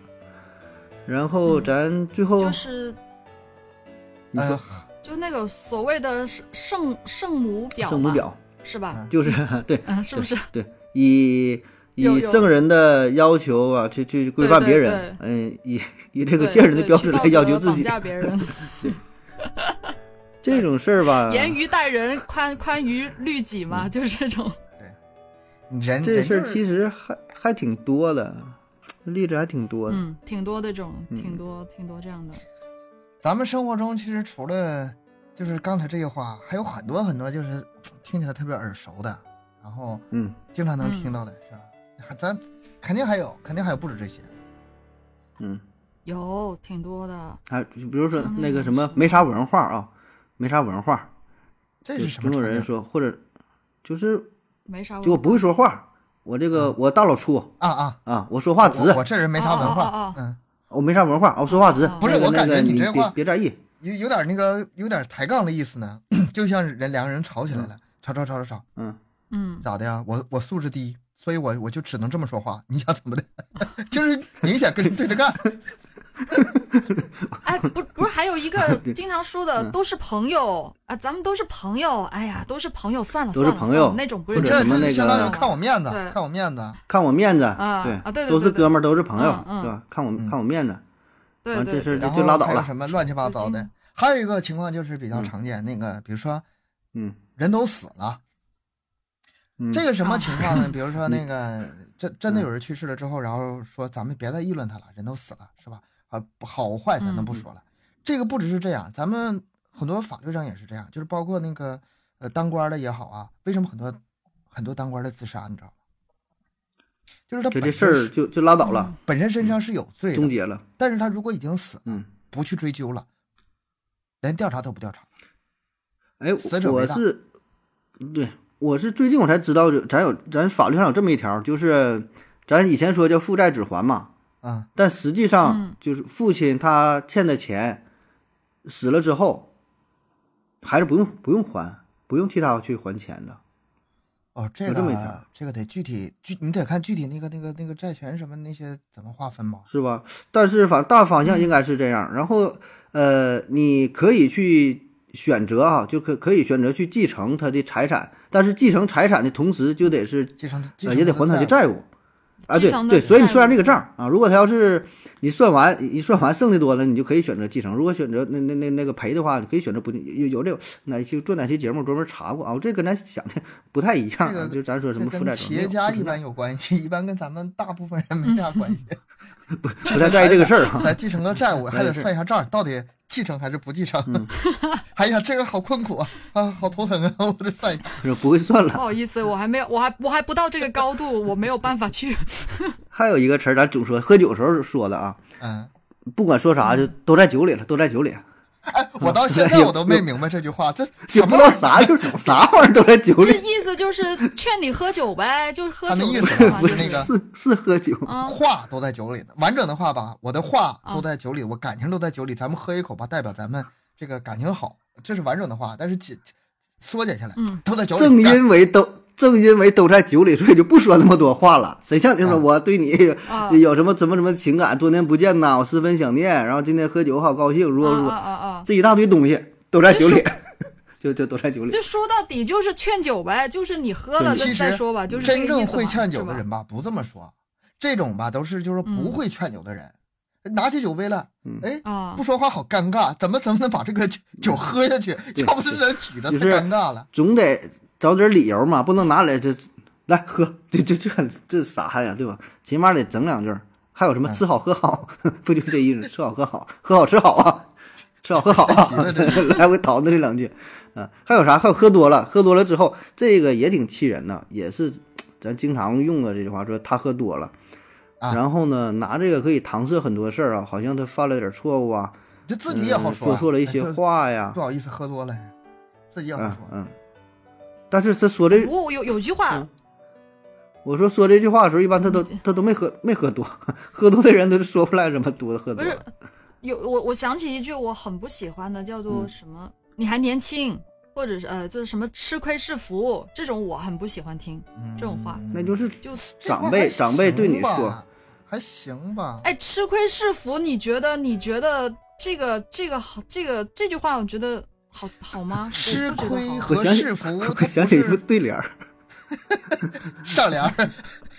S1: 然后
S3: 嗯
S1: 咱最后，
S3: 就是
S1: 你
S2: 哎
S1: 说
S3: 就那个所谓的圣圣圣母呃表，
S1: 圣母，表
S3: 是吧？
S1: 就是对
S3: 嗯，是不是？
S1: 对，以
S3: 有
S1: 以
S3: 有
S1: 圣人的要求啊，去去规
S3: 对
S1: 范
S3: 对
S1: 别人，嗯，以以 这个贱人的
S3: 对
S1: 标准来要求自
S3: 去
S1: 己，
S3: 道德绑架 别人，
S1: 这种事儿吧，
S3: 严于待人，宽宽于律己嘛，
S1: 嗯
S3: 就是这种。
S2: 人
S1: 这
S2: 哎人
S1: 事儿
S2: 就是
S1: 其实还还挺多的，例子还挺多的。
S3: 嗯，挺多的这种，
S1: 嗯
S3: 挺多挺多这样的。
S2: 咱们生活中其实除了就是刚才这些话，还有很多很多，就是听起来特别耳熟的，然后
S1: 嗯
S2: 经常能
S3: 嗯
S2: 听到的，是吧？还咱肯定还有，肯定还有不止这些。
S1: 嗯，
S3: 有挺多的，
S1: 还比如说
S3: 像那
S1: 那个
S3: 种
S1: 什么
S3: 什
S1: 没啥文化啊，没啥文化，
S2: 这
S1: 就是
S2: 什么
S1: 总
S2: 啊
S1: 有
S2: 场景？
S1: 人说，或者就是
S3: 没啥文化。
S1: 就我不会说话，我这个我大老粗
S2: 啊啊，
S1: 啊，我说话直
S2: 我，我这人没啥文
S3: 哦哦
S2: 化
S3: 哦哦，
S2: 嗯，
S1: 我没啥文化，我说话直
S3: 哦。不
S2: 是
S1: 那个
S2: 我感觉
S1: 那个
S2: 你
S1: 你
S2: 这
S1: 别
S2: 话
S1: 别在意，
S2: 有有点那个有点抬杠的意思呢， 就像人两个人吵起来了，吵吵吵吵吵，
S1: 嗯，
S3: 嗯，
S2: 咋的呀？我我素质低，所以我我就只能这么说话，你想怎么的？ 就是明显跟你对着干，
S3: 哎，不不是还有一 个经常说的
S1: 嗯
S3: 都是朋友啊，咱们都是朋友，哎呀，都是朋友，算了
S1: 都是
S3: 算了
S1: 朋
S3: 算
S1: 友
S3: 了，那种不
S1: 或
S3: 是
S1: 者
S2: 这
S1: 什么
S2: 这
S1: 那
S2: 相当于
S1: 个
S2: 看我面子
S3: 对，
S2: 看我面子。
S1: 看我面子，
S3: 啊啊对对
S1: 都是
S3: 对对
S1: 哥们儿，都是朋友，
S3: 嗯嗯
S1: 是吧？看我
S2: 嗯
S1: 看我面子，
S3: 对
S1: 完
S3: 对
S1: 这事儿
S3: 对
S1: 就
S2: 然
S1: 就
S2: 后
S1: 拉倒
S2: 还有
S1: 了
S2: 什。么乱七八糟
S3: 就
S2: 的
S3: 进。
S2: 还有一个情况就是比较
S1: 嗯
S2: 常见，那个比如说
S1: 嗯，
S2: 人都死了，
S1: 嗯
S2: 这个什么
S3: 啊
S2: 情 况呢？比如说
S1: 你
S2: 那个真真的
S1: 嗯
S2: 有人去世了之后，然后说咱们别再议论他了，人都死了，是吧？啊，不好坏咱
S1: 嗯
S2: 都不说了。这个不只是这样，咱们很多法律上也是这样，就是包括那个呃当官的也好啊，为什么很多很多当官的自杀，你知道吗？就是他
S1: 就
S2: 本
S1: 这
S2: 身
S1: 事儿
S2: 是
S1: 就就拉倒了，
S2: 本身身上是有罪
S1: 终
S2: 的，
S1: 结了。
S2: 但是他如果已经死了，
S1: 嗯，
S2: 不去追究了，连调查都不调查。
S1: 哎，
S2: 死者
S1: 我
S2: 为
S1: 我
S2: 大
S1: 是，对，我是最近我才知道，咱有咱法律上有这么一条，就是咱以前说叫父债子还嘛，
S2: 啊、
S1: 但实际上
S3: 嗯
S1: 就是父亲他欠的钱，死了之后，孩子不用不用还，不用替他去还钱的。
S2: 哦，这
S1: 有
S2: 个
S1: 这么一条
S2: 这个得具体具，你得看具体那个那个那个债权什么那些怎么划分吧。
S1: 是吧？但是反大方向应该是这样。然后，呃，你可以去选择啊，就可可以选择去继承他的财产，但是继承财产的同时，就得是
S2: 继承继
S1: 呃
S2: 承
S1: 也得还他的
S2: 债
S1: 债务。啊，
S3: 继
S1: 对
S3: 承的
S1: 对，所以你
S3: 债务
S1: 算上这个账啊，如果他要是你算完一算完剩的多了，你就可以选择继承；如果选择那那那那个赔的话，你可以选择不有有这个哪期做哪期节目专门查过啊，我这跟咱想的不太一样
S2: 这
S1: 啊，
S2: 个
S1: 就咱说
S2: 务，
S1: 什么
S2: 这
S1: 负债
S2: 跟
S1: 总
S2: 企
S1: 额没
S2: 业
S1: 有
S2: 家
S1: 不
S2: 一
S1: 存在
S2: 般有关系， 一般跟咱们大部分人没啥关 系。
S1: 不太在意这个事儿啊 哈。
S2: 咱继承个债务，还得
S1: 是
S2: 算一下账，到底继承还是不继承？
S1: 嗯
S2: 哎呀，这个好困苦啊，啊，好头疼啊，我得算一下。
S1: 是不会算
S3: 不
S1: 了。
S3: 好意思，我还没有，我还我还不到这个高度，我没有办法去。
S1: 还有一个词儿，咱总说喝酒时候说的啊，
S2: 嗯，
S1: 不管说啥就都在酒里了，都在酒里，
S2: 哎，
S1: 啊
S2: 我到现在我都没明白这句话，这
S1: 也
S2: 什
S1: 不
S2: 么
S1: 知道啥就是啥玩意儿都在酒
S3: 这
S1: 里，
S3: 意思就是劝你喝酒呗，就是喝
S2: 他那
S3: 酒
S2: 意
S3: 的
S2: 思
S3: 话
S2: 不
S3: 就是
S2: 那个
S3: 是
S1: 是是喝酒，
S3: 啊，
S2: 话都在酒里呢。完整的话吧，我的话
S3: 啊
S2: 都在酒里，我感情都在酒里。咱们喝一口吧，代表咱们这个感情好，这是完整的话。但是解缩减下来
S3: 嗯，
S2: 都在酒里。
S1: 正因为都。正因为都在酒里，所以就不说那么多话了。谁像你
S2: 啊
S1: 说我对你
S3: 啊
S2: 哎
S1: 有什么什么什么情感，多年不见呐，我十分想念。然后今天喝酒好高兴，如何如
S3: 啊啊
S1: 何，
S3: 啊啊！
S1: 这一大堆东西都在酒里 就
S3: 就，
S1: 就都在酒里。
S3: 就说到底就是劝酒呗，就是你喝了
S2: 其
S3: 再
S2: 实
S3: 再说吧，就是这个
S2: 真
S3: 意思嘛
S2: 正会劝酒的，
S3: 是吧
S2: 人吧，不这么说，这种吧都是就是不
S3: 嗯
S2: 会劝酒的人，拿起酒杯了
S1: 嗯，
S2: 哎。
S3: 啊
S2: 不，说话好尴尬，怎么怎么能把这个酒酒喝下去？
S1: 对
S2: 要不是人举着太
S1: 就是
S2: 尴尬了。
S1: 总得找点理由嘛，不能拿来这来喝，这这这这傻憨呀，对吧？起码得整两句儿。还有什么
S2: 嗯
S1: 吃好喝好， 不就这意思？吃好喝好，喝好吃好啊，吃好喝好啊
S2: 太急了这，
S1: 来回倒腾这两句。啊，还有啥？还有喝多了，喝多了之后，这个也挺气人的，也是咱经常用的这句话，说他喝多了。
S2: 啊
S1: 然后呢，拿这个可以搪塞很多事儿啊，好像他犯了点错误啊，
S2: 就自己也好
S1: 嗯
S2: 说啊，
S1: 说错了一些
S2: 哎就
S1: 话呀
S2: 不，好意思，喝多了，自己也好
S1: 嗯
S2: 说。啊
S1: 嗯。但是这说这
S3: 不过有有句话
S1: 嗯我说说这句话的时候，一般他都
S3: 嗯
S1: 他都没喝没喝多， 喝多的人他就说不出来什么多的喝多
S3: 不是
S1: 了。
S3: 有我我想起一句我很不喜欢的，叫做
S1: 嗯
S3: 什么？你还年轻，或者是呃，就是什么吃亏是福，这种我很不喜欢听。
S2: 嗯
S3: 这种话
S1: 那就是
S3: 就
S1: 长辈长辈对你，
S2: 这块儿还行
S1: 说，
S2: 吧还行吧？
S3: 哎，吃亏是福，你觉得你觉得这个这个好，这个这句话我觉得好好吗？
S2: 吃
S3: 我不觉得
S2: 亏
S3: 好
S1: 我
S2: 和
S1: 想起
S2: 是福，
S1: 我想起一副
S2: 是
S1: 对联儿，
S2: 上联儿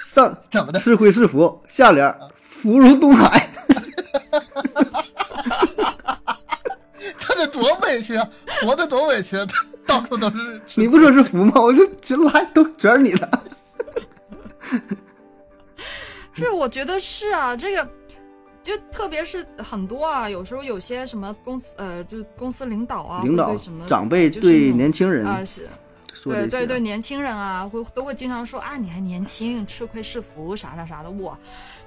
S1: 上
S2: 怎么的？
S1: 吃亏是福，下联儿福如东海。
S2: 他得多委屈啊，活得多委屈啊， 他到处都是 吃
S1: 你不说是福吗？我就这来都全是你的。
S3: 是，我觉得是啊，这个就特别是很多啊，有时候有些什么公司呃，就是公司领导啊，
S1: 领
S3: 会
S1: 导
S3: 对什么
S1: 长辈
S3: 就是那
S1: 对
S3: 种
S1: 年轻人
S3: 啊、是
S1: 说
S3: 对
S1: 这
S3: 对对
S1: 些，
S3: 年轻人啊，会都会经常说啊，你还年轻，吃亏是福，啥啥啥的。我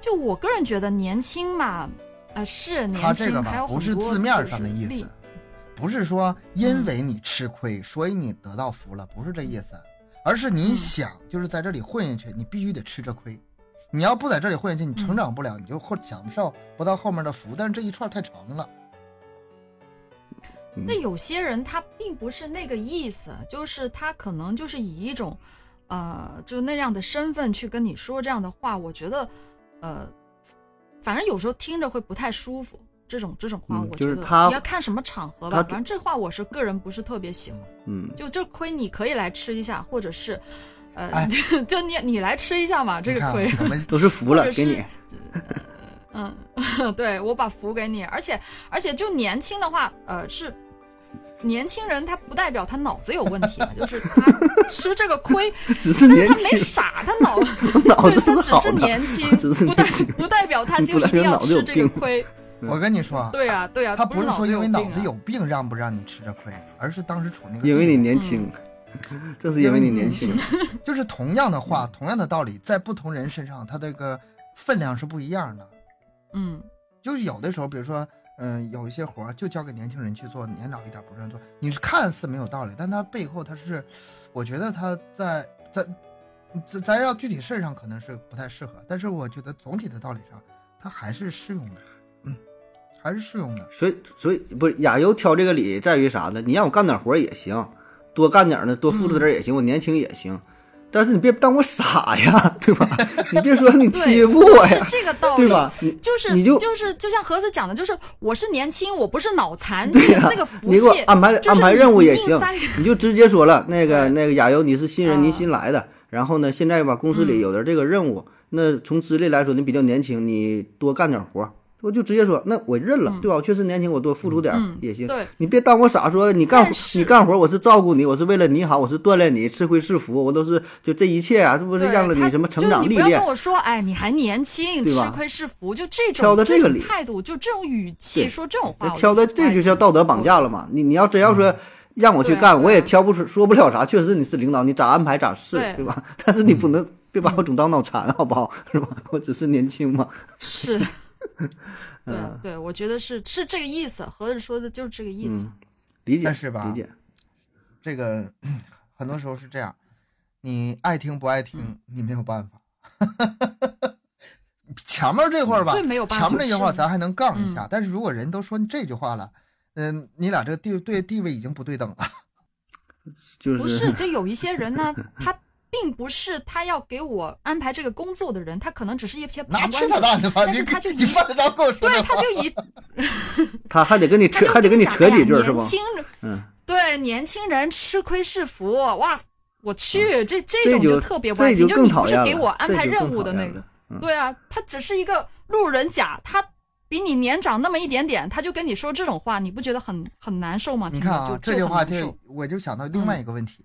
S3: 就我个人觉得年轻嘛，呃是
S2: 他
S3: 年
S2: 这
S3: 轻
S2: 个，
S3: 还
S2: 吧
S3: 有
S2: 不
S3: 很
S2: 是
S3: 多
S2: 字
S3: 就
S2: 面上的
S3: 是嗯
S2: 意
S3: 利
S2: 思，不是说因为你吃亏，所以你得到福了，不是这意思，而是你
S3: 嗯
S2: 想就是在这里混下去，你必须得吃这亏。你要不在这里混下去，你成
S3: 嗯
S2: 长不了，你就或享受不到后面的福。但是这一串太长了，嗯
S1: 嗯
S3: 那有些人他并不是那个意思，就是他可能就是以一种，呃，就那样的身份去跟你说这样的话，我觉得，呃，反正有时候听着会不太舒服。这种这种话，
S1: 嗯
S3: 我
S1: 就
S3: 觉
S1: 是
S3: 得
S1: 他
S3: 你要看什么场合吧
S1: 他。
S3: 反正这话我是个人不是特别喜欢。
S1: 嗯，
S3: 就这亏你可以来吃一下，或者是，呃，
S2: 哎
S3: 就你你来吃一下嘛，这个
S2: 你看啊
S3: 亏。
S2: 我 们
S1: 都是福了
S3: 或，者
S1: 给
S3: 是
S1: 你。啊
S3: 嗯， 对我把福给你，而且而且就年轻的话，呃，是年轻人，他不代表他脑子有问题，就 是他吃这个亏，
S1: 只是
S3: 但
S1: 年
S3: 是他没
S1: 轻，
S3: 傻，他脑
S1: 脑子
S3: 对他
S1: 是好
S3: 只是
S1: 的。
S3: 年轻，
S1: 只是
S3: 不代
S1: 年轻
S3: 不代表他就
S1: 不代
S3: 一定
S1: 表
S3: 要
S1: 脑子有
S3: 吃这个
S1: 病
S3: 亏，
S2: 我跟你说啊，
S3: 对啊对啊，
S2: 他
S3: 不
S2: 不是
S3: 脑
S2: 说
S3: 子
S2: 因为
S3: 病、
S2: 脑
S3: 啊
S2: 子，有病让不让你吃这亏，而是当时处那个
S1: 因为
S2: 地
S1: 你
S2: 位
S1: 年轻，
S3: 嗯
S1: 正是因为你年轻。
S2: 就是同样的
S1: 嗯
S2: 话，同样的道理，在不同人身上，它这个分量是不一样的。
S3: 嗯
S2: 就是有的时候，比如说，嗯、有一些活儿就交给年轻人去做，年长一点不让做。你是看似没有道理，但它背后它是，我觉得它在在咱咱要具体事儿上可能是不太适合，但是我觉得总体的道理上，它还是适用的，嗯，还是适用的。
S1: 所以，所以不是亚优挑这个理在于啥呢？你让我干点活儿也行，多干点儿呢，多付出点儿也行，
S3: 嗯
S1: 我年轻也行，但是你别当我傻呀，对 吧？你别说你
S3: 对，
S1: 欺负我
S3: 是
S1: 呀，
S3: 这个道
S1: 对
S3: 理。
S1: 吧？你
S3: 就是
S1: 你就是
S3: 就像盒子讲的，就是我是年轻，我不是脑残，
S1: 对呀、
S3: 这个福
S1: 你给我
S3: 气
S1: 安排
S3: 就是
S1: 安排
S3: 你
S1: 任务
S3: 你
S1: 也
S3: 硬
S1: 行
S3: 塞，
S1: 你就直接说了，那个
S3: 对
S1: 那个亚优，你是新人，
S3: 嗯
S1: 您新来的，然后呢，现在吧，公司里
S3: 嗯
S1: 有点这个任务，那从资历来说，你比较年轻，你多干点活儿。我就直接说，那我认了，
S3: 嗯
S1: 对吧？我确实年轻，我多付出点儿
S3: 嗯
S1: 也行。
S3: 对
S1: 你别当我傻，说你干
S3: 但是
S1: 你干活，我是照顾你，我是为了你好，我是锻炼你，吃亏是福，我都是就这一切啊，这不是
S3: 对
S1: 让了你
S3: 他
S1: 什么成长
S3: 就是你
S1: 历
S3: 不要
S1: 练
S3: 跟？我说，哎，你还年轻，
S1: 对
S3: 吃
S1: 吧
S3: 亏是福，就这
S1: 挑
S3: 种
S1: 的这个
S3: 种
S1: 理
S3: 态度，就这种语
S1: 对
S3: 气说这种
S1: 这
S3: 话，
S1: 挑的这就叫道德绑架
S3: 了。
S1: 了嘛？你你要真要说让我去
S3: 嗯对啊
S1: 干，
S3: 对啊
S1: 我也挑不出说不了啥。确实你是领导，你咋安排咋是，
S3: 对嗯
S1: 对吧？但是你
S2: 嗯
S1: 不能别把我总当脑残，好不好？ 是吧？我只是年轻嘛。
S3: 是，对
S1: 嗯
S3: 对，我觉得是是这个意思，何子说的就是这个意思
S1: 嗯。，理解
S2: 但是吧
S1: 理解。
S2: 这个很多时候是这样，你爱听不爱
S3: 嗯
S2: 听，你没有办法。 前面这块儿吧，
S3: 对没有办法
S2: 前面这句话
S3: 是嗯
S2: 咱还能杠一下，但是如果人都说这句话了，嗯，你俩这个地对地位已经不对等了。
S1: 就
S3: 不是，就有一些人 呢，他并不是他要给我安排这个工作的人，他可能只是一些
S2: 拿
S3: 旁
S2: 去
S3: 观
S2: 他
S3: 者，
S2: 大的吧！
S3: 但
S2: 你
S3: 是他就
S2: 你
S3: 一
S2: 犯得着跟我说
S3: 对，
S2: 这
S3: 他
S2: 话？
S3: 就以
S1: 他还得跟你
S3: 他
S1: 扯，
S3: 就
S1: 还得跟
S3: 跟
S1: 你
S3: 讲
S1: 扯
S3: 哎呀
S1: 几句儿是
S3: 年
S1: 不？
S3: 轻人
S1: 嗯，
S3: 对，年轻人吃亏是福，哇，我去，这这
S1: 嗯这
S3: 种就
S1: 就
S3: 特别不爱
S1: 这
S3: 听，就
S1: 更
S3: 你不
S1: 讨
S3: 是
S1: 厌了，
S3: 给我安排
S1: 这就
S3: 任
S1: 更
S3: 务
S1: 讨
S3: 的
S1: 厌
S3: 那个
S1: 了，。嗯
S3: 对啊，他只是一个路人甲，他比你年长那么一点点，他就跟你说这种话，你不觉得很很难受吗？
S2: 你
S3: 听
S2: 看
S3: 着
S2: 啊
S3: 就，
S2: 这
S3: 就
S2: 句
S3: 很
S2: 话
S3: 难受嗯
S2: 就我就想到另外一个问题，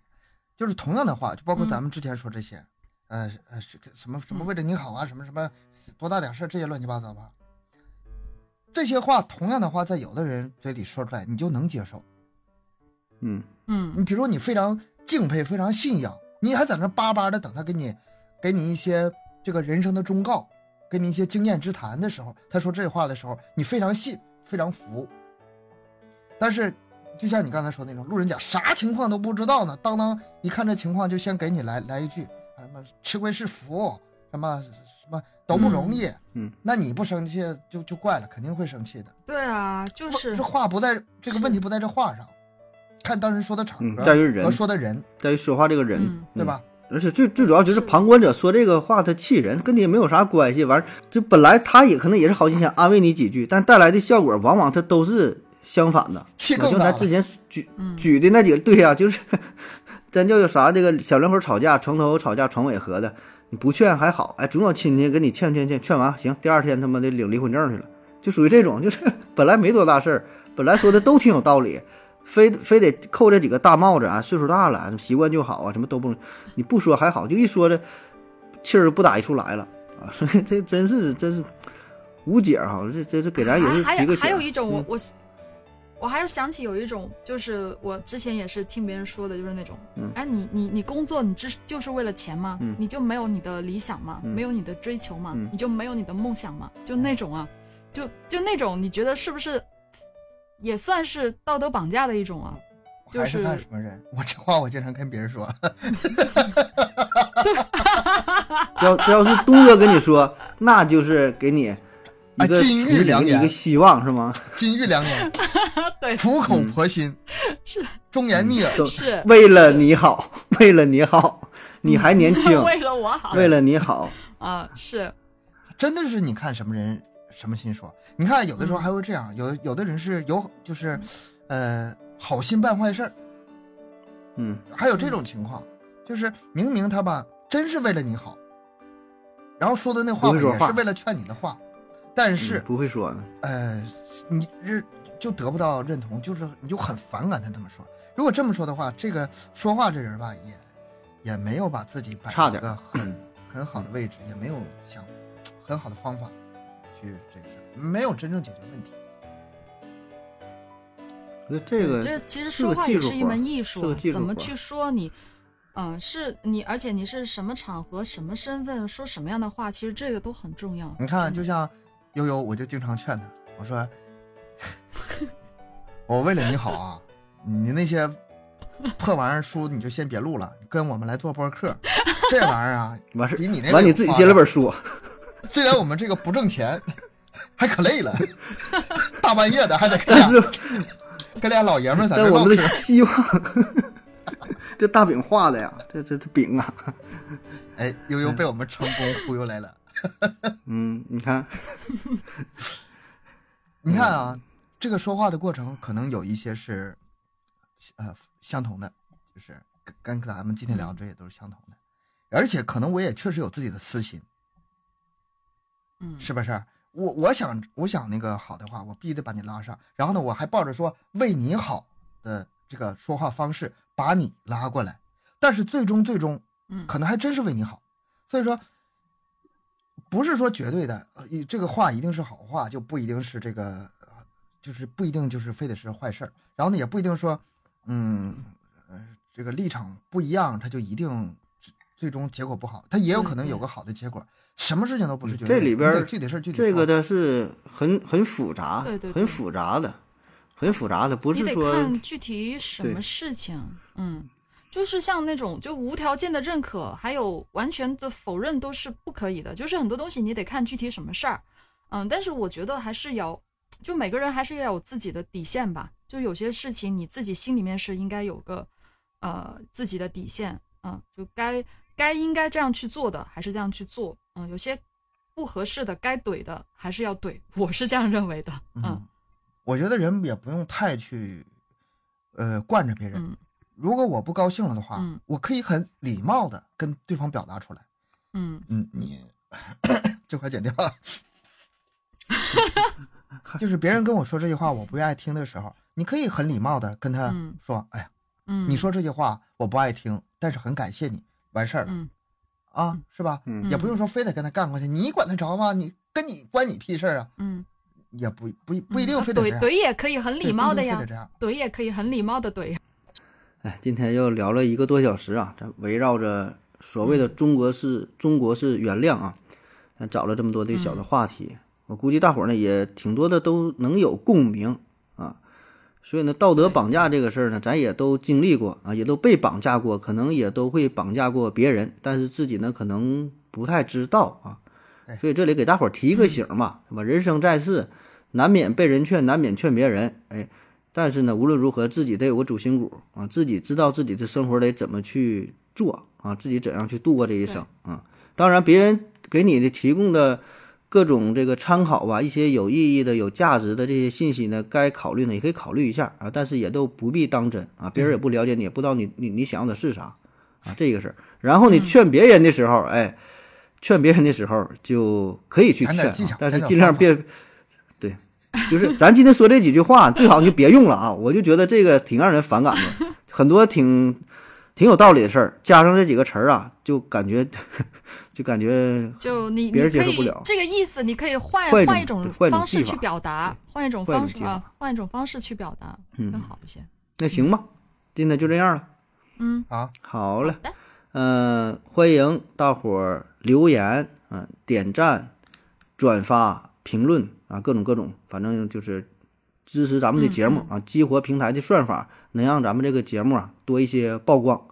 S2: 就是同样的话，就包括咱们之前说这些，呃呃，是什么
S3: 嗯
S2: 什么为了你好啊，什么什么多大点事儿，这些乱七八糟吧。这些话，同样的话，在有的人嘴里说出来，你就能接受。
S1: 嗯，
S3: 嗯
S2: 你比如说，你非常敬佩，非常信仰，你还在那巴巴的等他给你，给你一些这个人生的忠告，给你一些经验之谈的时候，他说这话的时候，你非常信，非常服。但是，就像你刚才说的那种路人甲，啥情况都不知道呢，当当一看这情况，就先给你来来一句啊什么吃亏是福，什么什么都不容易，
S1: 嗯嗯
S2: 那你不生气就就怪了，肯定会生气的。
S3: 对啊，就
S2: 不
S3: 是
S2: 这话不在这个问题不在这话上，看当时说的场合、
S1: 嗯在于人
S2: 和说的人，
S1: 在于说话这个人
S3: 嗯，
S2: 对
S1: 嗯？
S2: 吧？
S1: 而且最最主要就是
S3: 是
S1: 旁观者说这个话，他气人，跟你也没有啥关系。完儿，就本来他也可能也是好心想安慰你几句，但带来的效果往往他都是相反的。
S2: 气
S1: 我
S2: 更
S1: 就
S2: 大
S1: 咱
S2: 了
S1: 之前举举的那几个，对呀、就是 咱叫有啥这个小两口吵架，床头吵架床尾和的，你不劝还好，哎，总有亲戚给你劝劝劝，劝完行，第二天他妈的领离婚证去了，就属于这种，就是 本来没多大事儿，本来说的都挺有道理，非非得扣这几个大帽子啊，岁数大了啊，习惯就好啊，什么都不能，你不说还好，就一说这气儿不打一处来了啊， 所以这真是真是无解哈、这这这给咱也是
S3: 啊还还
S1: 提个
S3: 有
S1: 醒嗯
S3: 还有一种我、我我还有想起有一种，就是我之前也是听别人说的，就是那种，
S1: 嗯
S3: 哎，你你你工作，你只是就是为了钱吗？
S1: 嗯
S3: 你就没有你的理想吗？
S1: 嗯
S3: 没有你的追求吗？
S1: 嗯
S3: 你就没有你的梦想吗？就那种啊，就就那种，你觉得是不是也算是道德绑架的一种啊？
S2: 我还
S3: 就是
S2: 那什么人？我这话我经常跟别人说，
S1: 只要只要是东哥跟你说，那就是给你一个
S2: 金玉
S1: 憧憬
S2: 啊良言
S1: 一个希望是吗？
S2: 金玉良言，
S3: 对
S2: 苦口
S1: 嗯
S2: 婆心，
S3: 是
S2: 忠言逆耳。
S1: 都
S3: 是
S1: 为了你好， 为了你好，你还年轻，
S3: 嗯 为了我好
S1: 为了你好，
S3: 啊，是
S2: 真的是你看什么人什么心说。你看有的
S3: 嗯
S2: 时候还会这样，有的有的人是有就是，呃，好心办坏事儿，
S1: 嗯
S2: 还有这种情况，就是明明他吧真是为了你好，然后说的那
S1: 不
S2: 话吧
S1: 会说
S2: 也
S1: 话
S2: 是为了劝你的话，但是
S1: 嗯、不会说呢，
S2: 呃，你认就得不到认同，就是你就很反感他这么说。如果这么说的话，这个说话这人吧，也也没有把自己摆
S1: 差
S2: 一
S1: 点
S2: 个很很好的位置，也没有想很好的方法去这个事儿，没有真正解决问题。
S1: 我觉得这个
S3: 这其实
S1: 是个
S3: 说话
S1: 技
S3: 也
S1: 术
S3: 是一
S1: 活儿
S3: 门艺术
S1: 是个
S3: 啊
S1: 技，术
S3: 怎么
S1: 活儿
S3: 去说你，嗯，是你，而且你是什么场合、什么身份，说什么样的话，其实这个都很重要。
S2: 你看，就像悠悠，我就经常劝他，我说 我为了你好啊，你那些破玩意儿书你就先别录了，跟我们来做播客，这玩意儿啊，
S1: 完事
S2: 比你那
S1: 完
S2: 个
S1: 你自己
S2: 夸
S1: 接了
S2: 张
S1: 本书，
S2: 虽然我们这个不挣钱，还可累了，大半夜的还得跟
S1: 但
S2: 俩
S1: 是
S2: 跟俩老爷们儿在这
S1: 但
S2: 儿
S1: 我
S2: 唠
S1: 们的
S2: 嗑。
S1: 希望，这大饼画的呀，这这这饼啊，
S2: 哎，悠悠被我们成功忽悠来了。
S1: 嗯，你看，
S2: 你看啊，
S1: 嗯
S2: 这个说话的过程可能有一些是，呃，相同的，就是跟跟咱们今天聊的这也都是相同的，而且可能我也确实有自己的私心，
S3: 嗯，
S2: 是不是？我我想我想那个好的话，我必须得把你拉上，然后呢，我还抱着说为你好的这个说话方式把你拉过来，但是最终最终
S3: 嗯，
S2: 可能还真是为你好。所以说，不是说绝对的，呃，一这个话一定是好话，就不一定是这个，呃就是不一定就是非得是坏事儿。然后呢，也不一定说，嗯，呃，这个立场不一样，它就一定最最终结果不好，它也有可能有个好的结果。什么事情都不是绝对
S1: 嗯
S2: 的，
S1: 这里边儿
S2: 你得具体事儿具体
S1: 这个
S2: 说
S1: 它是很很复杂，
S3: 对对对
S1: 很复杂的，很复杂的，不
S3: 你
S1: 是
S3: 得
S1: 说
S3: 看具体什
S1: 对
S3: 么事情，嗯，就是像那种就无条件的认可，还有完全的否认都是不可以的。就是很多东西你得看具体什么事儿，嗯，但是我觉得还是要，就每个人还是要有自己的底线吧。就有些事情你自己心里面是应该有个呃自己的底线，嗯，就该该应该这样去做的还是这样去做，嗯，有些不合适的该怼的还是要怼，我是这样认为的，嗯
S2: 嗯，我觉得人也不用太去，呃，惯着别人。
S3: 嗯
S2: 如果我不高兴了的话，
S3: 嗯
S2: 我可以很礼貌的跟对方表达出来。
S3: 嗯，
S2: 嗯，你 这块剪掉了。就是别人跟我说这句话我不愿意听的时候，你可以很礼貌的跟他
S3: 嗯
S2: 说：“哎呀，
S3: 嗯
S2: 你说这句话我不爱听，但是很感谢你，完事儿了
S3: 嗯。
S2: 啊，是吧？
S1: 嗯
S2: 也不用说非得跟他干过去，你管得着吗？你跟你关你屁事儿啊！
S3: 嗯，
S2: 也不不不一
S3: 嗯
S2: 定
S3: 啊
S2: 非得这
S3: 怼
S2: 样，
S3: 怼也可以很
S2: 对
S3: 礼貌
S2: 不
S3: 的
S2: 一定
S3: 呀
S2: 非得，这样。
S3: 怼也可以很礼貌的怼。
S1: 哎，今天又聊了一个多小时啊，咱围绕着所谓的中国式、中国式原谅啊，咱找了这么多的小的话题，我估计大伙儿呢也挺多的都能有共鸣啊。所以呢，道德
S3: 对
S1: 绑架这个事儿呢，咱也都经历过啊，也都被绑架过，可能也都会绑架过别人，但是自己呢可能不太知道啊
S2: 对。
S1: 所以这里给大伙儿提一个醒儿嘛，对吧？人生在世，难免被人劝，难免劝别人，哎，但是呢，无论如何，自己得有个主心骨啊，自己知道自己的生活得怎么去做啊，自己怎样去度过这一生啊。当然，别人给你的提供的各种这个参考吧，一些有意义的、有价值的这些信息呢，该考虑呢也可以考虑一下啊，但是也都不必当真啊，别人也不了解你，也不知道你你你想要的是啥啊，这个事儿。然后你劝别人的时候，
S2: 嗯
S1: 哎，劝别人的时候就可以去
S2: 咱
S1: 劝
S2: 点
S1: 啊
S2: 技巧，
S1: 但是
S2: 咱点
S1: 尽量
S2: 方法
S1: 别。对，就是咱今天说这几句话， 最好你就别用了啊！我就觉得这个挺让人反感的，很多挺挺有道理的事儿，加上这几个词儿啊，就感觉就感觉
S3: 就你
S1: 别
S3: 你
S1: 人接
S3: 可
S1: 受不
S3: 以
S1: 了
S3: 这个意思，你可以换
S1: 换一
S3: 换一
S1: 种
S3: 种
S1: 对换一种
S3: 方式
S1: 技
S3: 去
S1: 法
S3: 表达，换一种
S1: 换一
S3: 方
S1: 种
S3: 式
S1: 技
S3: 啊
S1: 法，
S3: 换一种方式去表达
S1: 嗯
S3: 更好一些。
S1: 那行吧，今天就这样了。
S3: 嗯，
S2: 好，
S1: 好
S3: 好
S1: 了，
S3: 的，
S1: 嗯、欢迎大伙儿留言啊、点赞、转发、评论啊，各种各种，反正就是支持咱们的节目啊，激活平台的算法，能让咱们这个节目啊多一些曝光。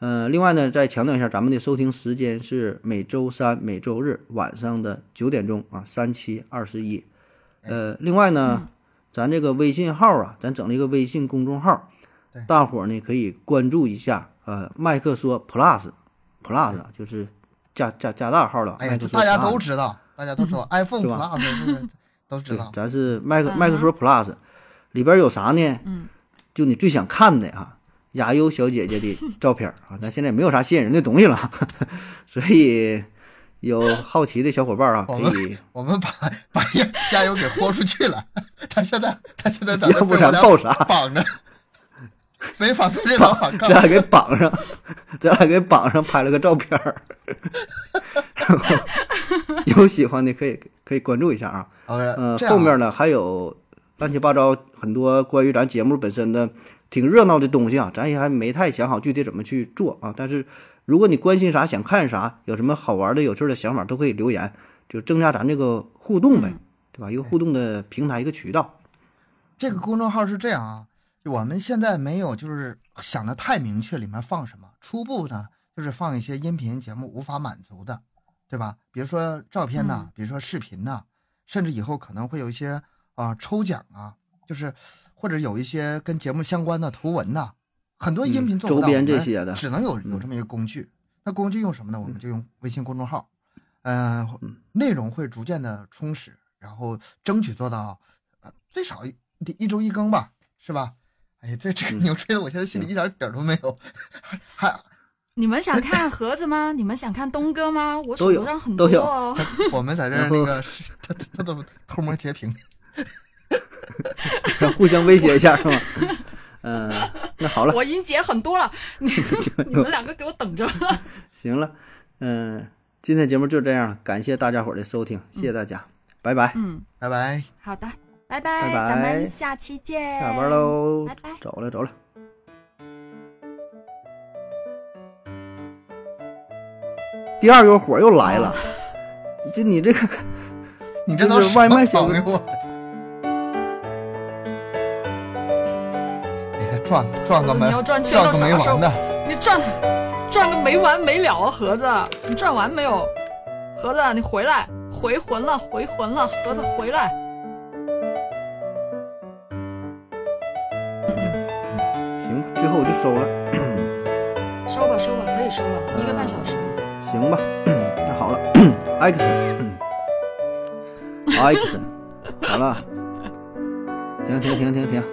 S1: 嗯、另外呢，再强调一下，咱们的收听时间是每周三、每周日晚上的九点钟啊，三七二十一。呃，另外呢，咱这个微信号啊，咱整了一个微信公众号
S2: 对，
S1: 大伙儿呢可以关注一下。呃，麦克说 Plus Plus 啊就是加加加大号了，
S2: 哎呀，
S1: 麦克
S2: 这
S1: 说
S2: 大家
S1: Plus
S2: 都知道，大家都知道 iPhone
S1: 是吧
S2: Plus 是不是都知
S1: 对
S2: 道，
S1: 咱是麦克
S3: 嗯哼
S1: 麦克说 Plus 里边有啥呢？
S3: 嗯，
S1: 就你最想看的啊，雅优小姐姐 的照片啊，咱现在也没有啥吸引人的东西了， 所以有好奇的小伙伴啊，
S2: 我
S1: 可
S2: 们
S1: 以
S2: 我们把把亚亚优给豁出去了，他现在他现在在
S1: 要不然报啥？
S2: 绑着， 没法做这场反
S1: 咱
S2: 抗。
S1: 俩给绑上，咱俩给绑上拍了个照片儿，然后有喜欢的可以可以关注一下啊。
S2: 呃
S1: 呃，后面呢还有乱七八糟很多关于咱节目本身的挺热闹的东西啊，咱也还没太想好具体怎么去做啊。但是如果你关心啥、想看啥，有什么好玩的、有趣儿的想法，都可以留言，就增加咱这个互动呗，对吧？一个互动的平台，一个渠道。
S2: 这个公众号是这样啊，我们现在没有就是想的太明确，里面放什么，初步呢就是放一些音频节目无法满足的，对吧？比如说照片呐、
S3: 嗯
S2: 比如说视频呐、甚至以后可能会有一些啊、抽奖啊，就是或者有一些跟节目相关的图文呐、很多音频做不
S1: 嗯
S2: 到，
S1: 周边
S2: 我们
S1: 这些的
S2: 只能有
S1: 嗯
S2: 有这么一个工具。那工具用什么呢？我们就用微信公众号，嗯、呃，内容会逐渐的充实，然后争取做到呃最少一一周一更吧，是吧？哎呀，这这个
S1: 嗯
S2: 牛吹的，我现在心里一点底儿都没有，还
S3: 你们想看盒子吗？你们想看东哥吗？我手
S1: 都有
S3: 头上很
S1: 都
S3: 多
S1: 有
S3: 哦。
S2: 我们在这儿
S1: 然后
S2: 那个是他他他怎么偷摸截屏？
S1: 互相威胁一下是 吗？嗯、那好了，
S3: 我已 经截很 多了，你你们两个给我等着。
S1: 行了，嗯、今天节目就这样了，感谢大家伙儿的收听，谢谢大家，拜拜，
S3: 嗯，
S2: 拜拜。
S3: 好的，拜拜，
S1: 拜拜
S3: 咱们下期见。
S1: 下班。喽
S3: 拜拜，
S1: 走了走了。第二个火又来了，这你这个。
S2: 你这
S1: 就
S2: 都
S1: 是
S2: 什
S1: 外
S2: 么
S1: 卖小
S2: 朋
S1: 哥
S2: 友 啊？哎呀，转转个
S3: 你
S2: 没
S3: 要转圈
S2: 转
S3: 到
S2: 个
S3: 啥
S2: 没
S3: 时候
S2: 完的。
S3: 你转转个没完没了啊，盒子，你转完没有？盒子，你回来，回魂了，回魂了，盒子回来。
S1: 行吧，最后我就收了，
S3: 收吧，收吧，可以收了，一个半小时了。
S1: 行吧，那好了，action，action，好了，停停停停停。